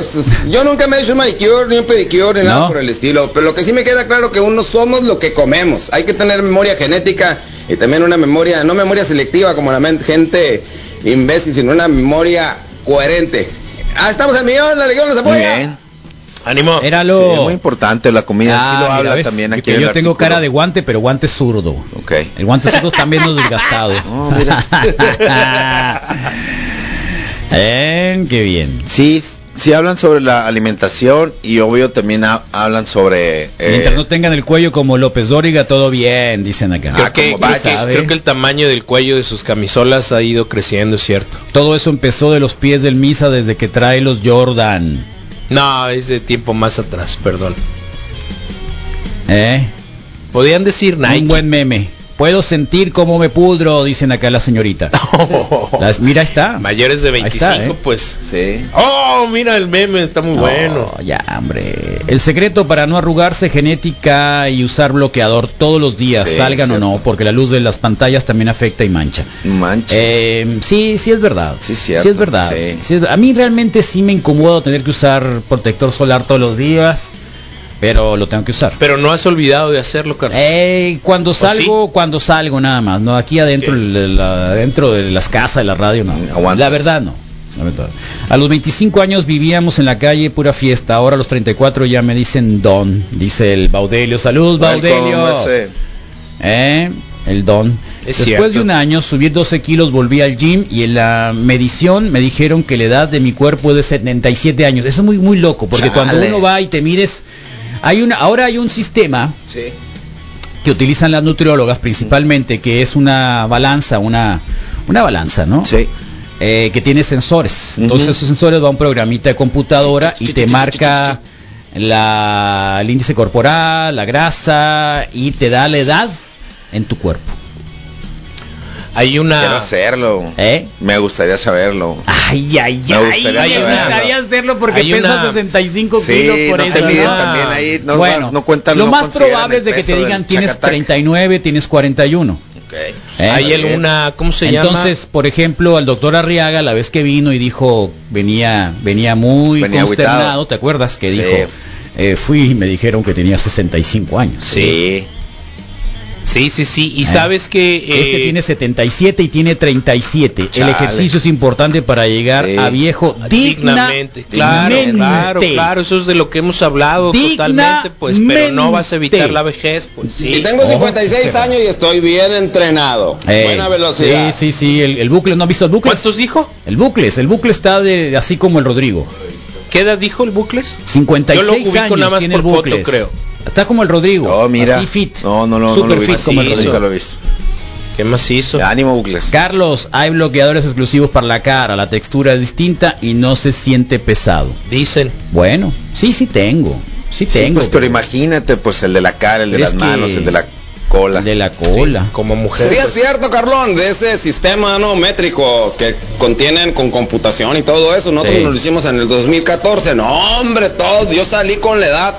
[SPEAKER 13] Yo nunca me he hecho un manicure, ni un pedicure, ni
[SPEAKER 3] No.
[SPEAKER 13] nada por el estilo. Pero lo que sí me queda claro que uno somos lo que comemos. Hay que tener memoria genética y también una memoria, no memoria selectiva como la men- gente imbécil, sino una memoria coherente. Ah, estamos en millón, la Legión nos apoya.
[SPEAKER 6] Bien.
[SPEAKER 5] Ánimo.
[SPEAKER 3] Era
[SPEAKER 6] Sí,
[SPEAKER 3] lo.
[SPEAKER 6] es muy importante la comida,
[SPEAKER 3] Oh. Ah,
[SPEAKER 6] sí lo
[SPEAKER 3] mira,
[SPEAKER 6] habla
[SPEAKER 3] ¿ves?
[SPEAKER 6] también aquí
[SPEAKER 3] Que
[SPEAKER 6] en el
[SPEAKER 3] yo tengo
[SPEAKER 6] artículo.
[SPEAKER 3] cara de guante, pero guante zurdo.
[SPEAKER 6] Ok.
[SPEAKER 3] El guante zurdo también nos desgastado.
[SPEAKER 6] No, mira.
[SPEAKER 3] Bien, Eh, qué bien.
[SPEAKER 6] Sí, sí hablan sobre la alimentación y obvio también ha- hablan sobre... eh,
[SPEAKER 3] Mientras no tengan el cuello como López Dóriga, todo bien, dicen acá.
[SPEAKER 13] Ah,
[SPEAKER 5] Creo, que,
[SPEAKER 6] como
[SPEAKER 5] creo
[SPEAKER 6] va,
[SPEAKER 5] que-
[SPEAKER 3] sabe.
[SPEAKER 5] creo que el tamaño del cuello de sus camisolas ha ido creciendo, es cierto.
[SPEAKER 3] Todo eso empezó de los pies del Misa desde que trae los Jordan.
[SPEAKER 5] No, es de tiempo más atrás, perdón.
[SPEAKER 3] ¿Eh?
[SPEAKER 5] Podían decir Nike.
[SPEAKER 3] Un buen meme. Puedo sentir cómo me pudro, dicen acá la señorita. Las, mira, está.
[SPEAKER 5] Mayores de
[SPEAKER 3] Ahí
[SPEAKER 5] 25,
[SPEAKER 3] está, ¿eh?
[SPEAKER 5] pues.
[SPEAKER 6] Sí.
[SPEAKER 5] Oh, mira el meme, está muy bueno.
[SPEAKER 3] No, Oh, ya, hombre. El secreto para no arrugarse genética y usar bloqueador todos los días,
[SPEAKER 6] Sí,
[SPEAKER 3] salgan o
[SPEAKER 6] cierto.
[SPEAKER 3] no, porque la luz de las pantallas también afecta y mancha.
[SPEAKER 6] Manches.
[SPEAKER 3] Eh, sí, sí es verdad.
[SPEAKER 6] Sí, cierto,
[SPEAKER 3] es verdad.
[SPEAKER 6] sí.
[SPEAKER 3] Sí es- a mí realmente sí me incomoda tener que usar protector solar todos los días, pero lo tengo que usar.
[SPEAKER 5] Pero no has olvidado de hacerlo, Carlos.
[SPEAKER 3] Eh,
[SPEAKER 6] Pues
[SPEAKER 3] cuando salgo, cuando salgo nada más, no aquí adentro, de la- adentro de las casas, de la radio, no.
[SPEAKER 6] Aguantas.
[SPEAKER 3] La verdad no. la verdad. A los 25 años vivíamos en la calle pura fiesta, ahora a los 34 ya me dicen don, dice el Baudelio. Salud, Baudelio.
[SPEAKER 6] Welcome, ese.
[SPEAKER 3] Eh, el don.
[SPEAKER 5] Es
[SPEAKER 3] Después
[SPEAKER 5] cierto.
[SPEAKER 3] de un año subí 12 kilos, volví al gym y en la medición me dijeron que la edad de mi cuerpo es de 77 años. Eso es muy muy loco, porque cuando
[SPEAKER 6] Chale.
[SPEAKER 3] uno va y te mides, hay una, ahora hay un sistema
[SPEAKER 6] Sí.
[SPEAKER 3] que utilizan las nutriólogas principalmente, que es una balanza, una, una balanza, ¿no?
[SPEAKER 6] Sí.
[SPEAKER 3] Eh, que tiene sensores.
[SPEAKER 6] Ujú.
[SPEAKER 3] Entonces esos sensores va a un programita de computadora y te marca la, el índice corporal, la grasa y te da la edad en tu cuerpo.
[SPEAKER 5] Hay
[SPEAKER 6] Quiero
[SPEAKER 5] una...
[SPEAKER 6] hacerlo.
[SPEAKER 3] Ah. ¿Eh? Ah,
[SPEAKER 6] Me gustaría saberlo.
[SPEAKER 3] Ay, ay,
[SPEAKER 6] Me
[SPEAKER 3] ay,
[SPEAKER 6] gustaría
[SPEAKER 3] me
[SPEAKER 6] saberlo.
[SPEAKER 3] gustaría hacerlo porque
[SPEAKER 5] Hay
[SPEAKER 3] pesa
[SPEAKER 5] una-
[SPEAKER 3] 65
[SPEAKER 6] Sí,
[SPEAKER 3] kilos por
[SPEAKER 6] no te
[SPEAKER 3] eso,
[SPEAKER 6] miden también ahí, no-
[SPEAKER 3] bueno,
[SPEAKER 6] no cuentan,
[SPEAKER 3] lo
[SPEAKER 6] no
[SPEAKER 3] más
[SPEAKER 6] consideran
[SPEAKER 3] probable
[SPEAKER 6] el
[SPEAKER 3] es de que te
[SPEAKER 6] peso del
[SPEAKER 3] digan tienes
[SPEAKER 6] chacatac.
[SPEAKER 3] 39, tienes 41.
[SPEAKER 6] Ok.
[SPEAKER 3] ¿eh?
[SPEAKER 5] Hay el- una... ¿Cómo se llama?
[SPEAKER 3] Entonces, por ejemplo, al doctor Arriaga, la vez que vino y dijo, venía, venía muy
[SPEAKER 6] Venía
[SPEAKER 3] consternado,
[SPEAKER 6] agüitado.
[SPEAKER 3] ¿te acuerdas? Que
[SPEAKER 6] Sí.
[SPEAKER 3] dijo, eh, fui y me dijeron que tenía 65 años.
[SPEAKER 6] Sí.
[SPEAKER 5] Sí, sí, sí. Y
[SPEAKER 3] Eh.
[SPEAKER 5] sabes que...
[SPEAKER 3] Este
[SPEAKER 5] eh,
[SPEAKER 3] tiene 77 y tiene 37.
[SPEAKER 6] Chale.
[SPEAKER 3] El ejercicio es importante para llegar
[SPEAKER 6] Sí.
[SPEAKER 3] a viejo
[SPEAKER 5] dignamente.
[SPEAKER 3] dignamente.
[SPEAKER 5] Claro, claro, claro. Eso es de lo que hemos hablado totalmente, pues. Pero no vas a evitar la vejez, pues. Sí.
[SPEAKER 13] Y tengo
[SPEAKER 3] Oh,
[SPEAKER 13] 56
[SPEAKER 3] qué
[SPEAKER 13] años y estoy bien entrenado.
[SPEAKER 3] Eh,
[SPEAKER 13] Buena velocidad.
[SPEAKER 3] Sí, sí, sí. El, el bucle, ¿no has visto el bucle?
[SPEAKER 5] ¿Cuántos dijo?
[SPEAKER 3] El bucle, el bucle está de así como el Rodrigo.
[SPEAKER 5] ¿Qué edad dijo el Bucles?
[SPEAKER 3] 56
[SPEAKER 5] Yo lo ubico
[SPEAKER 3] años
[SPEAKER 5] nada más
[SPEAKER 3] tiene
[SPEAKER 5] por
[SPEAKER 3] el
[SPEAKER 5] foto,
[SPEAKER 3] Bucles.
[SPEAKER 5] creo. Oh,
[SPEAKER 3] Está como el Rodrigo.
[SPEAKER 6] No, Oh, mira.
[SPEAKER 3] Así fit.
[SPEAKER 6] No, no, no, no
[SPEAKER 3] Super
[SPEAKER 6] lo he
[SPEAKER 3] fit
[SPEAKER 6] visto.
[SPEAKER 3] como el
[SPEAKER 5] Macizo.
[SPEAKER 6] Nunca
[SPEAKER 3] Rodrigo.
[SPEAKER 6] lo he visto.
[SPEAKER 5] ¿Qué más hizo?
[SPEAKER 6] Ánimo, bucles.
[SPEAKER 3] Carlos, hay bloqueadores exclusivos para la cara, la textura es distinta y no se siente pesado.
[SPEAKER 5] Dicen.
[SPEAKER 3] Bueno, sí, sí tengo. Sí
[SPEAKER 6] Sí,
[SPEAKER 3] tengo.
[SPEAKER 6] pues, pero imagínate, pues el de la cara, el de
[SPEAKER 3] Pero es
[SPEAKER 6] las manos,
[SPEAKER 3] que-
[SPEAKER 6] el de la cola.
[SPEAKER 3] De la cola.
[SPEAKER 5] Como mujer. pues.
[SPEAKER 13] Sí, es cierto, Carlón, de ese sistema no métrico que contienen con computación y todo eso. Nosotros
[SPEAKER 3] Sí.
[SPEAKER 13] nos lo hicimos en el 2014. No, hombre, todo. Yo salí con la edad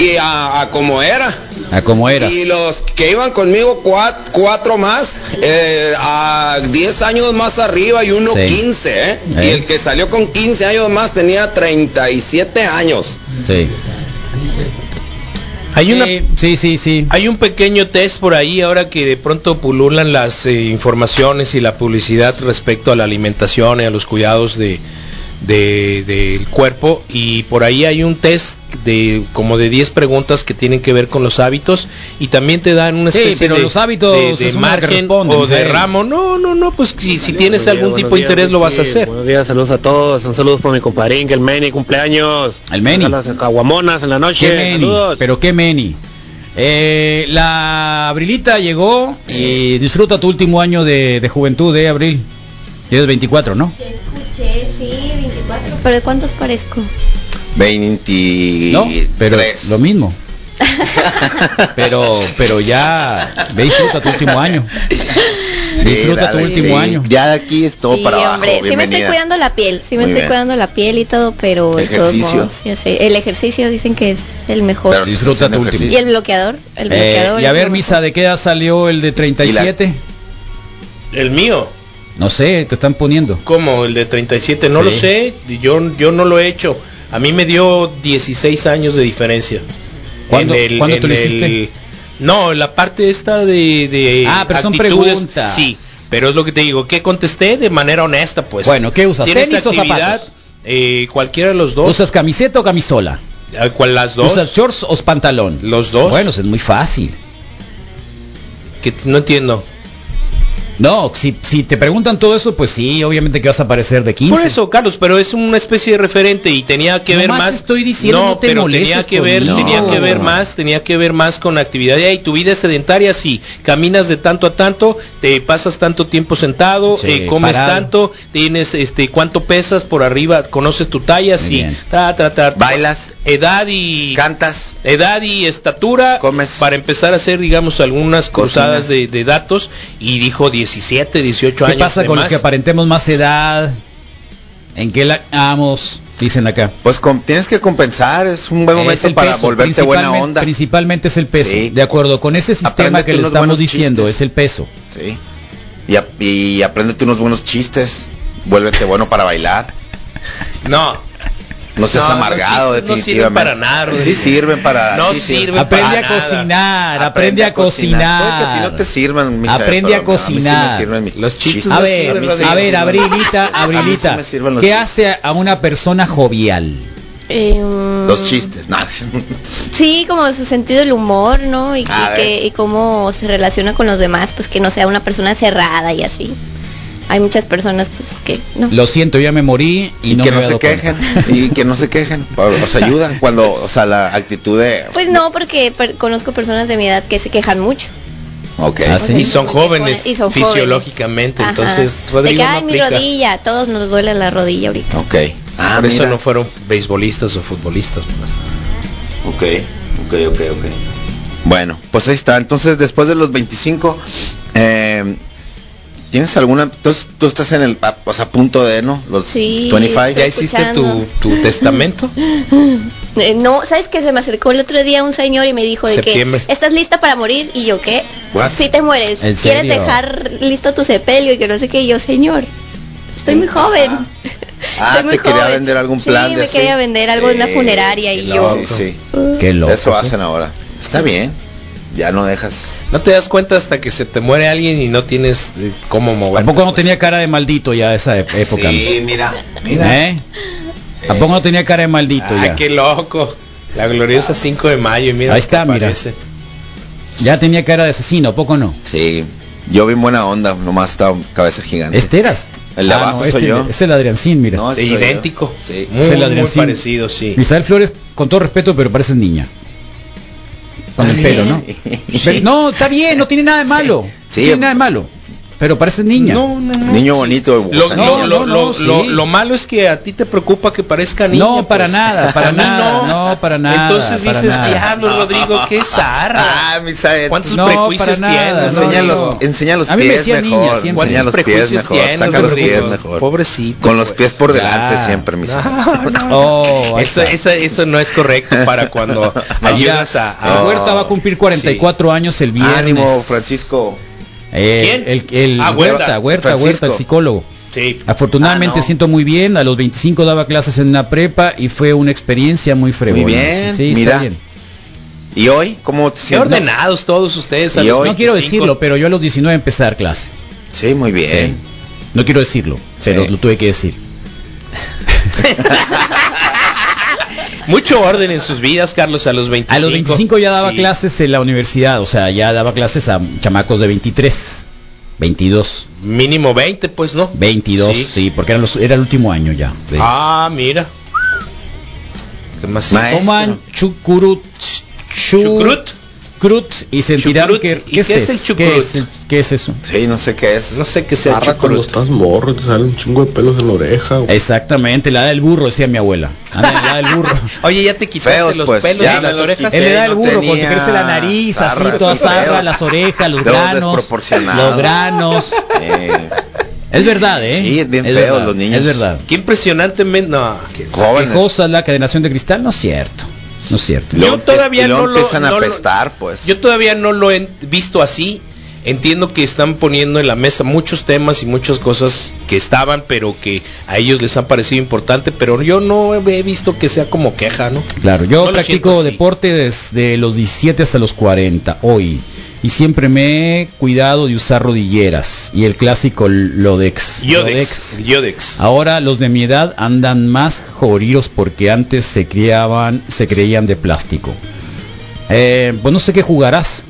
[SPEAKER 13] y a, a como era.
[SPEAKER 3] A como era.
[SPEAKER 13] Y los que iban conmigo, cuat- cuatro, más, eh, a 10 años más arriba y uno
[SPEAKER 3] Sí.
[SPEAKER 13] 15, ¿eh?
[SPEAKER 3] Eh.
[SPEAKER 13] Y el que salió con 15 años más tenía 37 años.
[SPEAKER 3] Sí.
[SPEAKER 5] Hay una...
[SPEAKER 3] Sí, sí, sí, sí.
[SPEAKER 5] Hay un pequeño test por ahí ahora que de pronto pululan las eh, informaciones y la publicidad respecto a la alimentación y a los cuidados de, de- del cuerpo y por ahí hay un test de como de 10 preguntas que tienen que ver con los hábitos y también te dan una especie
[SPEAKER 3] Sí, pero
[SPEAKER 5] de,
[SPEAKER 3] los hábitos
[SPEAKER 5] de- de
[SPEAKER 3] es una que
[SPEAKER 5] margen
[SPEAKER 3] responden,
[SPEAKER 5] o de
[SPEAKER 3] Misael.
[SPEAKER 5] ramo. No, no, no, pues si, si tienes algún
[SPEAKER 14] buenos
[SPEAKER 5] tipo de
[SPEAKER 14] días,
[SPEAKER 5] interés lo vas a
[SPEAKER 14] Ricky.
[SPEAKER 5] hacer.
[SPEAKER 14] Buenos días, saludos a todos. Un saludo para mi compadrín, que el Meni cumpleaños.
[SPEAKER 3] El Meni.
[SPEAKER 14] A las caguamonas en la noche.
[SPEAKER 3] ¿Qué meni?
[SPEAKER 14] Saludos.
[SPEAKER 3] Pero qué meni. Eh, la Abrilita llegó y disfruta tu último año de, de juventud, de Abril. Tienes 24, ¿no?
[SPEAKER 15] Escuché, sí, 24. ¿Pero de cuántos parezco?
[SPEAKER 6] 20.
[SPEAKER 3] No, pero lo mismo. pero pero ya ve y disfruta tu último año.
[SPEAKER 6] Sí,
[SPEAKER 3] disfruta
[SPEAKER 6] dale,
[SPEAKER 3] tu último
[SPEAKER 6] sí.
[SPEAKER 3] año.
[SPEAKER 6] Ya de aquí es todo
[SPEAKER 15] sí,
[SPEAKER 6] para abajo.
[SPEAKER 15] hombre, sí me estoy
[SPEAKER 6] bienvenida.
[SPEAKER 15] cuidando la piel, sí me
[SPEAKER 6] Muy
[SPEAKER 15] estoy
[SPEAKER 6] bien.
[SPEAKER 15] cuidando la piel y todo, pero de todos
[SPEAKER 6] Ejercicio.
[SPEAKER 15] modos, ya sé, el ejercicio dicen que es el mejor.
[SPEAKER 3] Pero disfruta tu último.
[SPEAKER 15] Y el bloqueador, el
[SPEAKER 3] Eh,
[SPEAKER 15] bloqueador.
[SPEAKER 3] y a
[SPEAKER 15] es
[SPEAKER 3] ver,
[SPEAKER 15] lo
[SPEAKER 3] Misa, ¿de qué edad salió el de 37?
[SPEAKER 5] El mío.
[SPEAKER 3] No sé, te están poniendo.
[SPEAKER 5] ¿Cómo? El de 37, no
[SPEAKER 3] Sí.
[SPEAKER 5] lo sé, yo, yo no lo he hecho. A mí me dio 16 años de diferencia.
[SPEAKER 3] ¿Cuándo- cuándo tú lo hiciste?
[SPEAKER 5] No, la parte esta de... de
[SPEAKER 3] Ah, pero son
[SPEAKER 5] actitudes,
[SPEAKER 3] preguntas.
[SPEAKER 5] Sí, pero es lo que te digo, que contesté de manera honesta, pues.
[SPEAKER 3] Bueno, ¿qué usas,
[SPEAKER 5] ¿Tienes
[SPEAKER 3] tenis o
[SPEAKER 5] actividad?
[SPEAKER 3] zapatos?
[SPEAKER 5] Eh, cualquiera de los dos.
[SPEAKER 3] ¿Usas camiseta o camisola?
[SPEAKER 5] Ah, ¿Cuál las dos?
[SPEAKER 3] ¿Usas shorts o pantalón?
[SPEAKER 5] Los dos.
[SPEAKER 3] Bueno, es muy fácil.
[SPEAKER 5] Que t- no entiendo.
[SPEAKER 3] No, si, si te preguntan todo eso, pues sí, obviamente que vas a parecer de 15.
[SPEAKER 5] Por eso, Carlos, pero es una especie de referente y tenía que ver
[SPEAKER 3] Nomás
[SPEAKER 5] más.
[SPEAKER 3] estoy diciendo, no te
[SPEAKER 5] pero
[SPEAKER 3] molestes
[SPEAKER 5] tenía que ver,
[SPEAKER 3] conmigo.
[SPEAKER 5] tenía que ver
[SPEAKER 3] No.
[SPEAKER 5] más, tenía que ver más con actividad. Y tu vida es sedentaria, sí. Caminas de tanto a tanto, te pasas tanto tiempo sentado,
[SPEAKER 3] Sí,
[SPEAKER 5] eh, comes
[SPEAKER 3] parado.
[SPEAKER 5] tanto, tienes este cuánto pesas por arriba, conoces tu talla, sí.
[SPEAKER 3] bien.
[SPEAKER 5] Ta, ta, ta, Bailas, edad y cantas, edad y estatura. Comes. Para empezar a hacer, digamos, algunas cruzadas de, de datos y dijo 17, 18
[SPEAKER 3] ¿Qué
[SPEAKER 5] años.
[SPEAKER 3] pasa
[SPEAKER 5] de
[SPEAKER 3] con los
[SPEAKER 5] más.
[SPEAKER 3] que aparentemos más edad? ¿En qué la amos? Dicen acá.
[SPEAKER 6] Pues com- tienes que compensar, es un buen
[SPEAKER 3] Es
[SPEAKER 6] momento
[SPEAKER 3] el
[SPEAKER 6] para
[SPEAKER 3] peso,
[SPEAKER 6] volverte buena
[SPEAKER 3] principalmente-
[SPEAKER 6] onda.
[SPEAKER 3] Principalmente es el peso.
[SPEAKER 6] Sí.
[SPEAKER 3] De acuerdo con ese sistema
[SPEAKER 6] Apréndete
[SPEAKER 3] que le
[SPEAKER 6] unos
[SPEAKER 3] estamos
[SPEAKER 6] buenos
[SPEAKER 3] diciendo,
[SPEAKER 6] chistes.
[SPEAKER 3] es el peso.
[SPEAKER 6] Sí. Y, ap- y apréndete unos buenos chistes, vuélvete bueno para bailar.
[SPEAKER 5] No.
[SPEAKER 6] No seas
[SPEAKER 5] No, no
[SPEAKER 6] amargado,
[SPEAKER 5] sirven- no sirven
[SPEAKER 6] definitivamente.
[SPEAKER 5] para nada, Rodrigo.
[SPEAKER 6] Sí sirven para...
[SPEAKER 5] No
[SPEAKER 6] sí
[SPEAKER 5] sirven
[SPEAKER 3] Aprende
[SPEAKER 5] para
[SPEAKER 3] a
[SPEAKER 5] nada.
[SPEAKER 3] cocinar, aprende a cocinar.
[SPEAKER 6] Puede que a ti no te sirvan, Misael,
[SPEAKER 3] Aprende a
[SPEAKER 6] pero mí sí me
[SPEAKER 3] cocinar.
[SPEAKER 6] sirven mis
[SPEAKER 5] Los
[SPEAKER 6] chistes.
[SPEAKER 3] A ver, a ver, Abrilita,
[SPEAKER 6] A mí sí
[SPEAKER 3] Abrilita,
[SPEAKER 6] me sirven los
[SPEAKER 3] ¿qué
[SPEAKER 6] chistes.
[SPEAKER 3] hace a una persona jovial?
[SPEAKER 15] mejor. Eh, mm,
[SPEAKER 6] Los chistes, nada.
[SPEAKER 15] Sí, como su sentido del humor, ¿no? Y, y
[SPEAKER 6] A ver.
[SPEAKER 15] que, y cómo se relaciona con los demás, pues que no sea una persona cerrada y así. Hay muchas personas, pues que no.
[SPEAKER 3] Lo siento, ya me morí y, no
[SPEAKER 6] que
[SPEAKER 3] me
[SPEAKER 6] no
[SPEAKER 3] había
[SPEAKER 6] se
[SPEAKER 3] dado cuenta.
[SPEAKER 6] quejen, y que no se quejen. Os ayudan cuando, o sea, la actitud de...
[SPEAKER 15] Pues no, porque per- conozco personas de mi edad que se quejan mucho.
[SPEAKER 6] Ok.
[SPEAKER 3] Ah, sí.
[SPEAKER 5] Y son jóvenes
[SPEAKER 15] Y son jóvenes.
[SPEAKER 5] fisiológicamente,
[SPEAKER 15] Ajá.
[SPEAKER 5] entonces
[SPEAKER 15] de
[SPEAKER 5] Rodrigo
[SPEAKER 15] que,
[SPEAKER 5] no
[SPEAKER 15] "Ay, mi
[SPEAKER 5] aplica.
[SPEAKER 15] rodilla, a todos nos duele la rodilla ahorita.
[SPEAKER 6] Ok. Ah,
[SPEAKER 5] Por eso
[SPEAKER 6] mira.
[SPEAKER 5] no fueron beisbolistas o futbolistas. pues.
[SPEAKER 6] Ok, ok, ok, ok. Bueno, pues ahí está. Entonces, después de los 25, eh, ¿tienes alguna? Entonces, tú estás en el, a- o sea, a punto de, ¿no? Los
[SPEAKER 15] Sí,
[SPEAKER 6] 25.
[SPEAKER 15] estoy ¿Ya hiciste escuchando.
[SPEAKER 5] tu- tu testamento?
[SPEAKER 15] Eh, no, ¿sabes que Se me acercó el otro día un señor y me dijo de
[SPEAKER 5] Septiembre.
[SPEAKER 15] que estás lista para morir y yo qué?
[SPEAKER 6] What?
[SPEAKER 15] Si te mueres,
[SPEAKER 3] ¿En
[SPEAKER 15] quieres
[SPEAKER 3] serio?
[SPEAKER 15] dejar listo tu sepelio y que no sé qué, y yo, señor. Estoy muy joven.
[SPEAKER 6] Ah,
[SPEAKER 15] Estoy muy
[SPEAKER 6] te quería
[SPEAKER 15] joven.
[SPEAKER 6] vender algún
[SPEAKER 15] Sí,
[SPEAKER 6] plan de
[SPEAKER 15] me
[SPEAKER 6] así.
[SPEAKER 15] quería vender algo de una
[SPEAKER 6] Sí,
[SPEAKER 15] funeraria y
[SPEAKER 6] qué
[SPEAKER 15] yo.
[SPEAKER 6] loco. Sí, sí.
[SPEAKER 3] Qué loco.
[SPEAKER 6] Eso hacen ahora. Está bien. Ya no dejas.
[SPEAKER 5] No te das cuenta hasta que se te muere alguien y no tienes eh, cómo mover.
[SPEAKER 3] Tampoco no tenía cara de maldito ya esa ep- época.
[SPEAKER 6] Sí, mira, mira.
[SPEAKER 3] ¿Eh? Tampoco no tenía cara de maldito
[SPEAKER 5] Ah,
[SPEAKER 3] ya.
[SPEAKER 5] qué loco. La
[SPEAKER 15] Ah.
[SPEAKER 5] gloriosa 5 de mayo, y mira.
[SPEAKER 3] Ahí
[SPEAKER 5] lo
[SPEAKER 3] está,
[SPEAKER 5] que
[SPEAKER 3] mira.
[SPEAKER 5] aparece.
[SPEAKER 3] Ya tenía cara de asesino, ¿a poco no.
[SPEAKER 6] Sí. Yo vi buena onda, nomás está cabeza gigante.
[SPEAKER 3] Este eras.
[SPEAKER 6] El de abajo
[SPEAKER 3] este
[SPEAKER 6] soy yo.
[SPEAKER 3] Es el Adriancín, mira.
[SPEAKER 6] No, ese soy yo.
[SPEAKER 5] E idéntico.
[SPEAKER 6] Sí.
[SPEAKER 5] Muy,
[SPEAKER 3] Es el
[SPEAKER 5] muy
[SPEAKER 3] Adriancín.
[SPEAKER 5] parecido, sí.
[SPEAKER 3] Misael Flores, con todo respeto, pero parece niña. Con el pelo, ¿no? Pero- no, está bien, no tiene nada de malo.
[SPEAKER 6] Sí.
[SPEAKER 3] No tiene nada de malo. Pero parece niña.
[SPEAKER 5] No, no, no.
[SPEAKER 6] Niño bonito.
[SPEAKER 5] Lo,
[SPEAKER 6] gusanito.
[SPEAKER 5] no,
[SPEAKER 3] no,
[SPEAKER 5] lo,
[SPEAKER 3] no,
[SPEAKER 5] lo-
[SPEAKER 3] sí.
[SPEAKER 5] lo- lo malo es que a ti te preocupa que parezca niña.
[SPEAKER 3] No, para
[SPEAKER 5] pues.
[SPEAKER 3] nada, para
[SPEAKER 5] A mí
[SPEAKER 3] nada,
[SPEAKER 5] no.
[SPEAKER 3] no, para nada,
[SPEAKER 5] Entonces
[SPEAKER 3] para
[SPEAKER 5] dices,
[SPEAKER 3] nada.
[SPEAKER 5] diablo, Rodrigo, qué zarra.
[SPEAKER 6] Ah, Misael.
[SPEAKER 5] ¿Cuántos
[SPEAKER 3] No, para
[SPEAKER 5] prejuicios
[SPEAKER 3] nada,
[SPEAKER 5] tienes?
[SPEAKER 3] no,
[SPEAKER 6] enseña,
[SPEAKER 3] no.
[SPEAKER 6] los, enseña los
[SPEAKER 3] A mí me
[SPEAKER 6] pies
[SPEAKER 3] decían niña
[SPEAKER 6] mejor,
[SPEAKER 3] siempre.
[SPEAKER 6] enseña los pies
[SPEAKER 5] Prejuicios
[SPEAKER 6] mejor,
[SPEAKER 5] tienes,
[SPEAKER 6] saca los pies
[SPEAKER 5] Rodrigo.
[SPEAKER 6] mejor.
[SPEAKER 5] Pobrecito,
[SPEAKER 6] Con los
[SPEAKER 5] pues.
[SPEAKER 6] pies por delante
[SPEAKER 3] Ya.
[SPEAKER 6] siempre, mis
[SPEAKER 3] Oh, ahí
[SPEAKER 5] eso,
[SPEAKER 3] está.
[SPEAKER 5] eso, eso no es correcto para cuando ayudas a, a-
[SPEAKER 3] El Huerta va a cumplir 44 años el viernes.
[SPEAKER 6] Oh. Ánimo, Francisco.
[SPEAKER 3] Eh,
[SPEAKER 5] ¿Quién?
[SPEAKER 3] El, el
[SPEAKER 5] Ah, Huerta.
[SPEAKER 3] Huerta, Huerta,
[SPEAKER 6] Francisco.
[SPEAKER 3] Huerta, el psicólogo.
[SPEAKER 5] Sí.
[SPEAKER 3] Afortunadamente
[SPEAKER 6] Ah, no.
[SPEAKER 3] siento muy bien, a los 25 daba clases en una prepa y fue una experiencia muy fregona.
[SPEAKER 6] Muy bien,
[SPEAKER 3] Sí, sí, está
[SPEAKER 6] mira.
[SPEAKER 3] bien.
[SPEAKER 6] ¿Y hoy cómo te
[SPEAKER 5] Qué
[SPEAKER 6] sientes?
[SPEAKER 5] ordenados todos ustedes. a
[SPEAKER 6] Y
[SPEAKER 5] los
[SPEAKER 6] hoy-
[SPEAKER 3] No quiero
[SPEAKER 5] 25.
[SPEAKER 3] decirlo, pero yo a los 19 empecé a dar clase.
[SPEAKER 6] Sí, muy bien.
[SPEAKER 3] No quiero decirlo, pero
[SPEAKER 6] Sí.
[SPEAKER 3] lo tuve que decir.
[SPEAKER 5] Mucho orden en sus vidas, Carlos, a los 25.
[SPEAKER 3] A los 25 ya daba clases en la universidad, o sea, ya daba clases a chamacos de 23, 22.
[SPEAKER 5] Mínimo 20, pues, ¿no?
[SPEAKER 3] 22, sí,
[SPEAKER 5] Sí.
[SPEAKER 3] porque eran los- era el último año ya. de-
[SPEAKER 5] Ah, mira. ¿Qué más?
[SPEAKER 3] Toman chucurut, chu-
[SPEAKER 5] Chucrut.
[SPEAKER 3] crut y sentirán
[SPEAKER 5] Chucrut.
[SPEAKER 3] que
[SPEAKER 5] ¿Y
[SPEAKER 3] ¿qué es,
[SPEAKER 5] qué es el
[SPEAKER 3] eso?
[SPEAKER 5] chucrut?
[SPEAKER 3] ¿Qué es, el- qué es eso?
[SPEAKER 6] Sí, no sé qué es.
[SPEAKER 5] No sé qué sea
[SPEAKER 9] Agarra cuando
[SPEAKER 5] chucrut.
[SPEAKER 9] estás morro, y te sale un chingo de pelos en la oreja. güey.
[SPEAKER 3] Exactamente, la edad del burro, decía mi abuela. Anda, la edad del burro.
[SPEAKER 5] Oye, ya te quitaste
[SPEAKER 6] Feos,
[SPEAKER 5] los
[SPEAKER 6] pues,
[SPEAKER 5] pelos
[SPEAKER 6] ya
[SPEAKER 5] de
[SPEAKER 6] me
[SPEAKER 5] las
[SPEAKER 6] los
[SPEAKER 5] orejas.
[SPEAKER 6] quité.
[SPEAKER 3] Es la edad
[SPEAKER 6] no
[SPEAKER 3] del burro, cuando te
[SPEAKER 6] tenía
[SPEAKER 3] crece la nariz, así,
[SPEAKER 6] zarras,
[SPEAKER 3] toda
[SPEAKER 6] qué feo.
[SPEAKER 3] Ah, zarra, las orejas, los
[SPEAKER 6] Luego
[SPEAKER 3] granos.
[SPEAKER 6] desproporcionado.
[SPEAKER 3] Los granos.
[SPEAKER 6] Eh,
[SPEAKER 3] Es verdad, ¿eh?
[SPEAKER 6] Sí, es bien feo
[SPEAKER 3] verdad,
[SPEAKER 6] los niños.
[SPEAKER 3] Es verdad.
[SPEAKER 5] Qué impresionantemente. No, qué-
[SPEAKER 6] jóvenes.
[SPEAKER 3] Quejosa la generación de cristal, no es cierto. No es cierto.
[SPEAKER 6] Y luego
[SPEAKER 5] Yo todavía
[SPEAKER 6] empiez- y luego
[SPEAKER 5] no lo-
[SPEAKER 6] empiezan
[SPEAKER 5] no
[SPEAKER 6] a
[SPEAKER 5] lo-
[SPEAKER 6] apestar, pues.
[SPEAKER 5] Yo todavía no lo he visto así. Entiendo que están poniendo en la mesa muchos temas y muchas cosas que estaban, pero que a ellos les han parecido importante, pero yo no he visto que sea como queja, ¿no?
[SPEAKER 3] Claro, yo
[SPEAKER 5] No lo
[SPEAKER 3] practico
[SPEAKER 5] siento así.
[SPEAKER 3] deporte desde los 17 hasta los 40 hoy. Y siempre me he cuidado de usar rodilleras. Y el clásico Lodex.
[SPEAKER 5] Yodex.
[SPEAKER 13] Ah,
[SPEAKER 5] Yodex.
[SPEAKER 3] Ahora los de mi edad andan más joridos porque antes se criaban, se creían de plástico. Eh, pues no sé qué jugarás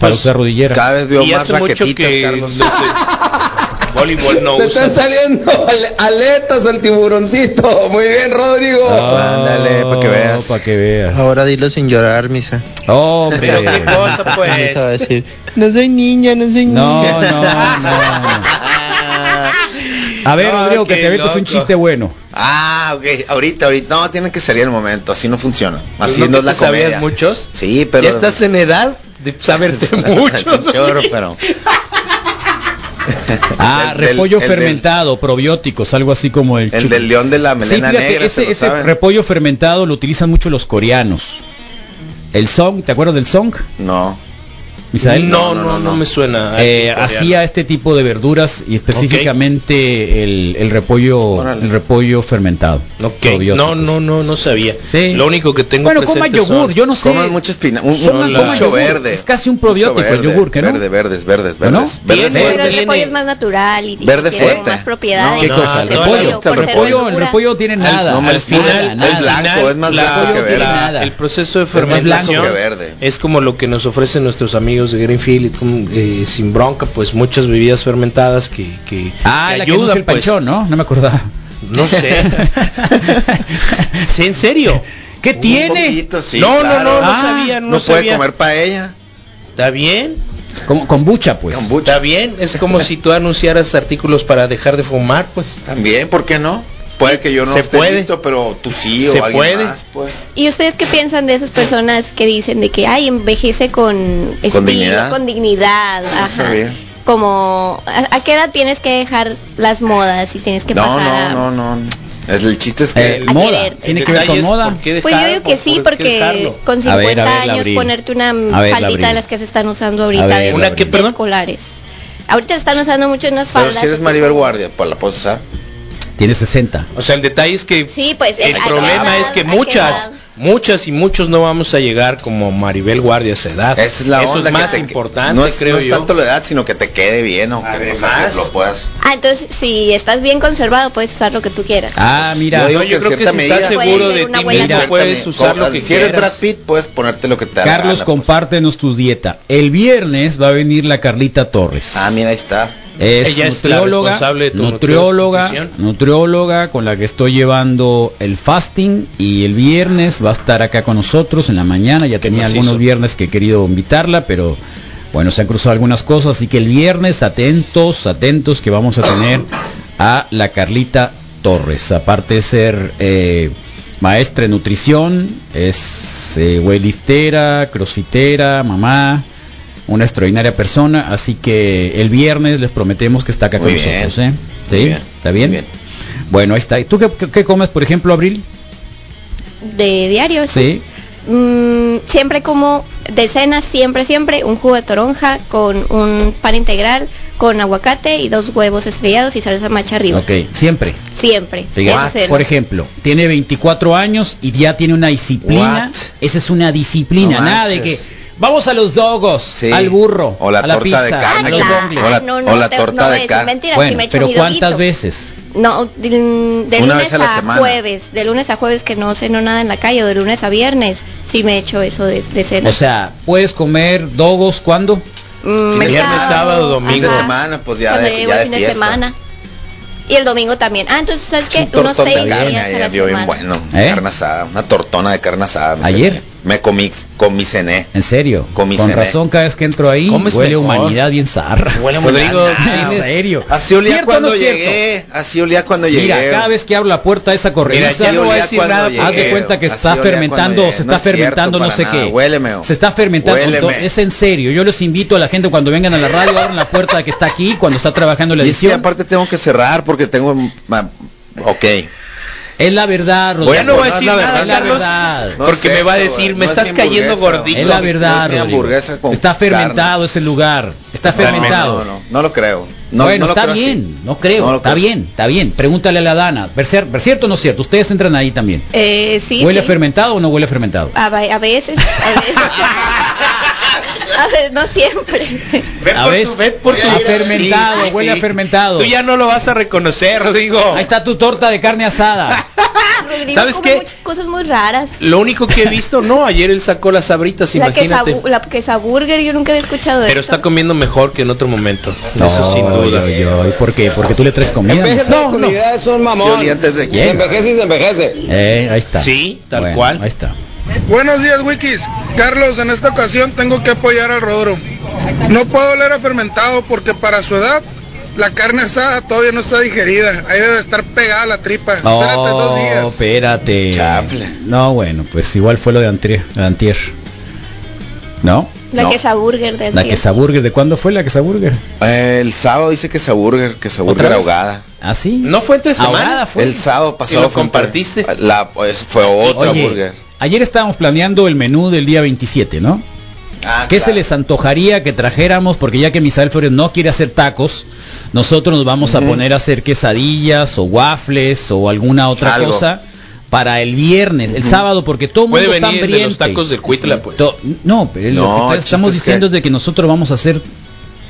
[SPEAKER 3] para
[SPEAKER 5] Pues,
[SPEAKER 3] usar rodilleras.
[SPEAKER 6] Cada vez veo
[SPEAKER 5] y
[SPEAKER 6] más
[SPEAKER 5] hace mucho
[SPEAKER 6] raquetitas,
[SPEAKER 5] que
[SPEAKER 6] Carlos.
[SPEAKER 5] no sé, voleibol no
[SPEAKER 13] Te están
[SPEAKER 5] usa.
[SPEAKER 13] saliendo ale- aletas al tiburoncito. Muy bien, Rodrigo.
[SPEAKER 6] Ándale, pa' que veas.
[SPEAKER 3] Para Ah, que veas.
[SPEAKER 9] Ahora dilo sin llorar, misa.
[SPEAKER 3] Hombre.
[SPEAKER 5] Pero qué cosa,
[SPEAKER 9] Misa va a
[SPEAKER 5] pues.
[SPEAKER 9] decir, no soy niña, no soy
[SPEAKER 3] No,
[SPEAKER 9] niña.
[SPEAKER 3] no, no. A ver,
[SPEAKER 5] No,
[SPEAKER 3] Rodrigo, que
[SPEAKER 5] qué
[SPEAKER 3] te metes un
[SPEAKER 5] loco.
[SPEAKER 3] chiste bueno.
[SPEAKER 6] Ah, ok. Ahorita, ahorita. No, tiene que salir el momento. Así no funciona. Así
[SPEAKER 5] ¿No
[SPEAKER 6] no,
[SPEAKER 5] Pues que
[SPEAKER 6] es la
[SPEAKER 5] tú sabías
[SPEAKER 6] comedia.
[SPEAKER 5] muchos?
[SPEAKER 6] Sí, pero...
[SPEAKER 5] Ya estás en edad de
[SPEAKER 6] Es
[SPEAKER 5] saberse
[SPEAKER 6] un
[SPEAKER 5] mucho.
[SPEAKER 6] chorro, pero...
[SPEAKER 3] Ah,
[SPEAKER 6] El del-
[SPEAKER 3] repollo
[SPEAKER 6] el del-
[SPEAKER 3] fermentado, probióticos, algo así como el
[SPEAKER 6] El
[SPEAKER 3] chuc-
[SPEAKER 6] del león de la
[SPEAKER 3] Sí,
[SPEAKER 6] melena
[SPEAKER 3] fíjate,
[SPEAKER 6] negra,
[SPEAKER 3] ese,
[SPEAKER 6] se lo
[SPEAKER 3] ese
[SPEAKER 6] saben.
[SPEAKER 3] repollo fermentado lo utilizan mucho los coreanos. El song, ¿te acuerdas del song?
[SPEAKER 6] No.
[SPEAKER 3] Misael?
[SPEAKER 5] No, no, no, me suena.
[SPEAKER 3] Eh, hacía este tipo de verduras y específicamente el, el repollo
[SPEAKER 6] Órale.
[SPEAKER 3] el repollo fermentado.
[SPEAKER 5] Ok,
[SPEAKER 3] probióticos.
[SPEAKER 5] No, no, no, no sabía.
[SPEAKER 3] Sí.
[SPEAKER 5] Lo único que tengo
[SPEAKER 3] Bueno, coma
[SPEAKER 5] presente son-
[SPEAKER 3] yogur, yo no sé.
[SPEAKER 6] Coman mucho espina... Un,
[SPEAKER 3] Son-
[SPEAKER 6] un-
[SPEAKER 5] la-
[SPEAKER 6] mucho
[SPEAKER 3] yogur,
[SPEAKER 6] verde.
[SPEAKER 3] es casi un
[SPEAKER 6] Mucho
[SPEAKER 3] probiótico el
[SPEAKER 6] verde,
[SPEAKER 3] yogur, ¿que no?
[SPEAKER 6] Verde, verdes, verdes,
[SPEAKER 3] ¿No?
[SPEAKER 6] verdes. verdes,
[SPEAKER 5] Tiene-
[SPEAKER 15] Pero el
[SPEAKER 5] Tiene-
[SPEAKER 15] repollo es más natural y
[SPEAKER 6] Verde
[SPEAKER 15] tiene como
[SPEAKER 6] fuerte.
[SPEAKER 15] más propiedades.
[SPEAKER 3] ¿Qué
[SPEAKER 5] No,
[SPEAKER 3] cosa? El
[SPEAKER 5] no,
[SPEAKER 3] repollo,
[SPEAKER 5] le gusta
[SPEAKER 3] el
[SPEAKER 5] el
[SPEAKER 3] repollo, el
[SPEAKER 15] repollo.
[SPEAKER 3] repollo tiene nada.
[SPEAKER 6] no, al
[SPEAKER 3] nada,
[SPEAKER 6] final,
[SPEAKER 3] nada.
[SPEAKER 6] es blanco, es más
[SPEAKER 5] la-
[SPEAKER 6] blanco que
[SPEAKER 3] no tiene
[SPEAKER 6] verde.
[SPEAKER 3] nada.
[SPEAKER 5] El proceso de
[SPEAKER 6] más blanco
[SPEAKER 5] fermentación
[SPEAKER 6] que verde.
[SPEAKER 5] es como lo que nos ofrecen nuestros amigos de Greenfield, y como, eh, sin bronca, pues muchas bebidas fermentadas que, que,
[SPEAKER 3] Ah,
[SPEAKER 5] que
[SPEAKER 3] la que usa el
[SPEAKER 5] pues.
[SPEAKER 3] panchón, ¿no? No me acordaba.
[SPEAKER 5] No sé. Sí, en serio.
[SPEAKER 3] ¿Qué
[SPEAKER 6] Un
[SPEAKER 3] tiene?
[SPEAKER 6] poquito, sí,
[SPEAKER 5] no, no,
[SPEAKER 6] claro.
[SPEAKER 5] no, no
[SPEAKER 3] Ah,
[SPEAKER 5] sabía, no,
[SPEAKER 6] No puede
[SPEAKER 5] sabía.
[SPEAKER 6] comer paella.
[SPEAKER 5] ¿Está bien?
[SPEAKER 3] Como kombucha, pues.
[SPEAKER 6] Kombucha.
[SPEAKER 5] Está bien, es como si tú anunciaras artículos para dejar de fumar, pues.
[SPEAKER 6] También, ¿por qué no? Puede que yo no
[SPEAKER 5] Se
[SPEAKER 6] esté
[SPEAKER 5] puede.
[SPEAKER 6] listo, pero tú sí o
[SPEAKER 5] Se
[SPEAKER 6] alguien
[SPEAKER 5] puede.
[SPEAKER 6] más, pues.
[SPEAKER 15] ¿Y ustedes qué piensan de esas personas que dicen de que, ay, envejece con estilo,
[SPEAKER 6] dignidad.
[SPEAKER 15] con dignidad, ajá.
[SPEAKER 6] sabía.
[SPEAKER 15] Como, ¿a, a qué edad tienes que dejar las modas y tienes que
[SPEAKER 6] No,
[SPEAKER 15] pasar a-
[SPEAKER 6] no, no, no. Es el chiste es que
[SPEAKER 3] Eh,
[SPEAKER 15] A
[SPEAKER 3] moda.
[SPEAKER 15] querer.
[SPEAKER 3] Tiene
[SPEAKER 5] El
[SPEAKER 3] que ver
[SPEAKER 5] detalle
[SPEAKER 3] con
[SPEAKER 5] es
[SPEAKER 3] moda.
[SPEAKER 5] por qué
[SPEAKER 15] Pues yo
[SPEAKER 5] dejar,
[SPEAKER 15] digo
[SPEAKER 5] por-
[SPEAKER 15] que sí,
[SPEAKER 5] por qué
[SPEAKER 15] porque
[SPEAKER 5] dejarlo.
[SPEAKER 15] con
[SPEAKER 3] A
[SPEAKER 15] 50
[SPEAKER 3] ver, a ver,
[SPEAKER 15] años
[SPEAKER 3] Labril.
[SPEAKER 15] ponerte una
[SPEAKER 3] A ver,
[SPEAKER 15] faldita
[SPEAKER 3] Labril.
[SPEAKER 15] de las que se están usando ahorita
[SPEAKER 3] ver,
[SPEAKER 15] de,
[SPEAKER 3] ¿Una qué,
[SPEAKER 15] de
[SPEAKER 5] perdón?
[SPEAKER 15] escolares. Ahorita se están usando mucho unas
[SPEAKER 6] pero
[SPEAKER 15] faldas.
[SPEAKER 6] si eres
[SPEAKER 15] así
[SPEAKER 6] Maribel
[SPEAKER 15] como-
[SPEAKER 6] Guardia, pues la puedes usar.
[SPEAKER 3] Tiene 60.
[SPEAKER 5] O sea, el detalle es que
[SPEAKER 15] Sí, pues ¿a
[SPEAKER 5] el
[SPEAKER 15] qué
[SPEAKER 5] problema
[SPEAKER 15] edad?
[SPEAKER 5] es que
[SPEAKER 15] ¿A qué
[SPEAKER 5] muchas,
[SPEAKER 15] edad?
[SPEAKER 5] muchas y muchos no vamos a llegar como Maribel Guardia a esa edad.
[SPEAKER 6] Esa es la
[SPEAKER 5] Eso
[SPEAKER 6] onda
[SPEAKER 5] es más
[SPEAKER 6] que te-
[SPEAKER 5] importante,
[SPEAKER 6] no es,
[SPEAKER 5] creo
[SPEAKER 6] no es
[SPEAKER 5] yo.
[SPEAKER 6] tanto la edad, sino que te quede bien o que o sea,
[SPEAKER 5] Además.
[SPEAKER 6] que lo puedas.
[SPEAKER 15] Ah, entonces si estás bien conservado puedes usar lo que tú quieras.
[SPEAKER 3] Ah, mira.
[SPEAKER 6] Yo digo
[SPEAKER 5] No, yo
[SPEAKER 6] en
[SPEAKER 5] creo que
[SPEAKER 6] cierta
[SPEAKER 5] si estás
[SPEAKER 6] medida-
[SPEAKER 5] seguro
[SPEAKER 15] Puedes
[SPEAKER 5] de
[SPEAKER 15] ser una
[SPEAKER 5] ti
[SPEAKER 15] buena
[SPEAKER 5] mismo,
[SPEAKER 15] actriz.
[SPEAKER 5] puedes usar lo que
[SPEAKER 6] si eres Brad
[SPEAKER 5] quieras.
[SPEAKER 6] Pitt, puedes ponerte lo que te da la
[SPEAKER 3] Carlos,
[SPEAKER 6] gana, pues.
[SPEAKER 3] compártenos tu dieta. El viernes va a venir la Carlita Torres.
[SPEAKER 6] Ah, mira, ahí está.
[SPEAKER 3] Es
[SPEAKER 5] Ella es la
[SPEAKER 3] nutrióloga,
[SPEAKER 5] responsable de tu
[SPEAKER 3] nutrióloga,
[SPEAKER 5] nutrición.
[SPEAKER 3] nutrióloga con la que estoy llevando el fasting y el viernes va a estar acá con nosotros en la mañana. Ya tenía
[SPEAKER 5] nos
[SPEAKER 3] algunos
[SPEAKER 5] hizo?
[SPEAKER 3] viernes que he querido invitarla, pero bueno, se han cruzado algunas cosas, así que el viernes atentos, atentos que vamos a tener a la Carlita Torres. Aparte de ser eh, maestra en nutrición, es eh, weightliftera, crossfitera, mamá una extraordinaria persona, así que el viernes les prometemos que está acá
[SPEAKER 6] Muy
[SPEAKER 3] con
[SPEAKER 6] bien.
[SPEAKER 3] nosotros, ¿eh? ¿Sí?
[SPEAKER 6] Muy bien,
[SPEAKER 3] ¿Está bien?
[SPEAKER 6] muy bien.
[SPEAKER 3] Bueno, ahí está. ¿Y tú qué, qué- qué comes, por ejemplo, Abril?
[SPEAKER 15] De diario.
[SPEAKER 3] Sí.
[SPEAKER 15] Mm, siempre como de cena, siempre, siempre un jugo de toronja con un pan integral, con aguacate y dos huevos estrellados y salsa macha arriba.
[SPEAKER 3] Ok, siempre.
[SPEAKER 15] Siempre.
[SPEAKER 3] Fíjate.
[SPEAKER 15] Eso es
[SPEAKER 3] Por
[SPEAKER 15] cena.
[SPEAKER 3] ejemplo, tiene 24 años y ya tiene una disciplina.
[SPEAKER 6] What?
[SPEAKER 3] Esa es una disciplina,
[SPEAKER 6] No
[SPEAKER 3] nada de que
[SPEAKER 6] manches.
[SPEAKER 3] vamos a los dogos,
[SPEAKER 6] Sí.
[SPEAKER 3] al burro,
[SPEAKER 6] O la
[SPEAKER 3] a la
[SPEAKER 6] torta de
[SPEAKER 3] pizza,
[SPEAKER 15] Ah,
[SPEAKER 6] carne
[SPEAKER 3] a los
[SPEAKER 6] que-
[SPEAKER 15] claro.
[SPEAKER 3] dongles.
[SPEAKER 6] o la-
[SPEAKER 15] no, no,
[SPEAKER 6] o la
[SPEAKER 15] te-
[SPEAKER 6] torta
[SPEAKER 15] no,
[SPEAKER 6] de
[SPEAKER 15] es
[SPEAKER 6] carne.
[SPEAKER 15] mentira, sí
[SPEAKER 3] Bueno,
[SPEAKER 15] me echo
[SPEAKER 3] pero
[SPEAKER 15] mi
[SPEAKER 3] ¿cuántas
[SPEAKER 15] doguito.
[SPEAKER 3] veces?
[SPEAKER 15] No, de, de
[SPEAKER 6] Una
[SPEAKER 15] lunes
[SPEAKER 6] vez a la semana.
[SPEAKER 15] jueves, de lunes a jueves que no ceno nada en la calle, o de lunes a viernes, sí me echo eso de, de cena.
[SPEAKER 3] O sea, ¿puedes comer dogos cuándo?
[SPEAKER 5] Pues,
[SPEAKER 15] Mm,
[SPEAKER 6] Fin de
[SPEAKER 15] ajá,
[SPEAKER 6] semana, pues ya
[SPEAKER 15] cuando
[SPEAKER 6] de,
[SPEAKER 15] llego
[SPEAKER 6] ya
[SPEAKER 15] el
[SPEAKER 6] de
[SPEAKER 15] fin de
[SPEAKER 6] fiesta.
[SPEAKER 15] semana. Y el domingo también. Ah, entonces, ¿sabes qué? Unos
[SPEAKER 6] Tortón
[SPEAKER 15] seis
[SPEAKER 6] de carne,
[SPEAKER 15] días a la
[SPEAKER 6] ayer, yo bien
[SPEAKER 15] semana.
[SPEAKER 6] bueno, carne asada, una tortona de carne asada. me
[SPEAKER 3] ¿Ayer?
[SPEAKER 6] cené. Me comí, comí cené.
[SPEAKER 3] ¿En serio?
[SPEAKER 6] Comí
[SPEAKER 3] Con
[SPEAKER 6] cené.
[SPEAKER 3] razón, cada vez que entro ahí,
[SPEAKER 6] Comes
[SPEAKER 3] huele a
[SPEAKER 6] mejor.
[SPEAKER 3] humanidad bien zarra.
[SPEAKER 6] Huele muy
[SPEAKER 3] Rodrigo,
[SPEAKER 6] mal, nada,
[SPEAKER 3] ¿en
[SPEAKER 6] güey.
[SPEAKER 3] serio?
[SPEAKER 6] Así olía
[SPEAKER 3] ¿Cierto o
[SPEAKER 6] cuando
[SPEAKER 3] no cierto?
[SPEAKER 6] llegué, así olía cuando Ah, llegué.
[SPEAKER 3] Mira, cada vez que abro la puerta de esa correa,
[SPEAKER 6] Mira, yo olía cuando
[SPEAKER 3] haz de
[SPEAKER 6] llegué,
[SPEAKER 3] cuenta que
[SPEAKER 6] así
[SPEAKER 3] está
[SPEAKER 6] olía
[SPEAKER 3] fermentando,
[SPEAKER 6] cuando llegué.
[SPEAKER 3] se
[SPEAKER 6] No
[SPEAKER 3] está
[SPEAKER 6] es cierto
[SPEAKER 3] fermentando no
[SPEAKER 6] para
[SPEAKER 3] sé
[SPEAKER 6] nada,
[SPEAKER 3] qué.
[SPEAKER 6] huéleme, oh.
[SPEAKER 3] Se está fermentando.
[SPEAKER 6] Huéleme.
[SPEAKER 3] todo. Es en serio. Yo los invito a la gente cuando vengan a la radio, abran la puerta que está aquí, cuando está trabajando la
[SPEAKER 6] Y es que
[SPEAKER 3] edición.
[SPEAKER 6] aparte tengo que cerrar porque tengo... ma- Ok.
[SPEAKER 3] Es la verdad, Rodrigo.
[SPEAKER 6] Bueno,
[SPEAKER 3] no
[SPEAKER 6] voy a decir
[SPEAKER 3] la
[SPEAKER 6] nada,
[SPEAKER 3] verdad, es la
[SPEAKER 6] Carlos,
[SPEAKER 3] verdad.
[SPEAKER 6] no Porque es me va a eso, decir, güey, me no estás es mi cayendo hamburguesa, gordito.
[SPEAKER 3] Es la
[SPEAKER 6] no es mi
[SPEAKER 3] verdad, Rodrigo.
[SPEAKER 6] hamburguesa con
[SPEAKER 3] Está fermentado ese lugar. Está fermentado.
[SPEAKER 6] No, no, no lo creo. No, no
[SPEAKER 3] bueno,
[SPEAKER 6] lo
[SPEAKER 3] está
[SPEAKER 6] creo así.
[SPEAKER 3] bien, no creo,
[SPEAKER 6] No lo
[SPEAKER 3] está
[SPEAKER 6] creo así.
[SPEAKER 3] bien, está bien. Pregúntale a la Dana, ¿ver cier- ver ¿cierto o no cierto? Ustedes entran ahí también.
[SPEAKER 15] Eh, sí, Ah,
[SPEAKER 3] ¿Huele
[SPEAKER 15] sí.
[SPEAKER 3] fermentado o no huele fermentado?
[SPEAKER 15] A, va- a veces, a veces. a ver, no siempre.
[SPEAKER 3] a veces a fermentado,
[SPEAKER 5] Sí, sí,
[SPEAKER 3] Ah, huele a
[SPEAKER 5] sí.
[SPEAKER 3] fermentado.
[SPEAKER 5] Tú ya no lo vas a reconocer, Rodrigo.
[SPEAKER 3] Ahí está tu torta de carne asada.
[SPEAKER 15] Rodrigo
[SPEAKER 5] ¿Sabes
[SPEAKER 15] come
[SPEAKER 5] qué?
[SPEAKER 15] muchas cosas muy raras.
[SPEAKER 5] Lo único que he visto, no, ayer él sacó las sabritas,
[SPEAKER 15] La que,
[SPEAKER 5] imagínate.
[SPEAKER 15] la quesaburger, yo nunca había escuchado
[SPEAKER 5] Pero
[SPEAKER 15] eso.
[SPEAKER 5] está comiendo mejor que en otro momento. Eso sin
[SPEAKER 3] Ay,
[SPEAKER 5] duda.
[SPEAKER 3] ay, ay, ¿Por qué? Porque tú le traes comida.
[SPEAKER 13] Envejece
[SPEAKER 3] ¿no?
[SPEAKER 13] con ideas, son mamón.
[SPEAKER 6] Sí, olía antes de que-
[SPEAKER 13] Se envejece y se envejece.
[SPEAKER 3] Eh, ahí está.
[SPEAKER 5] Sí, tal
[SPEAKER 3] Bueno,
[SPEAKER 5] cual.
[SPEAKER 3] Ahí está.
[SPEAKER 10] Buenos días, Wikis. Carlos, en esta ocasión tengo que apoyar al Rodro. No puedo oler a fermentado porque para su edad la carne asada todavía no está digerida. Ahí debe estar pegada a la tripa. Espérate dos
[SPEAKER 3] No,
[SPEAKER 10] días.
[SPEAKER 3] espérate. No, bueno, pues igual fue lo de antier. de antier. ¿No?
[SPEAKER 15] La
[SPEAKER 6] No.
[SPEAKER 15] quesaburger de
[SPEAKER 3] La
[SPEAKER 15] antier.
[SPEAKER 3] quesaburger, ¿de cuándo fue la quesaburger?
[SPEAKER 6] El sábado dice que se burger, que se
[SPEAKER 3] ¿Otra
[SPEAKER 6] burger
[SPEAKER 3] vez?
[SPEAKER 6] ahogada.
[SPEAKER 3] ¿Ah, sí?
[SPEAKER 5] No fue entre semana.
[SPEAKER 3] Ahogada fue.
[SPEAKER 6] El sábado pasado
[SPEAKER 5] lo
[SPEAKER 6] fue-
[SPEAKER 5] compartiste?
[SPEAKER 6] La, pues, fue otra
[SPEAKER 3] Oye,
[SPEAKER 6] burger.
[SPEAKER 3] ayer estábamos planeando el menú del día 27, ¿no?
[SPEAKER 6] Ah,
[SPEAKER 3] ¿Qué se les antojaría que trajéramos? Porque ya que Misael Flores no quiere hacer tacos, nosotros nos vamos a poner a hacer quesadillas o waffles o alguna otra
[SPEAKER 5] Algo.
[SPEAKER 3] cosa para el viernes, el sábado, porque todo el mundo
[SPEAKER 5] Puede
[SPEAKER 3] está
[SPEAKER 5] venir de los
[SPEAKER 3] hambriente.
[SPEAKER 5] tacos del Cuitla, pues.
[SPEAKER 3] To- No, pero
[SPEAKER 6] No,
[SPEAKER 3] lo que
[SPEAKER 6] el
[SPEAKER 3] está-
[SPEAKER 6] chiste
[SPEAKER 3] estamos
[SPEAKER 6] es que-
[SPEAKER 3] diciendo es de que nosotros vamos a hacer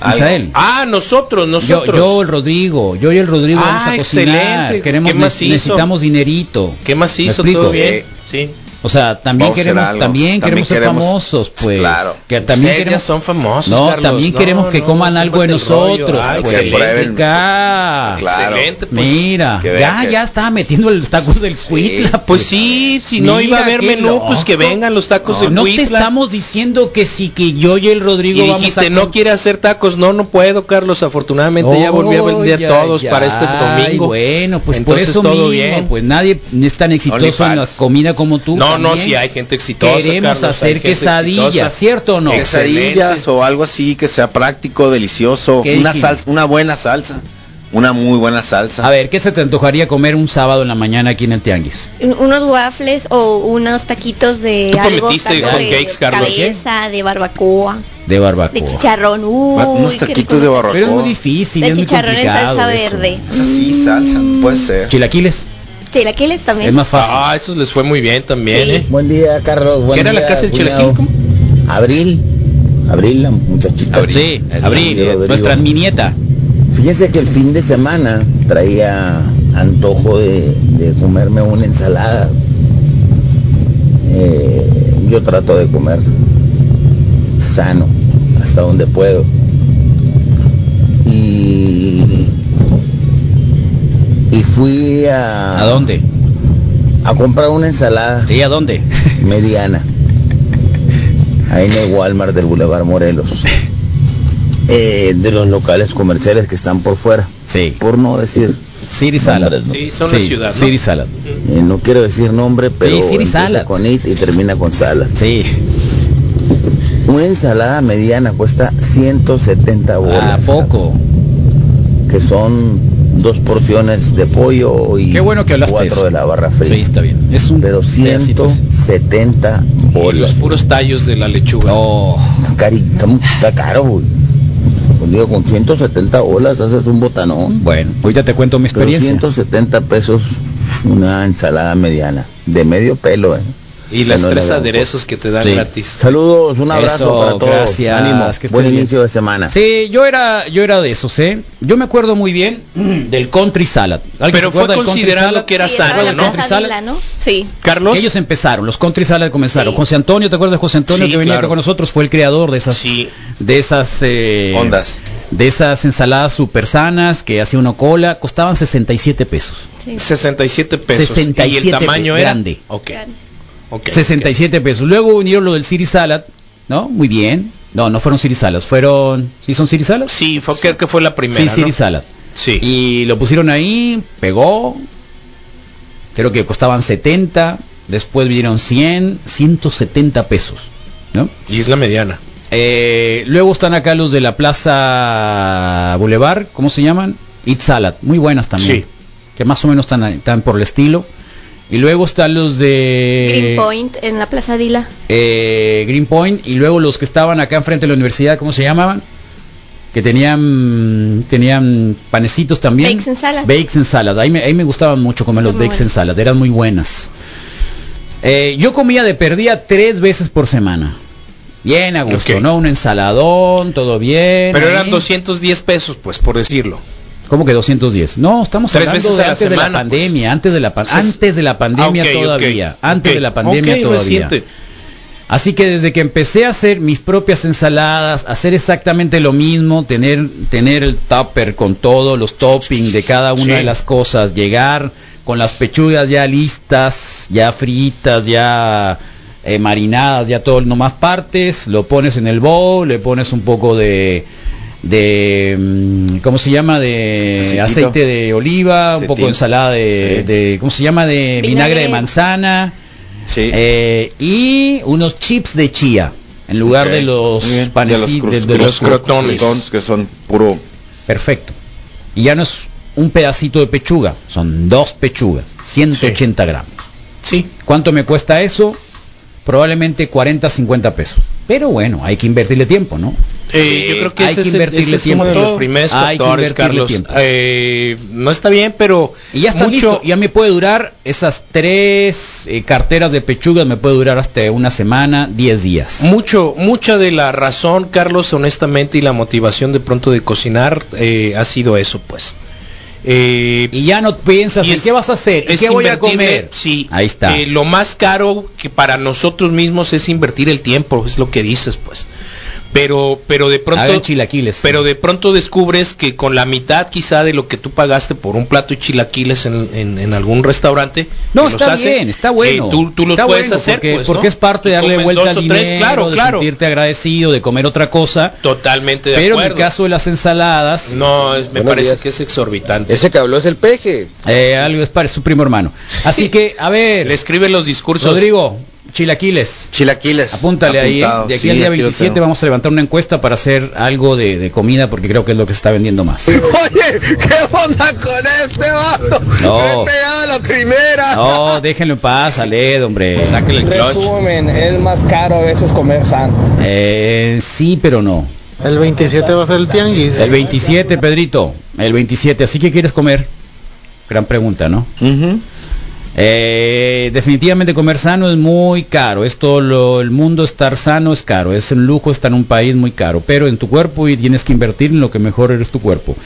[SPEAKER 6] Algo.
[SPEAKER 3] Misael.
[SPEAKER 5] Ah, nosotros,
[SPEAKER 3] Yo,
[SPEAKER 5] nosotros.
[SPEAKER 3] yo, el Rodrigo, yo y el Rodrigo
[SPEAKER 5] Ah,
[SPEAKER 3] vamos a cocinar.
[SPEAKER 5] excelente.
[SPEAKER 3] Queremos,
[SPEAKER 5] ¿Qué más
[SPEAKER 3] ne-
[SPEAKER 5] hizo?
[SPEAKER 3] necesitamos dinerito.
[SPEAKER 5] ¿Qué más
[SPEAKER 3] ¿Me
[SPEAKER 5] hizo?
[SPEAKER 3] explico?
[SPEAKER 5] ¿Todo bien? Sí.
[SPEAKER 3] O sea, también
[SPEAKER 6] Vamos a hacer
[SPEAKER 3] queremos,
[SPEAKER 6] algo.
[SPEAKER 3] también,
[SPEAKER 6] También
[SPEAKER 3] queremos ser
[SPEAKER 6] queremos-
[SPEAKER 3] famosos, pues.
[SPEAKER 6] Claro.
[SPEAKER 3] Que también
[SPEAKER 5] Ustedes ya
[SPEAKER 3] queremos
[SPEAKER 5] son famosos,
[SPEAKER 3] No,
[SPEAKER 5] Carlos.
[SPEAKER 3] también
[SPEAKER 5] No,
[SPEAKER 3] queremos que
[SPEAKER 5] no,
[SPEAKER 3] coman
[SPEAKER 5] no,
[SPEAKER 3] algo de
[SPEAKER 5] el rollo.
[SPEAKER 3] nosotros.
[SPEAKER 5] Ah,
[SPEAKER 3] pues.
[SPEAKER 6] que prueben.
[SPEAKER 3] Acá.
[SPEAKER 6] Claro.
[SPEAKER 5] Excelente, pues.
[SPEAKER 3] Mira,
[SPEAKER 6] Que
[SPEAKER 3] ya,
[SPEAKER 6] vean que-
[SPEAKER 3] ya estaba metiendo los tacos del cuitla.
[SPEAKER 5] Pues sí, si no
[SPEAKER 3] Mira
[SPEAKER 5] iba a haber
[SPEAKER 3] qué
[SPEAKER 5] menú, pues que
[SPEAKER 3] loco.
[SPEAKER 5] vengan los tacos
[SPEAKER 3] No,
[SPEAKER 5] del
[SPEAKER 3] no te
[SPEAKER 5] Cuitla.
[SPEAKER 3] estamos diciendo que sí, que yo y el Rodrigo
[SPEAKER 5] Y
[SPEAKER 3] vamos
[SPEAKER 5] dijiste,
[SPEAKER 3] a...
[SPEAKER 5] no quiere hacer tacos. No, no puedo, Carlos. Afortunadamente ya volví a
[SPEAKER 3] Oh,
[SPEAKER 5] vender
[SPEAKER 3] ya,
[SPEAKER 5] todos
[SPEAKER 3] ya.
[SPEAKER 5] para este domingo.
[SPEAKER 3] Bueno, pues
[SPEAKER 5] Entonces,
[SPEAKER 3] por eso
[SPEAKER 5] todo
[SPEAKER 3] mismo,
[SPEAKER 5] bien.
[SPEAKER 3] pues nadie es tan exitoso en la
[SPEAKER 6] OnlyFans.
[SPEAKER 3] comida como tú.
[SPEAKER 5] no, no,
[SPEAKER 3] también.
[SPEAKER 5] si hay gente exitosa.
[SPEAKER 3] Queremos
[SPEAKER 5] Carlos, hay
[SPEAKER 3] hacer
[SPEAKER 5] gente
[SPEAKER 3] quesadillas,
[SPEAKER 5] exitosa.
[SPEAKER 3] ¿cierto o no?
[SPEAKER 5] Excelente.
[SPEAKER 6] Quesadillas o algo así que sea práctico, delicioso.
[SPEAKER 3] ¿Qué
[SPEAKER 6] Una
[SPEAKER 3] dijimos?
[SPEAKER 6] salsa, una buena salsa. Una muy buena salsa.
[SPEAKER 3] A ver, ¿qué se te antojaría comer un sábado en la mañana aquí en el Tianguis?
[SPEAKER 15] Un- Unos waffles o unos taquitos de
[SPEAKER 5] Tú
[SPEAKER 15] algo,
[SPEAKER 5] prometiste
[SPEAKER 15] taco de
[SPEAKER 5] pancakes, Carlos. ¿eh?
[SPEAKER 15] cabeza, de barbacoa,
[SPEAKER 3] De
[SPEAKER 15] de
[SPEAKER 3] barbacoa.
[SPEAKER 15] chicharrón, uy,
[SPEAKER 6] Ba- unos
[SPEAKER 15] qué rico.
[SPEAKER 6] taquitos de barbacoa.
[SPEAKER 3] Pero es muy difícil,
[SPEAKER 15] de
[SPEAKER 3] es muy
[SPEAKER 15] chicharrón en
[SPEAKER 3] complicado
[SPEAKER 15] salsa
[SPEAKER 3] eso.
[SPEAKER 15] verde.
[SPEAKER 6] O sea, sí, salsa, puede ser.
[SPEAKER 3] Chilaquiles,
[SPEAKER 15] Chilaquiles también.
[SPEAKER 3] es más fácil.
[SPEAKER 5] Ah, esos les fue muy bien también,
[SPEAKER 15] Sí.
[SPEAKER 5] ¿eh?
[SPEAKER 16] Buen día, Carlos. Buen
[SPEAKER 5] ¿Qué era la
[SPEAKER 16] día,
[SPEAKER 5] casa del
[SPEAKER 16] cuñado.
[SPEAKER 5] chilaquil? ¿Cómo?
[SPEAKER 16] Abril. Abril, la muchachita.
[SPEAKER 3] Sí,
[SPEAKER 16] El
[SPEAKER 3] Abril,
[SPEAKER 16] Rodrigo.
[SPEAKER 3] nuestra minieta.
[SPEAKER 16] Fíjense que el fin de semana traía antojo de, de comerme una ensalada. Eh, yo trato de comer sano, hasta donde puedo. Y, y fui a,
[SPEAKER 3] ¿A dónde?
[SPEAKER 16] a comprar una ensalada
[SPEAKER 3] Sí, ¿a dónde?
[SPEAKER 16] mediana. Ahí en el Walmart del Boulevard Morelos. Eh, de los locales comerciales que están por fuera.
[SPEAKER 3] Sí,
[SPEAKER 16] Por no decir,
[SPEAKER 3] Siri Salad.
[SPEAKER 16] Nombres, ¿no?
[SPEAKER 5] Sí, son la ciudad, ¿no?
[SPEAKER 3] Siri Salad.
[SPEAKER 16] eh, no quiero decir nombre, pero
[SPEAKER 3] Siri
[SPEAKER 16] empieza
[SPEAKER 3] Salad.
[SPEAKER 16] con it y termina con salas.
[SPEAKER 3] Sí.
[SPEAKER 16] Una ensalada mediana cuesta 170
[SPEAKER 3] ¿A
[SPEAKER 16] bolas.
[SPEAKER 3] Ah, poco?
[SPEAKER 16] Que son dos porciones de pollo y
[SPEAKER 3] Qué bueno que hablaste
[SPEAKER 16] cuatro
[SPEAKER 3] eso.
[SPEAKER 16] de la barra fría.
[SPEAKER 3] Sí, pues. está bien. Es un
[SPEAKER 16] Pero
[SPEAKER 3] pedacito.
[SPEAKER 16] 170
[SPEAKER 5] Y los
[SPEAKER 16] bolas.
[SPEAKER 5] puros tallos de la lechuga.
[SPEAKER 3] Oh,
[SPEAKER 16] Está, cari- está mu-
[SPEAKER 3] Ah.
[SPEAKER 16] está caro, güey. Pues digo, con 170 bolas haces un botanón.
[SPEAKER 3] bueno, ahorita te cuento mi
[SPEAKER 16] Pero
[SPEAKER 3] experiencia.
[SPEAKER 16] 170 pesos una ensalada mediana, de medio pelo, ¿eh?
[SPEAKER 5] Y las tres aderezos que te dan
[SPEAKER 16] Sí.
[SPEAKER 5] gratis.
[SPEAKER 16] Saludos, un abrazo
[SPEAKER 3] Eso,
[SPEAKER 16] para todos.
[SPEAKER 3] gracias,
[SPEAKER 16] Ánimo.
[SPEAKER 3] que
[SPEAKER 16] Buen
[SPEAKER 3] estés bien.
[SPEAKER 16] inicio de semana.
[SPEAKER 3] Sí, yo era, yo era de esos, ¿eh? Yo me acuerdo muy bien mm, del country salad. ¿Alguien se
[SPEAKER 5] Pero fue
[SPEAKER 3] acuerda del country salad?
[SPEAKER 5] considerado que era sano,
[SPEAKER 3] Bueno,
[SPEAKER 5] ¿no?
[SPEAKER 3] country salad.
[SPEAKER 15] ¿no? Sí.
[SPEAKER 5] Carlos.
[SPEAKER 3] Ellos empezaron, los country salad comenzaron. José Antonio, ¿te acuerdas de José Antonio
[SPEAKER 5] Sí,
[SPEAKER 3] que venía
[SPEAKER 5] claro.
[SPEAKER 3] acá con nosotros? Fue el creador de esas, de esas eh,
[SPEAKER 6] Ondas.
[SPEAKER 3] de esas ensaladas super sanas que hacía uno cola, costaban 67 pesos.
[SPEAKER 5] 67 pesos.
[SPEAKER 3] 67
[SPEAKER 5] y el tamaño era
[SPEAKER 3] grande.
[SPEAKER 5] Ok. ok.
[SPEAKER 3] 67 pesos. Luego vinieron lo del Siri Salad, ¿no? Muy bien. No, no fueron Siri Salads, fueron... ¿Sí son Siri Salads?
[SPEAKER 5] Sí, fue, creo que fue la primera.
[SPEAKER 3] sí, Siri
[SPEAKER 5] ¿no?
[SPEAKER 3] Salad. Y lo pusieron ahí, pegó. Creo que costaban 70, después vinieron 100, 170 pesos, ¿no?
[SPEAKER 5] Y es la mediana.
[SPEAKER 3] Eh, luego están acá los de la Plaza Boulevard, ¿cómo se llaman? Eat Salad, muy buenas también. Que más o menos están, ahí, están por el estilo. Y luego están los de
[SPEAKER 15] Greenpoint en la Plaza Dila.
[SPEAKER 3] eh, Greenpoint y luego los que estaban acá enfrente de la universidad, ¿cómo se llamaban? Que tenían tenían panecitos también.
[SPEAKER 15] Bakes and salad.
[SPEAKER 3] Bakes and salad. Ahí me, ahí me gustaban mucho comer los
[SPEAKER 15] Muy
[SPEAKER 3] bakes and
[SPEAKER 15] buenas.
[SPEAKER 3] salad, eran muy buenas. Eh, yo comía de perdida tres veces por semana. Bien a gusto, ¿no? Un ensaladón, todo bien.
[SPEAKER 5] Pero
[SPEAKER 3] ahí.
[SPEAKER 5] eran 210 pesos, pues, por decirlo.
[SPEAKER 3] ¿Cómo que 210? No, estamos
[SPEAKER 5] Tres
[SPEAKER 3] hablando
[SPEAKER 5] veces
[SPEAKER 3] de
[SPEAKER 5] a la
[SPEAKER 3] antes de la
[SPEAKER 5] semana, pues.
[SPEAKER 3] pandemia, antes de la pan-
[SPEAKER 5] Entonces-
[SPEAKER 3] antes de la pandemia
[SPEAKER 5] Ah, ok, ok,
[SPEAKER 3] todavía, antes
[SPEAKER 5] ok.
[SPEAKER 3] de la pandemia
[SPEAKER 5] Ok,
[SPEAKER 3] todavía.
[SPEAKER 5] reciente.
[SPEAKER 3] Así que desde que empecé a hacer mis propias ensaladas, hacer exactamente lo mismo, tener, tener el tupper con todos los toppings de cada una
[SPEAKER 5] Sí.
[SPEAKER 3] de las cosas, llegar con las pechugas ya listas, ya fritas, ya eh, marinadas, ya todo, nomás partes, lo pones en el bowl, le pones un poco de de mm, cómo se llama de
[SPEAKER 16] Aceitito.
[SPEAKER 3] aceite de oliva, un poco
[SPEAKER 16] Aceitito.
[SPEAKER 3] de ensalada de,
[SPEAKER 16] Sí.
[SPEAKER 3] de- cómo se llama de
[SPEAKER 16] Vinagre.
[SPEAKER 3] vinagre de manzana. Eh, y unos chips de chía en lugar
[SPEAKER 6] Ok,
[SPEAKER 3] de los
[SPEAKER 6] muy bien.
[SPEAKER 3] paneci-
[SPEAKER 6] crus-
[SPEAKER 3] de, de
[SPEAKER 6] crus-
[SPEAKER 3] los
[SPEAKER 6] crus-
[SPEAKER 3] crotones.
[SPEAKER 6] crotones que son puro
[SPEAKER 3] Perfecto. Y ya no es un pedacito de pechuga, son dos pechugas, 180 gramos.
[SPEAKER 5] Sí.
[SPEAKER 3] ¿Cuánto me cuesta eso? Probablemente 40, 50 pesos. Pero bueno, hay que invertirle tiempo, ¿no?
[SPEAKER 5] Eh, yo creo que
[SPEAKER 3] hay
[SPEAKER 5] ese,
[SPEAKER 3] que
[SPEAKER 5] es el-
[SPEAKER 3] invertirle
[SPEAKER 5] ese es
[SPEAKER 3] tiempo.
[SPEAKER 5] uno de
[SPEAKER 3] Todo.
[SPEAKER 5] los primeros
[SPEAKER 3] Hay que
[SPEAKER 5] factores,
[SPEAKER 3] invertirle
[SPEAKER 5] Carlos.
[SPEAKER 3] tiempo.
[SPEAKER 5] Eh, no está bien, pero
[SPEAKER 3] Y ya está
[SPEAKER 5] mucho-
[SPEAKER 3] listo, ya me puede durar esas tres eh, carteras de pechugas, me puede durar hasta una semana, 10
[SPEAKER 5] Mm.
[SPEAKER 3] días.
[SPEAKER 5] Mucho, mucha de la razón, Carlos, honestamente, y la motivación de pronto de cocinar eh, ha sido eso, pues. Eh,
[SPEAKER 3] y ya no piensas en qué vas a hacer, ¿Y qué voy a comer.
[SPEAKER 5] Sí,
[SPEAKER 3] Ahí está.
[SPEAKER 5] eh, lo más caro que para nosotros mismos es invertir el tiempo, es lo que dices, pues. Pero, pero de pronto,
[SPEAKER 3] Hagan chilaquiles.
[SPEAKER 5] pero de pronto descubres que con la mitad quizá de lo que tú pagaste por un plato de chilaquiles en, en- en algún restaurante,
[SPEAKER 3] No,
[SPEAKER 5] que los
[SPEAKER 3] está
[SPEAKER 5] hace,
[SPEAKER 3] bien, está
[SPEAKER 5] eh,
[SPEAKER 3] bueno.
[SPEAKER 5] tú, tú lo
[SPEAKER 3] Está
[SPEAKER 5] puedes
[SPEAKER 3] bueno,
[SPEAKER 5] hacer,
[SPEAKER 3] porque,
[SPEAKER 5] pues,
[SPEAKER 3] porque
[SPEAKER 5] ¿no?
[SPEAKER 3] es parte de
[SPEAKER 5] Tú
[SPEAKER 3] darle
[SPEAKER 5] comes
[SPEAKER 3] vuelta
[SPEAKER 5] dos
[SPEAKER 3] al
[SPEAKER 5] o tres,
[SPEAKER 3] dinero,
[SPEAKER 5] claro,
[SPEAKER 3] de
[SPEAKER 5] claro.
[SPEAKER 3] sentirte agradecido, de comer otra cosa.
[SPEAKER 5] Totalmente de
[SPEAKER 3] Pero en
[SPEAKER 5] acuerdo.
[SPEAKER 3] el caso de las ensaladas,
[SPEAKER 5] No, es- me
[SPEAKER 3] Buenos
[SPEAKER 5] parece
[SPEAKER 3] días.
[SPEAKER 5] que es exorbitante.
[SPEAKER 3] Ese
[SPEAKER 5] que habló es el peje.
[SPEAKER 3] eh, algo es para su primo hermano. Así que, a ver,
[SPEAKER 5] Le escribe los discursos.
[SPEAKER 3] Rodrigo, chilaquiles.
[SPEAKER 6] Chilaquiles.
[SPEAKER 3] Apúntale ahí, ¿eh?
[SPEAKER 6] Apuntado,
[SPEAKER 3] de aquí
[SPEAKER 6] sí,
[SPEAKER 3] al día
[SPEAKER 6] aquí lo
[SPEAKER 3] 27
[SPEAKER 6] tengo.
[SPEAKER 3] vamos a levantar una encuesta para hacer algo de, de comida porque creo que es lo que se está vendiendo más.
[SPEAKER 13] Oye, ¿qué onda con este vato?
[SPEAKER 3] No.
[SPEAKER 13] Me he pegado a la primera.
[SPEAKER 3] No, déjenlo en paz, Aled, hombre. Sáquenle el clutch.
[SPEAKER 17] Resumen, es más caro a veces comer sano.
[SPEAKER 3] Eh, sí, pero no.
[SPEAKER 17] El 27 va a ser el tianguis.
[SPEAKER 3] El 27, Pedrito. El 27. Así que quieres comer. Gran pregunta, ¿no? Eh, definitivamente comer sano es muy caro. Es todo lo- el mundo estar sano es caro. Es un lujo estar en un país muy caro. Pero en tu cuerpo y tienes que invertir en lo que mejor eres tu cuerpo.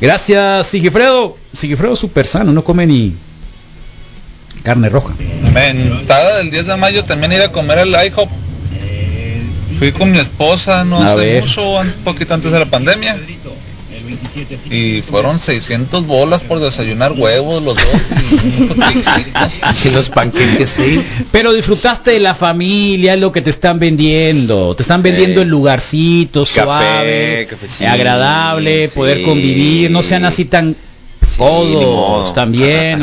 [SPEAKER 3] Gracias, Sigifredo. Sigifredo es súper sano. No come ni carne roja.
[SPEAKER 18] Mentada del 10 de mayo también ir a comer el IHOP. Fui con mi esposa Ah, no
[SPEAKER 3] A
[SPEAKER 18] hace
[SPEAKER 3] ver.
[SPEAKER 18] mucho, un poquito antes de la pandemia. Y fueron 600 bolas por desayunar huevos los dos.
[SPEAKER 5] Y los panqueques, sí.
[SPEAKER 3] Pero disfrutaste de la familia, es lo que te están vendiendo. Te están vendiendo el lugarcito suave,
[SPEAKER 6] cafecín,
[SPEAKER 3] agradable,
[SPEAKER 6] sí.
[SPEAKER 3] poder convivir. No sean así tan
[SPEAKER 6] ni modo.
[SPEAKER 3] codos también,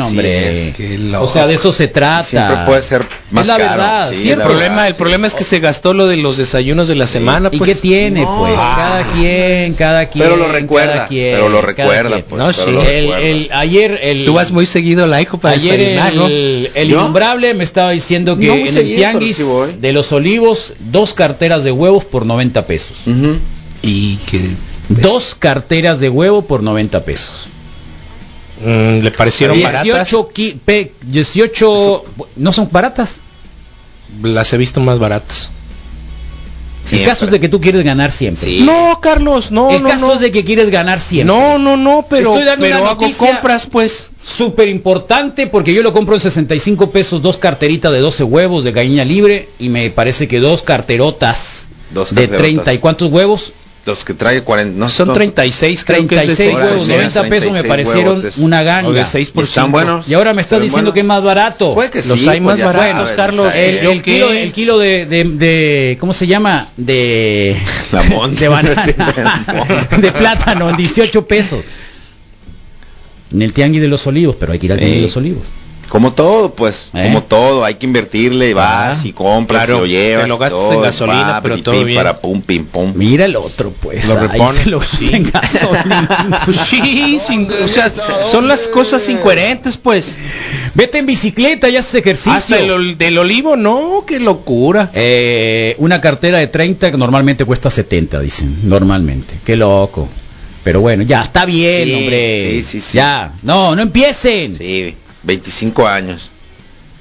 [SPEAKER 6] Así
[SPEAKER 3] hombre.
[SPEAKER 6] es. Qué loco.
[SPEAKER 3] O sea, de eso se trata.
[SPEAKER 6] Siempre puede ser más
[SPEAKER 3] Ah. es la
[SPEAKER 6] caro,
[SPEAKER 3] verdad.
[SPEAKER 6] sí,
[SPEAKER 3] siempre.
[SPEAKER 6] la
[SPEAKER 5] El problema, el problema es que se gastó lo de los desayunos de la semana.
[SPEAKER 3] ¿Y
[SPEAKER 5] pues.
[SPEAKER 3] qué tiene, pues? Cada quien, cada quien.
[SPEAKER 6] Ah. Pero lo
[SPEAKER 3] cada
[SPEAKER 6] recuerda,
[SPEAKER 3] quien,
[SPEAKER 6] pero lo
[SPEAKER 3] cada
[SPEAKER 6] recuerda,
[SPEAKER 3] quien.
[SPEAKER 6] pues,
[SPEAKER 3] No,
[SPEAKER 6] pero
[SPEAKER 3] sí.
[SPEAKER 6] lo
[SPEAKER 3] El-
[SPEAKER 6] recuerda.
[SPEAKER 3] el- ayer el...
[SPEAKER 5] Tú vas muy seguido al IHOP para
[SPEAKER 3] Ayer
[SPEAKER 5] desayunar,
[SPEAKER 3] el,
[SPEAKER 5] ¿no?
[SPEAKER 3] el
[SPEAKER 5] ¿Yo?
[SPEAKER 3] innombrable me estaba diciendo que
[SPEAKER 5] No, muy
[SPEAKER 3] en el
[SPEAKER 5] seguido,
[SPEAKER 3] tianguis
[SPEAKER 5] pero sí voy.
[SPEAKER 3] de los olivos, dos carteras de huevos por 90 pesos.
[SPEAKER 5] Y que...
[SPEAKER 6] Mm.
[SPEAKER 3] Dos carteras de huevo por 90 pesos.
[SPEAKER 5] Mm, ¿Le parecieron baratas?
[SPEAKER 3] 18, qui- pe- 18 no son baratas.
[SPEAKER 5] las he visto más baratas.
[SPEAKER 3] El caso es de que tú quieres ganar siempre.
[SPEAKER 5] No, Carlos, no,
[SPEAKER 3] el
[SPEAKER 5] no,
[SPEAKER 3] caso
[SPEAKER 5] no.
[SPEAKER 3] es de que quieres ganar siempre.
[SPEAKER 5] No, no, no, pero,
[SPEAKER 3] Estoy dando
[SPEAKER 5] pero
[SPEAKER 3] una
[SPEAKER 5] hago
[SPEAKER 3] noticia-
[SPEAKER 5] compras, pues.
[SPEAKER 3] Súper importante porque yo lo compro en 65 pesos, dos carteritas de 12 huevos de gallina libre y me parece que dos carterotas
[SPEAKER 6] Dos
[SPEAKER 3] de
[SPEAKER 6] carterotas.
[SPEAKER 3] 30 y cuántos huevos.
[SPEAKER 6] Los que trae 40, no
[SPEAKER 5] Son
[SPEAKER 6] no-
[SPEAKER 5] 36, creo que es de
[SPEAKER 3] 36
[SPEAKER 5] seis
[SPEAKER 3] huevos,
[SPEAKER 5] por
[SPEAKER 3] 90
[SPEAKER 5] ciento.
[SPEAKER 3] pesos me
[SPEAKER 6] 36
[SPEAKER 3] parecieron
[SPEAKER 6] huevotes.
[SPEAKER 3] una ganga.
[SPEAKER 5] O de seis por
[SPEAKER 3] Y están
[SPEAKER 5] cinco.
[SPEAKER 3] buenos. Y ahora me estás
[SPEAKER 5] Están
[SPEAKER 3] diciendo
[SPEAKER 5] buenos.
[SPEAKER 3] que es más barato.
[SPEAKER 6] Puede que
[SPEAKER 5] Los
[SPEAKER 6] sí, pues
[SPEAKER 5] hay más
[SPEAKER 6] ya
[SPEAKER 5] baratos,
[SPEAKER 6] sabes,
[SPEAKER 5] Carlos,
[SPEAKER 6] ya
[SPEAKER 3] El,
[SPEAKER 6] sabes.
[SPEAKER 3] el kilo, el kilo de, de- de- ¿cómo se llama? De,
[SPEAKER 6] La monta.
[SPEAKER 3] de banana, de plátano, en 18 pesos. En el tianguis de los olivos, pero hay que ir al tianguis de los olivos.
[SPEAKER 6] Como todo, pues,
[SPEAKER 3] ¿Eh?
[SPEAKER 6] como todo, hay que invertirle y vas y compras
[SPEAKER 5] Claro,
[SPEAKER 6] y lo llevas.
[SPEAKER 5] te lo
[SPEAKER 6] y
[SPEAKER 5] gastas
[SPEAKER 6] todo,
[SPEAKER 5] en gasolina,
[SPEAKER 6] pa,
[SPEAKER 5] pero
[SPEAKER 6] pi,
[SPEAKER 5] todo
[SPEAKER 6] pi,
[SPEAKER 5] bien.
[SPEAKER 6] Para pum, pim, pum.
[SPEAKER 3] Ah, Mira el otro, pues.
[SPEAKER 5] Lo
[SPEAKER 3] ahí
[SPEAKER 5] repone,
[SPEAKER 3] se lo usa en gasolina.
[SPEAKER 5] Pues sí, sin- o sea, son las cosas incoherentes, pues.
[SPEAKER 3] Vete en bicicleta y haces ejercicio.
[SPEAKER 5] Hasta el ol- del olivo, no, qué locura.
[SPEAKER 3] Eh, una cartera de 30 que normalmente cuesta 70, dicen. Normalmente. Qué loco. Pero bueno, ya, está bien,
[SPEAKER 6] Sí,
[SPEAKER 3] hombre.
[SPEAKER 6] sí, sí, sí.
[SPEAKER 3] Ya, no, no empiecen.
[SPEAKER 6] Sí, 25 años.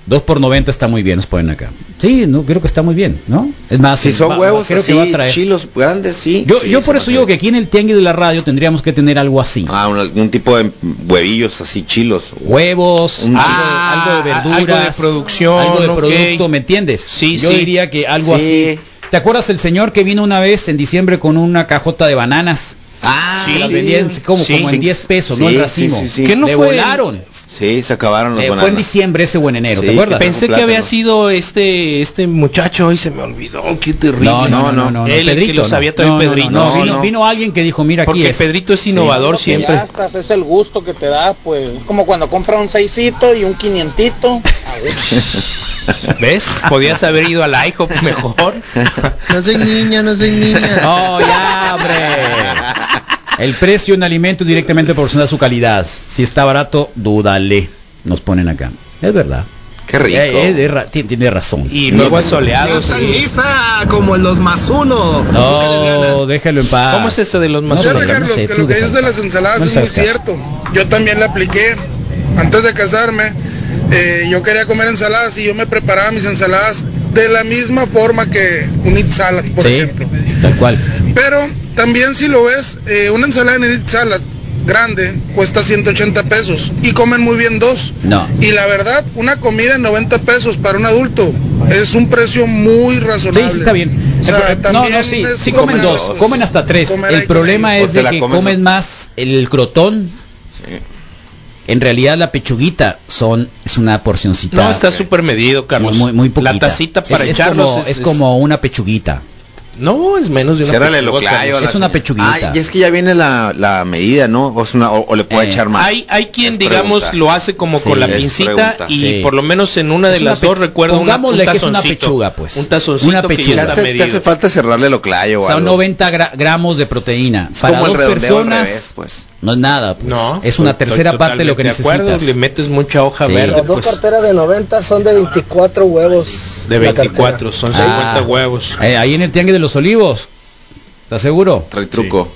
[SPEAKER 3] 2 por 90 está muy bien, nos ponen acá. Sí, no, creo que está muy bien, ¿no? Es más,
[SPEAKER 6] Si
[SPEAKER 3] sí,
[SPEAKER 6] son
[SPEAKER 3] va- va-
[SPEAKER 6] huevos
[SPEAKER 3] creo
[SPEAKER 6] así,
[SPEAKER 3] que va a traer.
[SPEAKER 6] chilos grandes, sí.
[SPEAKER 3] Yo,
[SPEAKER 6] sí,
[SPEAKER 3] yo
[SPEAKER 6] se
[SPEAKER 3] por
[SPEAKER 6] me
[SPEAKER 3] eso
[SPEAKER 6] hace
[SPEAKER 3] digo que
[SPEAKER 6] bien.
[SPEAKER 3] aquí en el Tianguis de la Radio tendríamos que tener algo así.
[SPEAKER 6] Ah, un- algún tipo de huevillos así, chilos.
[SPEAKER 3] Huevos,
[SPEAKER 6] Un-
[SPEAKER 3] algo,
[SPEAKER 5] Ah,
[SPEAKER 3] algo de verduras,
[SPEAKER 5] algo de producción,
[SPEAKER 3] algo de
[SPEAKER 5] ok.
[SPEAKER 3] producto, ¿me entiendes?
[SPEAKER 5] Sí,
[SPEAKER 3] Yo
[SPEAKER 5] sí.
[SPEAKER 3] diría que algo
[SPEAKER 6] Sí.
[SPEAKER 3] así. ¿Te acuerdas el señor que vino una vez en diciembre con una cajota de bananas?
[SPEAKER 6] Ah,
[SPEAKER 3] Que las vendían como,
[SPEAKER 5] sí.
[SPEAKER 3] como en 10 pesos, no
[SPEAKER 6] Sí,
[SPEAKER 3] el racimo.
[SPEAKER 6] sí, sí, sí.
[SPEAKER 5] ¿Qué no
[SPEAKER 3] Le
[SPEAKER 5] fue el-
[SPEAKER 3] volaron.
[SPEAKER 6] Sí, se acabaron los
[SPEAKER 3] Eh, fue en
[SPEAKER 6] bananas.
[SPEAKER 3] diciembre ese o en enero,
[SPEAKER 6] Sí,
[SPEAKER 3] ¿te acuerdas?
[SPEAKER 6] pensé
[SPEAKER 5] Pensé
[SPEAKER 6] Con
[SPEAKER 5] que había
[SPEAKER 6] plátano.
[SPEAKER 5] sido este este muchacho y se me olvidó, qué terrible.
[SPEAKER 3] No, no, no, no, no,
[SPEAKER 5] Él, el que lo
[SPEAKER 3] no.
[SPEAKER 5] sabía también
[SPEAKER 3] No, no,
[SPEAKER 5] Pedrito.
[SPEAKER 3] No, no,
[SPEAKER 6] No,
[SPEAKER 3] vino,
[SPEAKER 6] no.
[SPEAKER 3] vino alguien que dijo, mira, aquí
[SPEAKER 5] Porque
[SPEAKER 3] es.
[SPEAKER 5] Pedrito es innovador
[SPEAKER 3] Sí.
[SPEAKER 5] siempre.
[SPEAKER 17] gastas es el gusto que te da, pues. Es como cuando compras un seisito y un quinientito.
[SPEAKER 5] ¿Ves? Podías haber ido al IHOP mejor.
[SPEAKER 9] No soy niña, no soy niña.
[SPEAKER 3] No, ya, hombre. El precio en alimentos directamente proporciona su calidad. Si está barato, dúdale. Nos ponen acá. Es verdad.
[SPEAKER 6] Qué rico.
[SPEAKER 3] Eh, eh, de ra- ti- tiene razón.
[SPEAKER 5] Y
[SPEAKER 6] No,
[SPEAKER 5] luego
[SPEAKER 6] no.
[SPEAKER 5] asoleados. sí.
[SPEAKER 17] lisa como el 2 más 1.
[SPEAKER 3] No, déjalo en paz.
[SPEAKER 5] ¿Cómo es eso de los más
[SPEAKER 3] No,
[SPEAKER 10] Fíjate,
[SPEAKER 3] no, no
[SPEAKER 10] Carlos,
[SPEAKER 3] sé,
[SPEAKER 10] que
[SPEAKER 3] tú
[SPEAKER 10] lo que
[SPEAKER 3] déjalo
[SPEAKER 10] dices de
[SPEAKER 3] en
[SPEAKER 10] las
[SPEAKER 3] paz.
[SPEAKER 10] ensaladas
[SPEAKER 3] No
[SPEAKER 10] es muy
[SPEAKER 3] seas caso.
[SPEAKER 10] cierto. Yo también la apliqué. Antes de casarme, eh, yo quería comer ensaladas y yo me preparaba mis ensaladas de la misma forma que un it salad, por
[SPEAKER 3] Sí,
[SPEAKER 10] ejemplo.
[SPEAKER 3] tal cual.
[SPEAKER 10] Pero también si lo ves, eh, una ensalada en it salad grande cuesta 180 pesos y comen muy bien dos.
[SPEAKER 3] No.
[SPEAKER 10] Y la verdad, una comida en 90 pesos para un adulto es un precio muy razonable.
[SPEAKER 3] Sí, sí está bien.
[SPEAKER 10] O sea,
[SPEAKER 3] Eh, no,
[SPEAKER 10] también
[SPEAKER 3] no, sí,
[SPEAKER 10] es
[SPEAKER 3] sí comen
[SPEAKER 10] comer,
[SPEAKER 3] dos,
[SPEAKER 10] pues,
[SPEAKER 3] comen hasta tres.
[SPEAKER 10] comer
[SPEAKER 3] el
[SPEAKER 10] ahí,
[SPEAKER 3] problema
[SPEAKER 10] comer
[SPEAKER 6] ahí.
[SPEAKER 3] es
[SPEAKER 6] O
[SPEAKER 3] de
[SPEAKER 6] te la
[SPEAKER 3] que
[SPEAKER 6] comes-
[SPEAKER 3] comen más el crotón.
[SPEAKER 6] Sí.
[SPEAKER 3] En realidad la pechuguita son es una porcioncita.
[SPEAKER 5] No, está súper medido, Carlos.
[SPEAKER 3] Muy, muy, muy
[SPEAKER 5] La
[SPEAKER 3] poquita.
[SPEAKER 5] tacita para
[SPEAKER 3] es, es
[SPEAKER 5] echarlos
[SPEAKER 3] como, es como una pechuguita.
[SPEAKER 5] No, es menos de una
[SPEAKER 6] Ciérrale lo
[SPEAKER 5] pechuga,
[SPEAKER 6] clayo. a
[SPEAKER 5] Carlos.
[SPEAKER 6] la
[SPEAKER 3] Es una
[SPEAKER 6] señora.
[SPEAKER 3] pechuguita.
[SPEAKER 6] Ah, y es que ya viene la, la medida, ¿no? O, es una- o- o le puede
[SPEAKER 3] Eh,
[SPEAKER 6] echar más.
[SPEAKER 5] Hay, hay quien,
[SPEAKER 6] Es
[SPEAKER 5] digamos,
[SPEAKER 6] pregunta.
[SPEAKER 5] lo hace como
[SPEAKER 3] Sí,
[SPEAKER 5] con la
[SPEAKER 6] es
[SPEAKER 5] pincita
[SPEAKER 6] pregunta.
[SPEAKER 5] y
[SPEAKER 3] Sí.
[SPEAKER 5] por lo menos en una de
[SPEAKER 3] Es una
[SPEAKER 5] las
[SPEAKER 3] pe-
[SPEAKER 5] dos recuerdo una, un
[SPEAKER 3] pongámosle que es una
[SPEAKER 5] tazoncito.
[SPEAKER 3] pechuga, pues.
[SPEAKER 5] Un tazoncito
[SPEAKER 3] Una
[SPEAKER 5] que
[SPEAKER 6] Te
[SPEAKER 3] pechuga.
[SPEAKER 5] ya está
[SPEAKER 6] hace, te hace
[SPEAKER 5] medido.
[SPEAKER 6] falta cerrarle lo clayo. o
[SPEAKER 3] Son
[SPEAKER 6] algo.
[SPEAKER 3] 90 gra- gramos de proteína.
[SPEAKER 6] Es
[SPEAKER 3] Para
[SPEAKER 6] como el
[SPEAKER 3] dos
[SPEAKER 6] redondeo al
[SPEAKER 3] personas
[SPEAKER 6] revés, pues.
[SPEAKER 3] no es nada. pues.
[SPEAKER 5] No,
[SPEAKER 3] es una
[SPEAKER 5] estoy
[SPEAKER 3] tercera parte de lo que
[SPEAKER 5] totalmente de acuerdo,
[SPEAKER 3] necesitas.
[SPEAKER 5] le metes mucha hoja
[SPEAKER 3] Sí.
[SPEAKER 5] verde,
[SPEAKER 3] Las
[SPEAKER 5] pues,
[SPEAKER 17] de 90 son de 24 huevos.
[SPEAKER 5] de 24, son
[SPEAKER 3] Ah,
[SPEAKER 5] 50 huevos.
[SPEAKER 3] eh, ahí en el tianguis de los olivos. ¿Estás seguro?
[SPEAKER 6] Trae truco.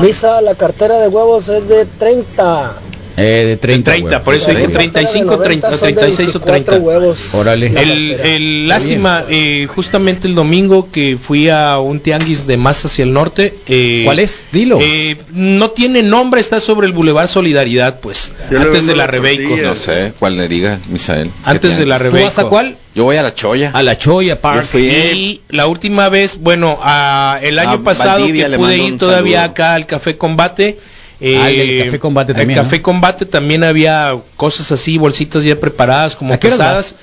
[SPEAKER 17] Lisa, la cartera de huevos es de 30.
[SPEAKER 3] Eh, de 30.
[SPEAKER 5] 30,
[SPEAKER 3] huevos.
[SPEAKER 5] por eso dije
[SPEAKER 3] Órale.
[SPEAKER 5] 35, 30, 36 o 30.
[SPEAKER 17] huevos.
[SPEAKER 3] Órale.
[SPEAKER 5] El, el lástima, eh, justamente el domingo que fui a un tianguis de más hacia el norte. eh,
[SPEAKER 3] ¿Cuál es? Dilo.
[SPEAKER 5] Eh, no tiene nombre, está sobre el Boulevard Solidaridad, pues.
[SPEAKER 9] Yo le
[SPEAKER 5] antes
[SPEAKER 9] vendo
[SPEAKER 5] de la
[SPEAKER 9] las
[SPEAKER 5] Rebeico.
[SPEAKER 9] tortillas.
[SPEAKER 6] No sé cuál le diga, Misael.
[SPEAKER 5] Antes de la
[SPEAKER 6] revista.
[SPEAKER 3] ¿Tú vas a
[SPEAKER 5] Rebeco.
[SPEAKER 3] cuál?
[SPEAKER 6] Yo voy a la choya.
[SPEAKER 3] A la Choya Park.
[SPEAKER 6] Yo fui-
[SPEAKER 5] Y la última vez, bueno, a- el año
[SPEAKER 6] A
[SPEAKER 5] pasado
[SPEAKER 6] Valdivia
[SPEAKER 5] que
[SPEAKER 6] le
[SPEAKER 5] pude
[SPEAKER 6] mando un
[SPEAKER 5] ir todavía
[SPEAKER 6] saludo.
[SPEAKER 5] acá al Café Combate. eh,
[SPEAKER 3] Ah, el del Café Combate
[SPEAKER 5] el
[SPEAKER 3] también,
[SPEAKER 5] Café
[SPEAKER 3] ¿no?
[SPEAKER 5] Combate también había cosas así, bolsitas ya preparadas, como
[SPEAKER 3] ¿A qué horas
[SPEAKER 5] pesadas.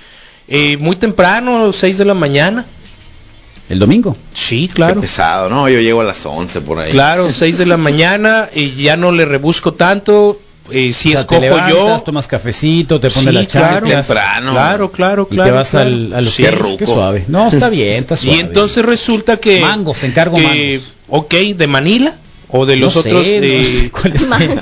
[SPEAKER 5] Eh, muy temprano, 6 de la mañana.
[SPEAKER 3] El domingo.
[SPEAKER 5] Sí,
[SPEAKER 6] Qué ¿eh?
[SPEAKER 5] claro.
[SPEAKER 6] pesado, ¿no? Yo llego a las 11 por ahí.
[SPEAKER 5] Claro, 6 de la mañana y ya no le rebusco tanto. eh, si
[SPEAKER 3] O sea,
[SPEAKER 5] escojo
[SPEAKER 3] te levantas,
[SPEAKER 5] yo.
[SPEAKER 3] tomas cafecito, te pones
[SPEAKER 5] Sí,
[SPEAKER 3] la
[SPEAKER 5] claro.
[SPEAKER 3] chanclas
[SPEAKER 6] Temprano.
[SPEAKER 5] Claro, claro, claro.
[SPEAKER 3] y te vas
[SPEAKER 5] claro.
[SPEAKER 3] al, a los
[SPEAKER 5] Sí,
[SPEAKER 3] tianguis.
[SPEAKER 6] ruco.
[SPEAKER 3] Qué suave. No, está bien, está suave.
[SPEAKER 5] Y entonces resulta que
[SPEAKER 3] Mangos, te encargo
[SPEAKER 5] que,
[SPEAKER 3] mangos.
[SPEAKER 5] Ok, de Manila. O de los
[SPEAKER 3] No sé,
[SPEAKER 5] otros eh,
[SPEAKER 3] no
[SPEAKER 5] de
[SPEAKER 3] sé cuáles sean.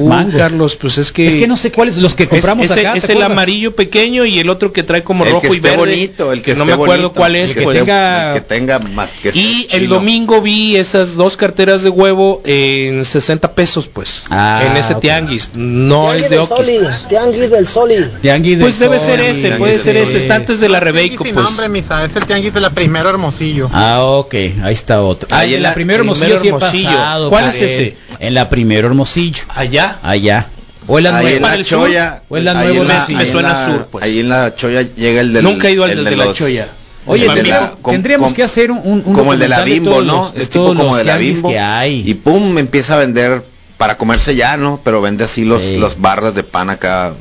[SPEAKER 5] Uh,
[SPEAKER 3] Mangos.
[SPEAKER 5] Carlos, pues es que
[SPEAKER 3] Es que no sé cuáles los que
[SPEAKER 5] Es-
[SPEAKER 3] compramos
[SPEAKER 5] es, el-
[SPEAKER 3] acá. ¿te
[SPEAKER 5] es el
[SPEAKER 3] acuerdas?
[SPEAKER 5] amarillo pequeño y el otro que trae como
[SPEAKER 6] El que
[SPEAKER 5] rojo y
[SPEAKER 6] esté
[SPEAKER 5] verde.
[SPEAKER 6] bonito, el que esté
[SPEAKER 5] no me acuerdo
[SPEAKER 6] bonito,
[SPEAKER 5] cuál es,
[SPEAKER 6] el que
[SPEAKER 5] pues.
[SPEAKER 6] esté- el que tenga más que este esté
[SPEAKER 5] Y eh, el
[SPEAKER 6] chilo.
[SPEAKER 5] domingo vi esas dos carteras de huevo en 60 pesos, pues. en ese
[SPEAKER 3] Ah, ok.
[SPEAKER 5] tianguis. No es de
[SPEAKER 19] del
[SPEAKER 5] Oquis.
[SPEAKER 19] Soli, Tianguis del Soli.
[SPEAKER 3] Tianguis
[SPEAKER 5] Pues
[SPEAKER 3] del
[SPEAKER 5] debe
[SPEAKER 3] Sol,
[SPEAKER 5] ser ese,
[SPEAKER 3] tianguis
[SPEAKER 5] puede
[SPEAKER 3] del
[SPEAKER 5] ser
[SPEAKER 3] Sol.
[SPEAKER 5] ese. Está antes de la Rebeco,
[SPEAKER 20] Sin
[SPEAKER 5] pues.
[SPEAKER 20] nombre, misa, es el tianguis de la primera Hermosillo.
[SPEAKER 3] Ah, ok, ahí está otro.
[SPEAKER 20] Ahí
[SPEAKER 3] Ah,
[SPEAKER 20] en la
[SPEAKER 3] primera
[SPEAKER 20] primera
[SPEAKER 3] sí he
[SPEAKER 20] Hermosillo.
[SPEAKER 3] pasado,
[SPEAKER 20] ¿Cuál es
[SPEAKER 3] Karen.
[SPEAKER 20] ese?
[SPEAKER 3] En la primera Hermosillo.
[SPEAKER 5] Allá.
[SPEAKER 3] Allá. O en las
[SPEAKER 6] Ahí
[SPEAKER 3] nuevas
[SPEAKER 6] en la
[SPEAKER 3] para el
[SPEAKER 6] Choya,
[SPEAKER 3] sur. O en las
[SPEAKER 6] ahí
[SPEAKER 3] nuevas
[SPEAKER 6] en la-
[SPEAKER 3] Messi.
[SPEAKER 6] ahí en la- Ahí en la Choya llega el del
[SPEAKER 3] pues. Nunca he ido al
[SPEAKER 6] el
[SPEAKER 3] del de la
[SPEAKER 6] los-
[SPEAKER 3] Choya.
[SPEAKER 6] el
[SPEAKER 3] Oye,
[SPEAKER 6] de
[SPEAKER 3] tendríamos-
[SPEAKER 6] com-
[SPEAKER 3] tendríamos
[SPEAKER 6] com-
[SPEAKER 3] que hacer un- un- un
[SPEAKER 6] como el de la
[SPEAKER 3] documental de
[SPEAKER 6] Bimbo,
[SPEAKER 3] todos
[SPEAKER 6] ¿no?
[SPEAKER 3] los- de
[SPEAKER 6] Es tipo
[SPEAKER 3] todos
[SPEAKER 6] como
[SPEAKER 3] los
[SPEAKER 6] de la
[SPEAKER 3] tianguis
[SPEAKER 6] Bimbo.
[SPEAKER 3] que hay.
[SPEAKER 6] Y pum, empieza a vender para comerse ya, ¿no? Pero vende así los los barras de pan acá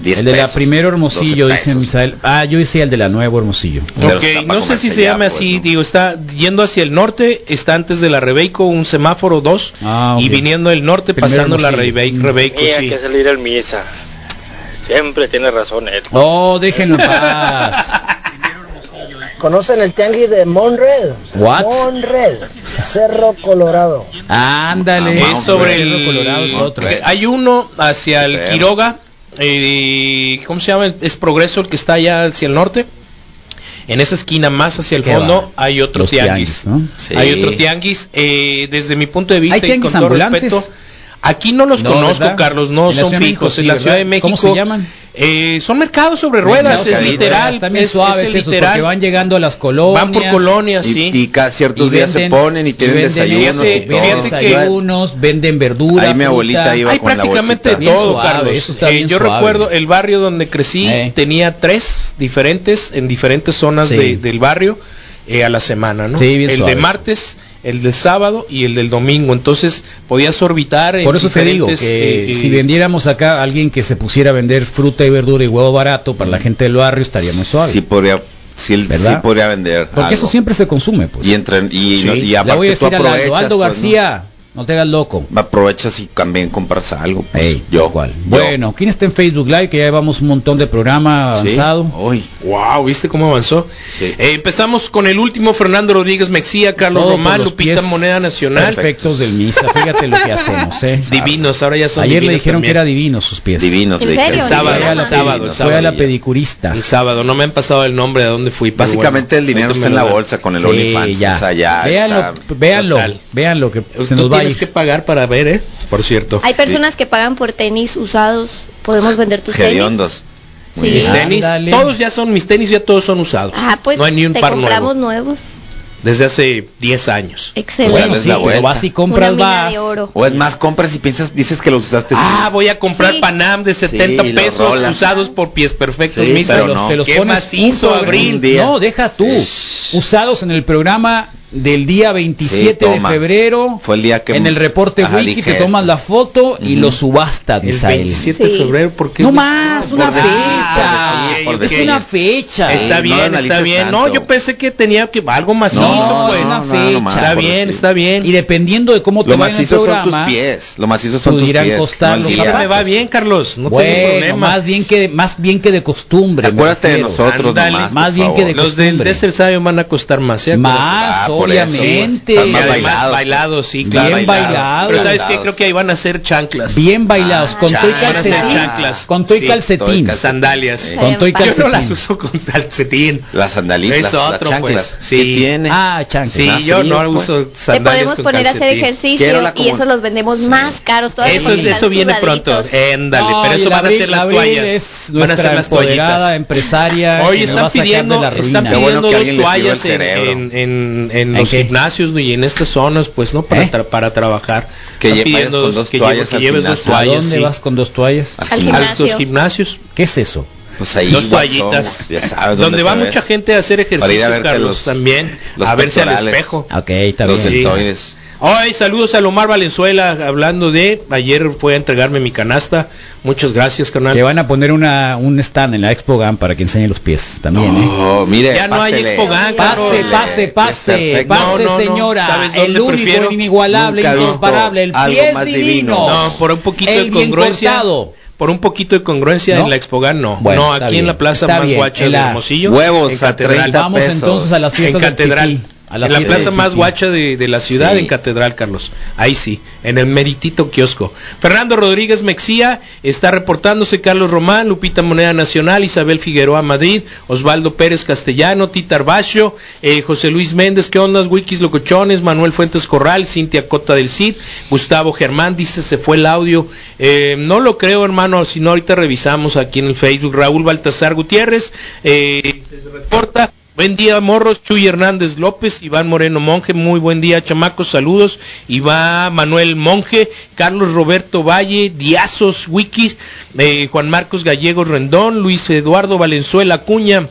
[SPEAKER 6] 10
[SPEAKER 3] El de la
[SPEAKER 6] pesos,
[SPEAKER 3] primera Hermosillo,
[SPEAKER 6] 12
[SPEAKER 3] dice Misael. Ah, yo hice el de la nueva Hermosillo.
[SPEAKER 5] Ok, no sé si se llama así, digo, está yendo hacia el norte, está antes de la Rebeco, un semáforo, dos, y viniendo del norte,
[SPEAKER 3] Ah, Primero Mm.
[SPEAKER 5] pasando la
[SPEAKER 3] Hermosillo.
[SPEAKER 5] Rebeco, Rebeco,
[SPEAKER 21] Tenía
[SPEAKER 5] sí.
[SPEAKER 21] que salir al misa. Siempre tiene razón él.
[SPEAKER 3] Oh, déjenlo en paz.
[SPEAKER 19] ¿Conocen el tianguis de Monred?
[SPEAKER 3] What?
[SPEAKER 19] Monred, Cerro Colorado.
[SPEAKER 3] Ándale.
[SPEAKER 5] Es sobre el
[SPEAKER 3] Ah, Colorado es otro. eh.
[SPEAKER 5] que Hay uno hacia el Quiroga, eh, ¿cómo se llama? Es Progreso, el que está allá hacia el norte. En esa esquina más hacia el
[SPEAKER 3] Qué
[SPEAKER 5] fondo
[SPEAKER 3] va.
[SPEAKER 5] hay otro
[SPEAKER 3] Los
[SPEAKER 5] tianguis.
[SPEAKER 3] tianguis, ¿no?
[SPEAKER 5] Hay
[SPEAKER 3] Sí.
[SPEAKER 5] otro tianguis. eh, desde mi punto de
[SPEAKER 3] ¿Hay
[SPEAKER 5] vista y
[SPEAKER 3] tianguis
[SPEAKER 5] con todo
[SPEAKER 3] ambulantes?
[SPEAKER 5] respeto, aquí no los
[SPEAKER 3] No,
[SPEAKER 5] conozco,
[SPEAKER 3] ¿verdad?
[SPEAKER 5] Carlos. No
[SPEAKER 3] En la Ciudad
[SPEAKER 5] son
[SPEAKER 3] de México,
[SPEAKER 5] fijos.
[SPEAKER 3] sí,
[SPEAKER 5] en la
[SPEAKER 3] ¿verdad?
[SPEAKER 5] Ciudad de México.
[SPEAKER 3] ¿Cómo se llaman?
[SPEAKER 5] Eh, son mercados sobre ruedas, es literal.
[SPEAKER 3] También
[SPEAKER 5] es,
[SPEAKER 3] suaves
[SPEAKER 5] es el
[SPEAKER 3] esos,
[SPEAKER 5] literal.
[SPEAKER 3] porque van llegando a las colonias.
[SPEAKER 5] Van por colonias, sí.
[SPEAKER 6] Y cada ciertos
[SPEAKER 3] Y
[SPEAKER 6] días
[SPEAKER 3] venden-
[SPEAKER 6] se ponen y tienen
[SPEAKER 3] venden
[SPEAKER 6] desayunos
[SPEAKER 3] eso,
[SPEAKER 6] y todo.
[SPEAKER 3] venden desayunos, venden verduras.
[SPEAKER 6] Ahí mi abuelita
[SPEAKER 3] fruta.
[SPEAKER 6] iba
[SPEAKER 5] Hay prácticamente
[SPEAKER 3] Bien
[SPEAKER 5] todo,
[SPEAKER 3] suave,
[SPEAKER 5] Carlos.
[SPEAKER 3] eso está
[SPEAKER 5] Eh,
[SPEAKER 3] bien
[SPEAKER 5] yo
[SPEAKER 3] suave. Eh.
[SPEAKER 5] recuerdo el barrio donde crecí tenía tres diferentes en diferentes zonas
[SPEAKER 3] Sí.
[SPEAKER 5] de- del barrio eh, a la semana, ¿no?
[SPEAKER 3] Sí, bien
[SPEAKER 5] el
[SPEAKER 3] suave.
[SPEAKER 5] de martes, el del sábado y el del domingo. Entonces podías orbitar. en
[SPEAKER 3] Por eso te digo
[SPEAKER 5] diferentes,
[SPEAKER 3] que
[SPEAKER 5] eh, eh,
[SPEAKER 3] si vendiéramos acá a alguien que se pusiera a vender fruta y verdura y huevo barato
[SPEAKER 5] Mm.
[SPEAKER 3] para la gente del barrio estaría muy suave.
[SPEAKER 6] Sí podría, sí, sí
[SPEAKER 3] ¿Verdad?
[SPEAKER 6] podría vender.
[SPEAKER 3] Porque
[SPEAKER 6] algo.
[SPEAKER 3] eso siempre se consume, pues.
[SPEAKER 6] Y entran y,
[SPEAKER 3] Sí.
[SPEAKER 6] no- y
[SPEAKER 3] Le
[SPEAKER 6] aparte
[SPEAKER 3] voy a
[SPEAKER 6] tú
[SPEAKER 3] decir a Aldo,
[SPEAKER 6] aprovechas.
[SPEAKER 3] Aldo
[SPEAKER 6] pues,
[SPEAKER 3] García, ¿no? te hagas loco.
[SPEAKER 6] ¿no? Aprovechas y también compras algo. pues, yo.
[SPEAKER 3] Bueno, ¿quién está en Facebook Live? Que ya llevamos un montón de programa
[SPEAKER 5] Sí, Oh.
[SPEAKER 3] avanzado.
[SPEAKER 6] hoy.
[SPEAKER 5] Wow, ¿viste cómo avanzó? Eh, empezamos con el último, Fernando Rodríguez Mexía, Carlos
[SPEAKER 3] Todo por
[SPEAKER 5] Román,
[SPEAKER 3] los
[SPEAKER 5] Lupita
[SPEAKER 3] pies
[SPEAKER 5] Moneda Nacional.
[SPEAKER 3] Perfectos del Misa, fíjate lo que hacemos, ¿eh?
[SPEAKER 5] Divinos, ahora ya son
[SPEAKER 3] Ayer le
[SPEAKER 5] divinos
[SPEAKER 3] dijeron
[SPEAKER 5] también.
[SPEAKER 3] que era divino sus pies.
[SPEAKER 6] Divinos,
[SPEAKER 5] le dijeron. El sábado,
[SPEAKER 3] Fue a la-
[SPEAKER 5] el sábado, el
[SPEAKER 3] Fue a la
[SPEAKER 5] sábado.
[SPEAKER 3] pedicurista.
[SPEAKER 5] El sábado, no me han pasado el nombre de dónde fui. pero
[SPEAKER 6] Básicamente el dinero
[SPEAKER 5] ahorita
[SPEAKER 6] está
[SPEAKER 5] me
[SPEAKER 6] en
[SPEAKER 5] lo
[SPEAKER 6] la
[SPEAKER 5] dan.
[SPEAKER 6] bolsa con el
[SPEAKER 5] Sí,
[SPEAKER 6] OnlyFans.
[SPEAKER 5] ya.
[SPEAKER 6] O sea, ya
[SPEAKER 3] Véanlo,
[SPEAKER 6] está-
[SPEAKER 3] véanlo, véanlo que se
[SPEAKER 5] Pues Tú
[SPEAKER 3] nos va a
[SPEAKER 5] tienes
[SPEAKER 3] ir.
[SPEAKER 5] que pagar para ver, ¿eh? Por cierto.
[SPEAKER 15] Hay personas que pagan por tenis usados. Podemos vender tus tenis.
[SPEAKER 6] Hediondos.
[SPEAKER 15] Muy
[SPEAKER 5] Mis
[SPEAKER 15] bien.
[SPEAKER 3] Ah,
[SPEAKER 5] tenis,
[SPEAKER 15] Ándale.
[SPEAKER 5] todos ya son, mis tenis ya todos son usados.
[SPEAKER 15] Ah, pues
[SPEAKER 5] no hay ni un
[SPEAKER 15] te
[SPEAKER 5] par nuevo.
[SPEAKER 15] compramos nuevos.
[SPEAKER 5] Desde hace 10 años.
[SPEAKER 15] Excelente.
[SPEAKER 6] Bueno, sí, pero vas y
[SPEAKER 15] compras, Una mina de vas. oro.
[SPEAKER 6] O es más, compras y piensas, dices que los usaste.
[SPEAKER 5] Ah, voy a comprar Panam de 70
[SPEAKER 6] Sí, los
[SPEAKER 5] pesos
[SPEAKER 6] rolas.
[SPEAKER 5] usados por pies perfectos.
[SPEAKER 6] Sí,
[SPEAKER 5] misa.
[SPEAKER 6] pero no.
[SPEAKER 3] te los
[SPEAKER 5] ¿Qué
[SPEAKER 3] pones
[SPEAKER 5] más hizo
[SPEAKER 3] junto,
[SPEAKER 5] abril?
[SPEAKER 3] un día. No, deja tú. Usados en el programa del día 27 de
[SPEAKER 6] toma.
[SPEAKER 3] febrero.
[SPEAKER 6] Fue el día que
[SPEAKER 3] en el reporte
[SPEAKER 6] Ajá,
[SPEAKER 3] wiki
[SPEAKER 6] dije
[SPEAKER 3] te tomas la foto y
[SPEAKER 6] Ujú.
[SPEAKER 3] lo subastas,
[SPEAKER 6] El
[SPEAKER 3] Misael.
[SPEAKER 6] 27 de Sí. febrero, ¿por qué?
[SPEAKER 3] No más, una
[SPEAKER 6] Por decir,
[SPEAKER 3] fecha.
[SPEAKER 6] por decir, por
[SPEAKER 3] es
[SPEAKER 6] decir.
[SPEAKER 3] una fecha.
[SPEAKER 5] Está bien, está bien. No, yo pensé que tenía que algo macizo,
[SPEAKER 3] No,
[SPEAKER 5] pues.
[SPEAKER 3] es una
[SPEAKER 5] Está
[SPEAKER 3] fecha.
[SPEAKER 5] bien, está bien.
[SPEAKER 3] Y dependiendo de cómo te
[SPEAKER 6] Lo
[SPEAKER 3] va en el
[SPEAKER 6] macizo son tus
[SPEAKER 3] programa,
[SPEAKER 6] pies. Lo macizo son tus
[SPEAKER 3] pudieran
[SPEAKER 6] pies.
[SPEAKER 3] costar
[SPEAKER 6] no el
[SPEAKER 3] los
[SPEAKER 6] día.
[SPEAKER 3] zapatos.
[SPEAKER 5] Me va bien, Carlos. No tengo
[SPEAKER 3] bueno,
[SPEAKER 5] problema.
[SPEAKER 3] más bien que de, más bien que de costumbre. me
[SPEAKER 6] Acuérdate de
[SPEAKER 3] refiero.
[SPEAKER 6] nosotros
[SPEAKER 3] Ándale.
[SPEAKER 6] nomás, por
[SPEAKER 3] más bien que de
[SPEAKER 6] favor.
[SPEAKER 5] Los del
[SPEAKER 3] costumbre.
[SPEAKER 5] Desert Sayo van a costar más, ¿eh?
[SPEAKER 6] Ah,
[SPEAKER 3] Más,
[SPEAKER 5] por eso.
[SPEAKER 6] pues,
[SPEAKER 3] obviamente.
[SPEAKER 5] Están más
[SPEAKER 3] Y además
[SPEAKER 5] bailados. bailados, sí,
[SPEAKER 3] Bien
[SPEAKER 5] claro.
[SPEAKER 3] bailados.
[SPEAKER 5] Pero ¿sabes qué?
[SPEAKER 3] Bailados.
[SPEAKER 5] Creo que ahí van a ser chanclas.
[SPEAKER 3] Bien bailados,
[SPEAKER 6] Ah,
[SPEAKER 3] con todo y
[SPEAKER 5] Van a ser
[SPEAKER 3] calcetín.
[SPEAKER 5] chanclas.
[SPEAKER 3] Con todo y
[SPEAKER 5] Sí, todo y
[SPEAKER 3] calcetín.
[SPEAKER 5] calcetín. Sandalias.
[SPEAKER 3] Con todo y
[SPEAKER 5] Yo no las
[SPEAKER 3] calcetín.
[SPEAKER 5] uso con calcetín.
[SPEAKER 6] Las sandalitas,
[SPEAKER 5] Es
[SPEAKER 6] las
[SPEAKER 5] otro,
[SPEAKER 6] chanclas.
[SPEAKER 5] pues. Sí.
[SPEAKER 6] tiene?
[SPEAKER 3] Ah, chanclas.
[SPEAKER 5] Sí,
[SPEAKER 6] Nada
[SPEAKER 5] yo
[SPEAKER 6] frío,
[SPEAKER 5] no
[SPEAKER 6] pues.
[SPEAKER 5] uso
[SPEAKER 15] Te
[SPEAKER 5] sandalias
[SPEAKER 15] podemos
[SPEAKER 5] con
[SPEAKER 15] poner a hacer
[SPEAKER 5] calcetín.
[SPEAKER 15] ejercicio y eso los vendemos más caros todavía.
[SPEAKER 5] Eso,
[SPEAKER 15] porque
[SPEAKER 5] es- eso
[SPEAKER 15] están
[SPEAKER 5] viene
[SPEAKER 15] sudaditos.
[SPEAKER 5] pronto. Éndale,
[SPEAKER 3] No,
[SPEAKER 5] pero
[SPEAKER 3] y
[SPEAKER 5] eso
[SPEAKER 3] la
[SPEAKER 5] van a
[SPEAKER 3] Abril-
[SPEAKER 5] ser
[SPEAKER 3] la
[SPEAKER 5] las
[SPEAKER 3] Abril
[SPEAKER 5] toallas.
[SPEAKER 3] es
[SPEAKER 5] van a
[SPEAKER 3] nuestra
[SPEAKER 5] ser las
[SPEAKER 3] empoderada
[SPEAKER 5] toallas.
[SPEAKER 3] empresaria
[SPEAKER 5] Hoy
[SPEAKER 3] que me va
[SPEAKER 5] están
[SPEAKER 3] a sacar de
[SPEAKER 5] pidiendo,
[SPEAKER 3] la ruina.
[SPEAKER 5] están
[SPEAKER 3] Qué bueno
[SPEAKER 5] pidiendo
[SPEAKER 3] que
[SPEAKER 5] dos
[SPEAKER 3] alguien les sirvió el
[SPEAKER 5] toallas en,
[SPEAKER 3] cerebro.
[SPEAKER 5] en- en-
[SPEAKER 3] ¿En
[SPEAKER 5] en los
[SPEAKER 3] qué? ¿Eh?
[SPEAKER 5] gimnasios y en estas zonas, pues, ¿no? Para, tra- para trabajar.
[SPEAKER 6] Que
[SPEAKER 5] Están
[SPEAKER 6] lle- vayas con dos
[SPEAKER 5] que lleve-
[SPEAKER 6] toallas
[SPEAKER 5] que
[SPEAKER 6] al
[SPEAKER 5] lleves dos
[SPEAKER 6] gimnasio.
[SPEAKER 3] ¿A
[SPEAKER 5] toallas.
[SPEAKER 3] dónde
[SPEAKER 5] sí.
[SPEAKER 3] vas con dos toallas?
[SPEAKER 5] Al gimnasio. los gimnasios.
[SPEAKER 3] ¿Qué es eso?
[SPEAKER 6] Pues ahí
[SPEAKER 5] dos
[SPEAKER 6] ya
[SPEAKER 5] toallitas.
[SPEAKER 6] somos, ya sabes
[SPEAKER 5] donde
[SPEAKER 6] dónde
[SPEAKER 5] va
[SPEAKER 6] te ves.
[SPEAKER 5] mucha gente a hacer
[SPEAKER 6] Para ir
[SPEAKER 5] ejercicio,
[SPEAKER 6] a verte
[SPEAKER 5] Carlos,
[SPEAKER 6] los-
[SPEAKER 5] también.
[SPEAKER 6] los
[SPEAKER 5] a verse al
[SPEAKER 6] pectorales.
[SPEAKER 5] espejo.
[SPEAKER 3] Ok, está
[SPEAKER 6] Los
[SPEAKER 3] bien.
[SPEAKER 6] centoides.
[SPEAKER 5] Ay, saludos a Lomar Valenzuela, hablando de, ayer fue a entregarme mi canasta, muchas gracias, carnal.
[SPEAKER 3] Te van a poner una, un stand en la Expo GAM para que enseñe los pies también, ¿eh?
[SPEAKER 6] Oh, mire,
[SPEAKER 5] Ya no hay
[SPEAKER 6] pásele.
[SPEAKER 5] Expo GAN,
[SPEAKER 3] Pase,
[SPEAKER 5] Carlos.
[SPEAKER 3] pase, pase,
[SPEAKER 6] perfecto.
[SPEAKER 3] pase
[SPEAKER 5] No, no, no.
[SPEAKER 3] señora,
[SPEAKER 5] ¿Sabes
[SPEAKER 3] el
[SPEAKER 5] dónde
[SPEAKER 3] único,
[SPEAKER 5] prefiero?
[SPEAKER 3] inigualable,
[SPEAKER 5] Nunca he visto
[SPEAKER 3] incomparable, el
[SPEAKER 5] algo
[SPEAKER 3] pie es
[SPEAKER 5] más
[SPEAKER 3] divino.
[SPEAKER 5] No, por un poquito
[SPEAKER 3] el
[SPEAKER 5] de
[SPEAKER 3] bien
[SPEAKER 5] congruencia.
[SPEAKER 3] cortado.
[SPEAKER 5] Por un poquito de congruencia
[SPEAKER 3] ¿No?
[SPEAKER 5] en la Expogan, no.
[SPEAKER 3] Bueno,
[SPEAKER 5] no,
[SPEAKER 3] está
[SPEAKER 5] aquí
[SPEAKER 3] bien,
[SPEAKER 5] en la plaza
[SPEAKER 3] está
[SPEAKER 5] más
[SPEAKER 3] bien,
[SPEAKER 5] guacha
[SPEAKER 3] en
[SPEAKER 5] de
[SPEAKER 3] la-
[SPEAKER 5] Hermosillo.
[SPEAKER 3] Huevos
[SPEAKER 5] en
[SPEAKER 3] a 30 Vamos entonces a las fiestas
[SPEAKER 5] En
[SPEAKER 3] del
[SPEAKER 5] catedral.
[SPEAKER 3] pipí. A las
[SPEAKER 5] en la
[SPEAKER 3] siete.
[SPEAKER 5] plaza más guacha de, de la ciudad,
[SPEAKER 3] Sí.
[SPEAKER 5] en Catedral, Carlos. Ahí sí, en el meritito kiosco. Fernando Rodríguez Mexía está reportándose, Carlos Román, Lupita Moneda Nacional, Isabel Figueroa Madrid, Osvaldo Pérez Castellano, Tita Arbacho, eh, José Luis Méndez, ¿qué ondas? Wikis Locochones, Manuel Fuentes Corral, Cintia Cota del Cid, Gustavo Germán, dice, se fue el audio. Eh, no lo creo, hermano, si no ahorita revisamos aquí en el Facebook. Raúl Baltasar Gutiérrez, eh, se reporta. Buen día, morros. Chuy Hernández López, Iván Moreno Monje. Muy buen día, chamacos. Saludos. Iván Manuel Monje, Carlos Roberto Valle, Diazos Wikis, eh, Juan Marcos Gallegos Rendón, Luis Eduardo Valenzuela Cuña.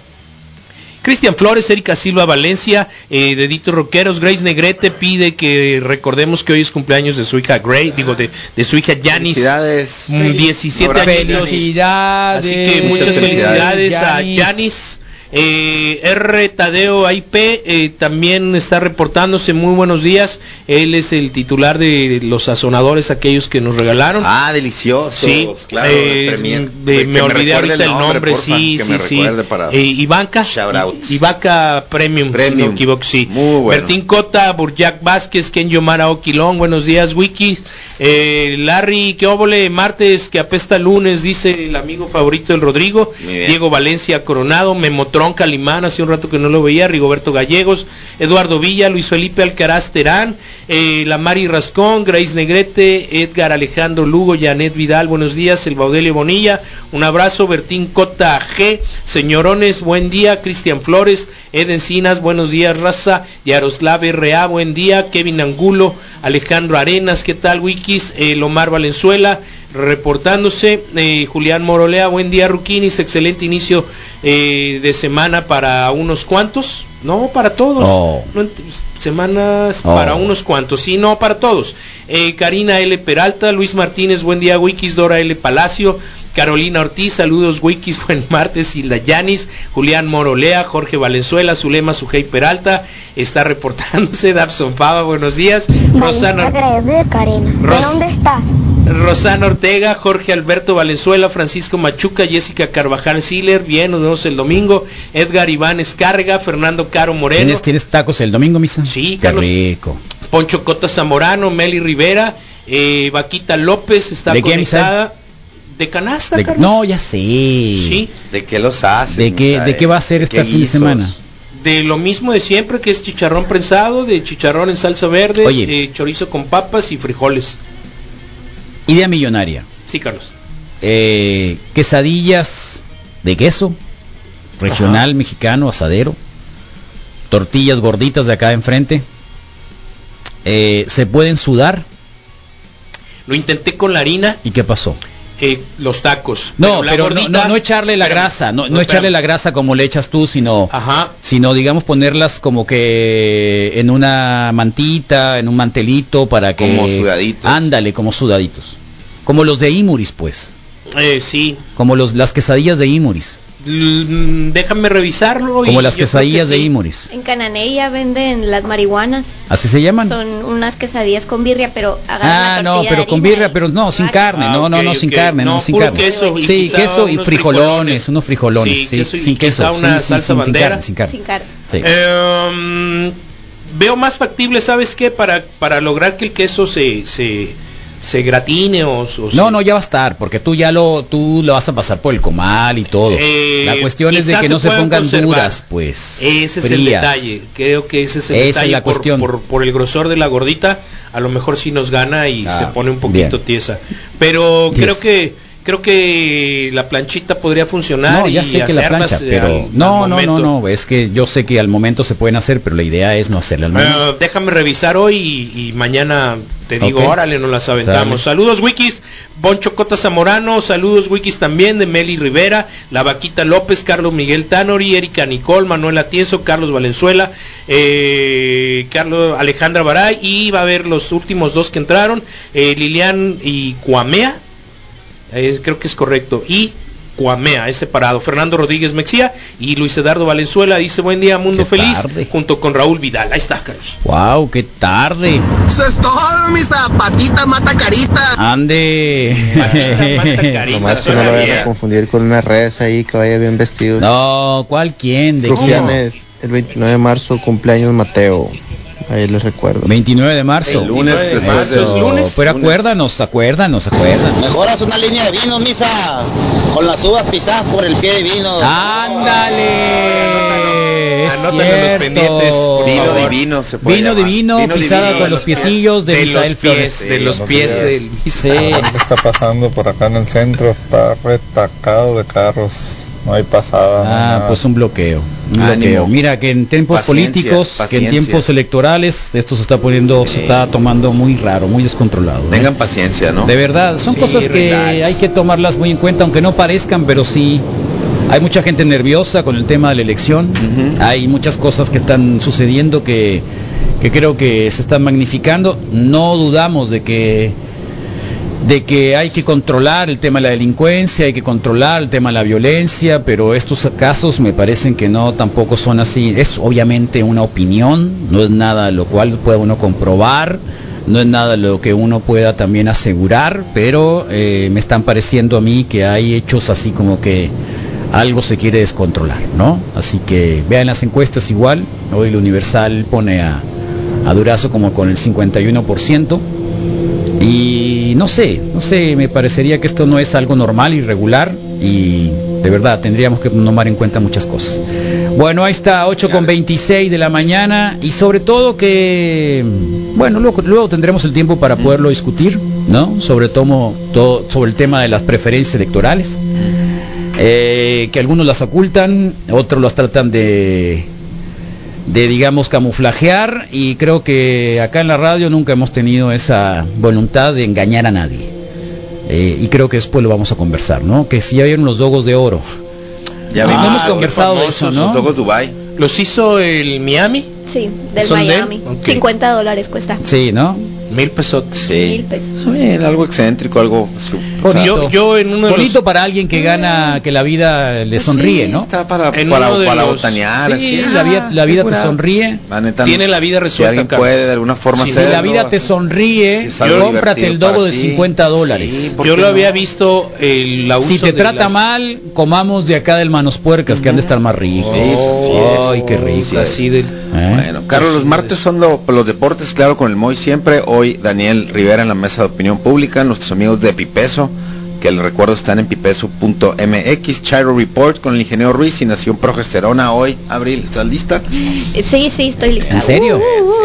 [SPEAKER 5] Cristian Flores, Erika Silva Valencia, eh, Deditos Roqueros, Grace Negrete pide que recordemos que hoy es cumpleaños de su hija Gray, digo de, de su hija Janis. Felicidades. 17 Mm, años.
[SPEAKER 3] Felicidades.
[SPEAKER 5] Así que muchas felicidades a Janis. Eh, R. Tadeo AIP eh, también está reportándose. Muy buenos días. Él es el titular de los sazonadores, aquellos que nos regalaron.
[SPEAKER 6] Ah, deliciosos.
[SPEAKER 5] Sí,
[SPEAKER 6] claro.
[SPEAKER 5] eh,
[SPEAKER 6] el premier.
[SPEAKER 5] de-
[SPEAKER 6] Que
[SPEAKER 5] me olvidé
[SPEAKER 6] recuerde
[SPEAKER 5] ahorita el nombre,
[SPEAKER 6] porfa,
[SPEAKER 5] sí,
[SPEAKER 6] que
[SPEAKER 5] sí,
[SPEAKER 6] me
[SPEAKER 5] sí.
[SPEAKER 6] recuerde para-
[SPEAKER 5] Eh, Ivanka, I- Ivanka Premium, si no me equivoco, sí. Bertín Cota, Burjack Vázquez, Ken Yomara Oquilón, buenos días, Wikis. Eh, Larry, que óvole, martes que apesta lunes, dice el amigo favorito del Rodrigo.
[SPEAKER 6] Muy bien.
[SPEAKER 5] Diego Valencia Coronado, Memotron Calimán, hace un rato que no lo veía, Rigoberto Gallegos, Eduardo Villa, Luis Felipe Alcaraz Terán, eh, la Mari Rascón, Grace Negrete, Edgar Alejandro Lugo, Janet Vidal, buenos días, el Baudelio Bonilla, un abrazo, Bertín Cota G, señorones, buen día, Cristian Flores, Ed Encinas, buenos días, Raza, Yaroslav R.A., buen día, Kevin Angulo, Alejandro Arenas, ¿qué tal, Wikis? Eh, Lomar Valenzuela, reportándose. eh, Julián Morolea, buen día Ruquinis, excelente inicio eh, de semana para unos cuantos. No, para todos.
[SPEAKER 3] Oh.
[SPEAKER 5] No ent- semanas
[SPEAKER 3] Oh.
[SPEAKER 5] para unos cuantos, sí, no para todos. Eh, Karina L. Peralta, Luis Martínez, buen día Wikis, Dora L. Palacio. Carolina Ortiz, saludos Wikis, buen martes, Hilda Yanis, Julián Morolea, Jorge Valenzuela, Zulema Sujei Peralta, está reportándose, Dabson Fava, buenos días, Rosana
[SPEAKER 2] Agradable, Karen. eh, ¿De
[SPEAKER 5] Ros-
[SPEAKER 2] dónde estás?
[SPEAKER 5] Rosana Ortega, Jorge Alberto Valenzuela, Francisco Machuca, Jessica Carvajal Siler, bien, nos vemos el domingo, Edgar Iván Escarga, Fernando Caro Moreno,
[SPEAKER 3] ¿Tienes, tienes tacos el domingo, misa? Sí,
[SPEAKER 5] Carlos.
[SPEAKER 3] Qué rico.
[SPEAKER 5] Poncho Cota Zamorano, Meli Rivera, eh, Vaquita López está
[SPEAKER 3] ¿De qué,
[SPEAKER 5] conectada. ¿De canasta,
[SPEAKER 3] De-
[SPEAKER 5] Carlos?
[SPEAKER 3] no, ya sé.
[SPEAKER 5] Sí.
[SPEAKER 6] ¿De qué los haces?
[SPEAKER 3] ¿De qué,
[SPEAKER 6] Misael?
[SPEAKER 3] de qué va a ser
[SPEAKER 6] ¿De
[SPEAKER 3] esta
[SPEAKER 6] qué
[SPEAKER 3] fin de
[SPEAKER 6] guisos?
[SPEAKER 3] semana?
[SPEAKER 5] De lo mismo de siempre, que es chicharrón prensado, de chicharrón en salsa verde, eh, chorizo con papas y frijoles.
[SPEAKER 3] Idea millonaria.
[SPEAKER 5] Sí, Carlos.
[SPEAKER 3] Eh, quesadillas de queso, regional mexicano, asadero, tortillas gorditas de acá de enfrente. Eh, se pueden sudar.
[SPEAKER 5] Lo intenté con la harina,
[SPEAKER 3] ¿Y qué pasó?
[SPEAKER 5] eh, los tacos.
[SPEAKER 3] No,
[SPEAKER 5] la
[SPEAKER 3] pero no-
[SPEAKER 5] gordita-
[SPEAKER 3] no, no echarle la grasa, no, no
[SPEAKER 5] espérame.
[SPEAKER 3] echarle la grasa como le echas tú, sino,
[SPEAKER 5] Ajá.
[SPEAKER 3] sino digamos ponerlas como que en una mantita, en un mantelito para que
[SPEAKER 6] Como sudaditos.
[SPEAKER 3] Ándale, como sudaditos. Como los de Imuris, pues.
[SPEAKER 5] Eh, sí,
[SPEAKER 3] Como los, las quesadillas de Imuris.
[SPEAKER 5] L- mm, déjame revisarlo. y
[SPEAKER 3] Como las
[SPEAKER 5] yo creo
[SPEAKER 3] quesadillas
[SPEAKER 5] que
[SPEAKER 3] de
[SPEAKER 5] sí.
[SPEAKER 3] Imuris.
[SPEAKER 15] En Cananella venden las marihuanas.
[SPEAKER 3] Así se llaman.
[SPEAKER 15] Son unas quesadillas con birria, pero
[SPEAKER 3] Ah,
[SPEAKER 15] agarran la tortilla
[SPEAKER 3] no,
[SPEAKER 15] de Ah,
[SPEAKER 3] pero con
[SPEAKER 15] harina
[SPEAKER 3] birria, pero no, sin carne, no, no,
[SPEAKER 5] Ah, ok,
[SPEAKER 3] no, sin
[SPEAKER 5] ok.
[SPEAKER 3] carne, no,
[SPEAKER 5] No,
[SPEAKER 3] sin
[SPEAKER 5] puro
[SPEAKER 3] carne.
[SPEAKER 5] queso y
[SPEAKER 3] sí,
[SPEAKER 5] quizá
[SPEAKER 3] queso y
[SPEAKER 5] unos
[SPEAKER 3] frijolones, unos frijolones,
[SPEAKER 5] Sí,
[SPEAKER 3] sí,
[SPEAKER 5] queso y
[SPEAKER 3] sin
[SPEAKER 5] quizá
[SPEAKER 3] queso,
[SPEAKER 5] una
[SPEAKER 3] sí, sí,
[SPEAKER 5] salsa
[SPEAKER 3] sin- sin
[SPEAKER 5] bandera.
[SPEAKER 3] carne, sin carne.
[SPEAKER 15] Sin carne.
[SPEAKER 3] Sí.
[SPEAKER 5] Eh, mm, veo más factible, ¿sabes qué? Para, para lograr que el queso se, se, se gratine o, o
[SPEAKER 6] Pues
[SPEAKER 3] No, no, ya va a estar, porque tú ya lo, tú lo vas a pasar por el comal y todo.
[SPEAKER 5] Eh,
[SPEAKER 3] la cuestión es de
[SPEAKER 5] quizás
[SPEAKER 3] que
[SPEAKER 5] se
[SPEAKER 3] no se
[SPEAKER 5] puedan
[SPEAKER 3] pongan
[SPEAKER 5] conservar.
[SPEAKER 3] duras, pues.
[SPEAKER 5] Ese es el
[SPEAKER 3] frías.
[SPEAKER 5] detalle, creo que ese es el
[SPEAKER 3] Esa es
[SPEAKER 5] detalle
[SPEAKER 3] la
[SPEAKER 5] por,
[SPEAKER 3] cuestión.
[SPEAKER 5] Por, por el grosor de la gordita, a lo mejor sí nos gana y
[SPEAKER 3] Ah,
[SPEAKER 5] se pone un poquito tiesa. Pero
[SPEAKER 3] Tiesa.
[SPEAKER 5] creo que creo que la planchita podría funcionar
[SPEAKER 3] No, ya
[SPEAKER 5] y
[SPEAKER 3] sé que la
[SPEAKER 5] hacerlas
[SPEAKER 3] plancha,
[SPEAKER 5] eh,
[SPEAKER 3] pero
[SPEAKER 5] al-
[SPEAKER 3] no, no, no,
[SPEAKER 5] al momento.
[SPEAKER 3] no, es que yo sé que al momento se pueden hacer, pero la idea es no hacerla al momento.
[SPEAKER 5] Eh, déjame revisar hoy y, y mañana te digo,
[SPEAKER 3] Ok.
[SPEAKER 5] órale, nos las aventamos. Saludos, Wikis. Boncho Cota Zamorano, saludos, Wikis también, de Meli Rivera, La Vaquita López, Carlos Miguel Tanori, Erika Nicol, Manuel Atienzo, Carlos Valenzuela, eh, Carlos Alejandra Baray, y va a haber los últimos dos que entraron, eh, Lilian y Cuamea, eh, creo que es correcto. Y Cuamea es separado. Fernando Rodríguez Mexía y Luis Edardo Valenzuela dice buen día, mundo feliz, junto con Raúl Vidal. Ahí está, Carlos.
[SPEAKER 3] Wow, qué tarde.
[SPEAKER 19] Eso es todo, mi zapatita mata carita.
[SPEAKER 3] Ande.
[SPEAKER 9] Nomás que no lo vayan a confundir con una res ahí que vaya bien vestido.
[SPEAKER 3] No, ¿cuál quién? ¿De quién?
[SPEAKER 9] Rufianes. El 29 de marzo, cumpleaños Mateo. Ahí les recuerdo.
[SPEAKER 3] 29 de marzo.
[SPEAKER 6] El lunes,
[SPEAKER 3] 29 de
[SPEAKER 6] marzo,
[SPEAKER 3] marzo.
[SPEAKER 6] es lunes.
[SPEAKER 3] Pero
[SPEAKER 6] Lunes.
[SPEAKER 3] acuérdanos, acuérdanos, acuérdanos.
[SPEAKER 2] Mejor haz una línea de vino, misa, con las uvas pisadas por el pie de vino.
[SPEAKER 3] ¡Ándale! Es
[SPEAKER 6] Anótalo en los
[SPEAKER 3] cierto.
[SPEAKER 6] pendientes, por
[SPEAKER 3] Vino
[SPEAKER 6] favor.
[SPEAKER 3] divino,
[SPEAKER 6] se puede llamar. Vino
[SPEAKER 3] pisada
[SPEAKER 6] divino
[SPEAKER 3] con
[SPEAKER 6] de
[SPEAKER 3] los
[SPEAKER 6] los pies.
[SPEAKER 3] piecillos de,
[SPEAKER 6] De
[SPEAKER 3] Misael
[SPEAKER 6] los pies,
[SPEAKER 3] Flores.
[SPEAKER 6] de los pies del-
[SPEAKER 3] Sí.
[SPEAKER 5] este.
[SPEAKER 22] Algo Ah, está pasando por acá en el centro? Está retacado de carros. No hay pasada.
[SPEAKER 3] Ah, pues un bloqueo. Un
[SPEAKER 22] Ánimo.
[SPEAKER 3] bloqueo. Mira que en tiempos
[SPEAKER 22] Paciencia,
[SPEAKER 3] políticos, que en
[SPEAKER 22] paciencia.
[SPEAKER 3] tiempos electorales, esto se está poniendo, se está tomando muy raro, muy descontrolado. ¿eh?
[SPEAKER 6] Tengan paciencia, ¿no?
[SPEAKER 3] De verdad, son
[SPEAKER 6] Sí,
[SPEAKER 3] cosas que
[SPEAKER 6] relax.
[SPEAKER 3] hay que tomarlas muy en cuenta, aunque no parezcan, pero sí. Hay mucha gente nerviosa con el tema de la elección. Hay muchas cosas que están sucediendo que, que creo que se están magnificando. No dudamos de que de que hay que controlar el tema de la delincuencia, hay que controlar el tema de la violencia, pero estos casos me parecen que no tampoco son así. Es obviamente una opinión, no es nada lo cual pueda uno comprobar, no es nada lo que uno pueda también asegurar, pero eh, me están pareciendo a mí que hay hechos así como que algo se quiere descontrolar, ¿no? Así que vean las encuestas igual, hoy el Universal pone a, a Durazo como con el 51%. Y no sé, no sé, me parecería que esto no es algo normal y regular y de verdad tendríamos que tomar en cuenta muchas cosas. Bueno, ahí está, 8 con 26 de la mañana y sobre todo que, bueno, luego, luego tendremos el tiempo para poderlo discutir, ¿no? Sobre todo, todo- sobre el tema de las preferencias electorales, eh, que algunos las ocultan, otros las tratan de de digamos camuflajear y creo que acá en la radio nunca hemos tenido esa voluntad de engañar a nadie. Eh, y creo que después lo vamos a conversar, ¿no? Que si ya vieron los dogos de oro.
[SPEAKER 6] Ya
[SPEAKER 3] Ah,
[SPEAKER 6] vimos.
[SPEAKER 3] no hemos
[SPEAKER 6] qué
[SPEAKER 3] conversado de
[SPEAKER 6] famosos
[SPEAKER 3] eso, ¿no?
[SPEAKER 6] Los Dogos Dubai.
[SPEAKER 5] ¿Los hizo el Miami?
[SPEAKER 15] Sí, del
[SPEAKER 6] ¿Son de él?
[SPEAKER 15] Miami. 50 dólares cuesta.
[SPEAKER 3] Sí, ¿no?
[SPEAKER 5] Mil pesotes.
[SPEAKER 15] Mil
[SPEAKER 6] Sí.
[SPEAKER 15] pesos.
[SPEAKER 6] Bien, algo excéntrico, algo... su- o sea,
[SPEAKER 3] Bonito. Bonito para alguien que gana, Ah, que la vida
[SPEAKER 15] Pues
[SPEAKER 3] le sonríe, ¿no?
[SPEAKER 6] Está para,
[SPEAKER 3] En
[SPEAKER 6] para,
[SPEAKER 3] uno de
[SPEAKER 6] para
[SPEAKER 3] los-
[SPEAKER 6] botanear.
[SPEAKER 3] Sí,
[SPEAKER 6] así,
[SPEAKER 3] la vida-
[SPEAKER 6] ah,
[SPEAKER 3] la vida
[SPEAKER 6] qué
[SPEAKER 3] te
[SPEAKER 6] curado.
[SPEAKER 3] sonríe.
[SPEAKER 6] La neta,
[SPEAKER 5] Tiene la vida
[SPEAKER 6] Si
[SPEAKER 5] resuelta,
[SPEAKER 6] alguien
[SPEAKER 5] Carlos.
[SPEAKER 6] puede de alguna forma
[SPEAKER 3] Si
[SPEAKER 6] hacerlo,
[SPEAKER 3] la vida te sonríe,
[SPEAKER 6] es algo
[SPEAKER 3] cómprate
[SPEAKER 6] divertido
[SPEAKER 3] el dogo
[SPEAKER 6] para
[SPEAKER 3] de
[SPEAKER 6] ti.
[SPEAKER 3] 50 dólares.
[SPEAKER 5] Yo lo había visto el abuso
[SPEAKER 3] si te
[SPEAKER 5] de
[SPEAKER 3] trata
[SPEAKER 5] las-
[SPEAKER 3] mal, comamos de acá del Manos Puercas, que han de estar
[SPEAKER 6] Oh,
[SPEAKER 3] más ricos. ¿eh? Ay, qué rico.
[SPEAKER 5] Así del...
[SPEAKER 6] Bueno, Carlos, los martes son lo- pues, los deportes, claro, con el Moy siempre. Hoy Daniel Rivera en la mesa de opinión pública, nuestros amigos de Pipeso, que les recuerdo están en pipeso.mx, Chairo Report con el ingeniero Ruiz y Nación Progesterona hoy, Abril, ¿estás lista?
[SPEAKER 15] Eh, Sí, sí, estoy lista.
[SPEAKER 3] ¿En serio?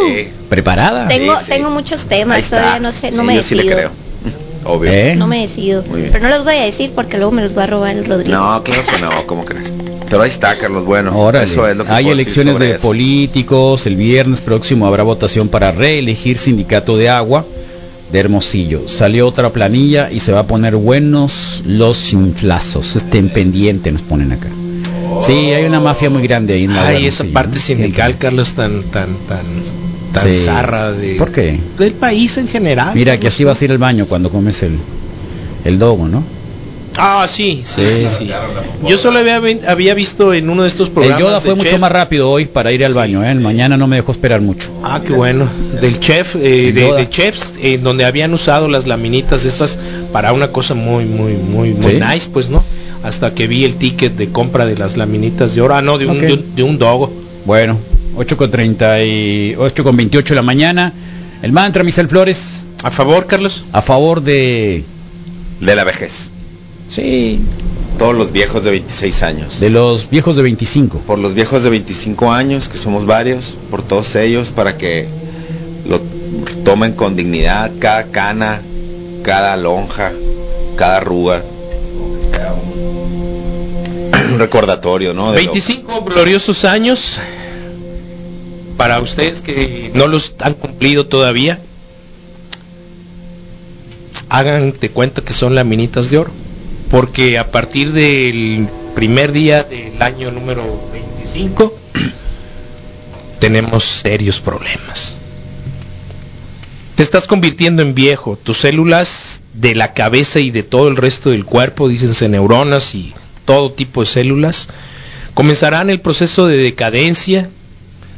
[SPEAKER 6] Sí.
[SPEAKER 3] ¿Preparada?
[SPEAKER 15] Uh. Tengo,
[SPEAKER 6] Sí, sí.
[SPEAKER 15] tengo muchos temas, todavía no sé, no
[SPEAKER 6] Sí,
[SPEAKER 15] me
[SPEAKER 6] yo sí
[SPEAKER 15] decido.
[SPEAKER 6] le creo. Obvio.
[SPEAKER 3] ¿Eh?
[SPEAKER 15] No me decido.
[SPEAKER 6] Muy bien.
[SPEAKER 15] Pero no los voy a decir porque luego me los va a robar el Rodrigo.
[SPEAKER 6] No, claro que no, ¿cómo crees? Pero ahí está, Carlos, bueno,
[SPEAKER 3] Órale.
[SPEAKER 6] eso es lo que
[SPEAKER 3] Hay
[SPEAKER 6] puedo decir
[SPEAKER 3] elecciones
[SPEAKER 6] sobre
[SPEAKER 3] de
[SPEAKER 6] eso.
[SPEAKER 3] políticos, el viernes próximo habrá votación para reelegir sindicato de agua de Hermosillo. Salió otra planilla y se va a poner buenos los chinflazos. Estén pendientes, nos ponen acá. Sí, hay una mafia muy grande ahí en la
[SPEAKER 5] Ay,
[SPEAKER 3] Hermosillo,
[SPEAKER 5] Ah, esa
[SPEAKER 3] ¿no?
[SPEAKER 5] parte sindical,
[SPEAKER 3] Sí.
[SPEAKER 5] Carlos, tan, tan, tan, tan
[SPEAKER 3] Sí.
[SPEAKER 5] zarra de...
[SPEAKER 3] ¿Por qué?
[SPEAKER 5] Del país en general.
[SPEAKER 3] Mira que así vas a ir al baño cuando comes el, el dogo, ¿no?
[SPEAKER 5] Ah, sí, sí,
[SPEAKER 3] Sí.
[SPEAKER 5] sí, sí. Yo solo había, ven- había visto en uno de estos
[SPEAKER 3] El
[SPEAKER 5] programas...
[SPEAKER 3] Yoda fue
[SPEAKER 5] de
[SPEAKER 3] mucho
[SPEAKER 5] Chef-
[SPEAKER 3] más rápido hoy para ir al baño, ¿eh? El mañana no me dejó esperar mucho.
[SPEAKER 5] Ah, qué bueno. Del chef, eh,
[SPEAKER 3] El
[SPEAKER 5] de,
[SPEAKER 3] Yoda.
[SPEAKER 5] de chefs, en donde habían usado las laminitas estas para una cosa muy, muy, muy,
[SPEAKER 3] Sí.
[SPEAKER 5] muy nice, pues, ¿no? Hasta que vi el ticket de compra de las laminitas de oro. Ah, no, de un,
[SPEAKER 3] Ok.
[SPEAKER 5] de un, de un dogo.
[SPEAKER 3] Bueno, 8 con 8 con 28 de la mañana. El mantra, Misael Flores.
[SPEAKER 5] A favor, Carlos.
[SPEAKER 3] A favor de...
[SPEAKER 6] De la vejez.
[SPEAKER 3] Sí.
[SPEAKER 6] Todos los viejos de 26 años.
[SPEAKER 3] De los viejos de 25.
[SPEAKER 6] por los viejos de 25 años, que somos varios, por todos ellos, para que lo tomen con dignidad, cada cana, cada lonja, cada arruga. sea un- un recordatorio, ¿no? De lo-
[SPEAKER 5] 25 gloriosos años para ustedes que no los han cumplido todavía. Hagan de cuenta que son laminitas de oro, porque a partir del primer día del año número 25 tenemos serios problemas. Te estás convirtiendo en viejo. Tus células de la cabeza y de todo el resto del cuerpo, dícense neuronas y todo tipo de células, comenzarán el proceso de decadencia,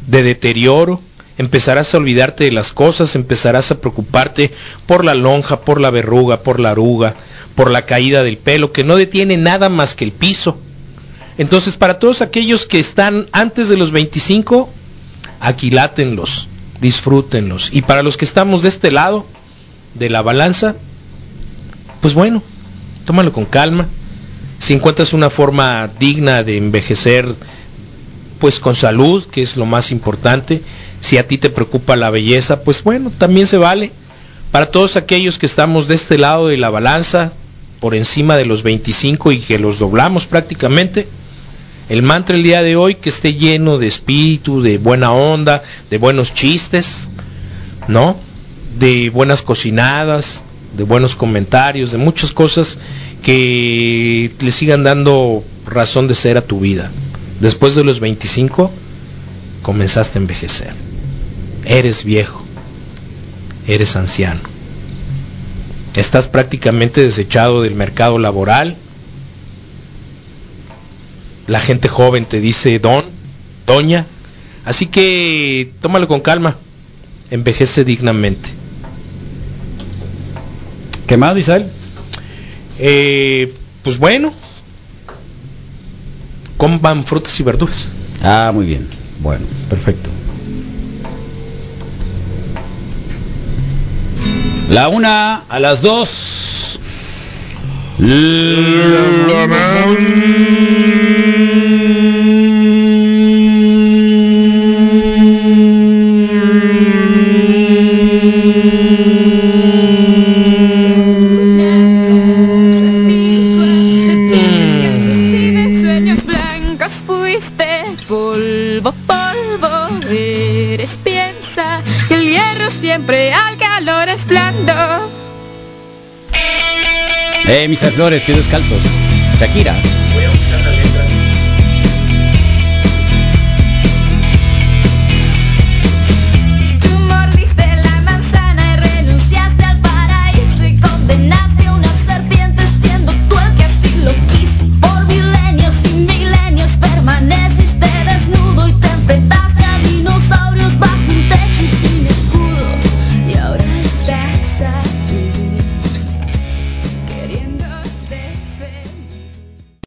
[SPEAKER 5] de deterioro. Empezarás a olvidarte de las cosas, empezarás a preocuparte por la lonja, por la verruga, por la arruga, por la caída del pelo, que no detiene nada más que el piso. Entonces, para todos aquellos que están antes de los 25, aquilátenlos, disfrútenlos. Y para los que estamos de este lado de la balanza, pues bueno, tómalo con calma. Si encuentras una forma digna de envejecer, pues con salud, que es lo más importante. Si a ti te preocupa la belleza, pues bueno, también se vale. Para todos aquellos que estamos de este lado de la balanza, por encima de los 25 y que los doblamos prácticamente, el mantra el día de hoy que esté lleno de espíritu, de buena onda, de buenos chistes, ¿no? De buenas cocinadas, de buenos comentarios, de muchas cosas que le sigan dando razón de ser a tu vida. Después de los 25, comenzaste a envejecer. Eres viejo. Eres anciano. Estás prácticamente desechado del mercado laboral. La gente joven te dice don, doña. Así que tómalo con calma. Envejece dignamente.
[SPEAKER 3] ¿Qué más, Isabel?
[SPEAKER 5] Eh, pues bueno, coman frutas y verduras.
[SPEAKER 3] Ah, muy bien. Bueno, perfecto. La una a las dos.
[SPEAKER 1] de sueños blancos fuiste polvo, polvo, eres piensa que el hierro siempre al calor es blando.
[SPEAKER 3] Eh, mis flores, pies descalzos. Shakira.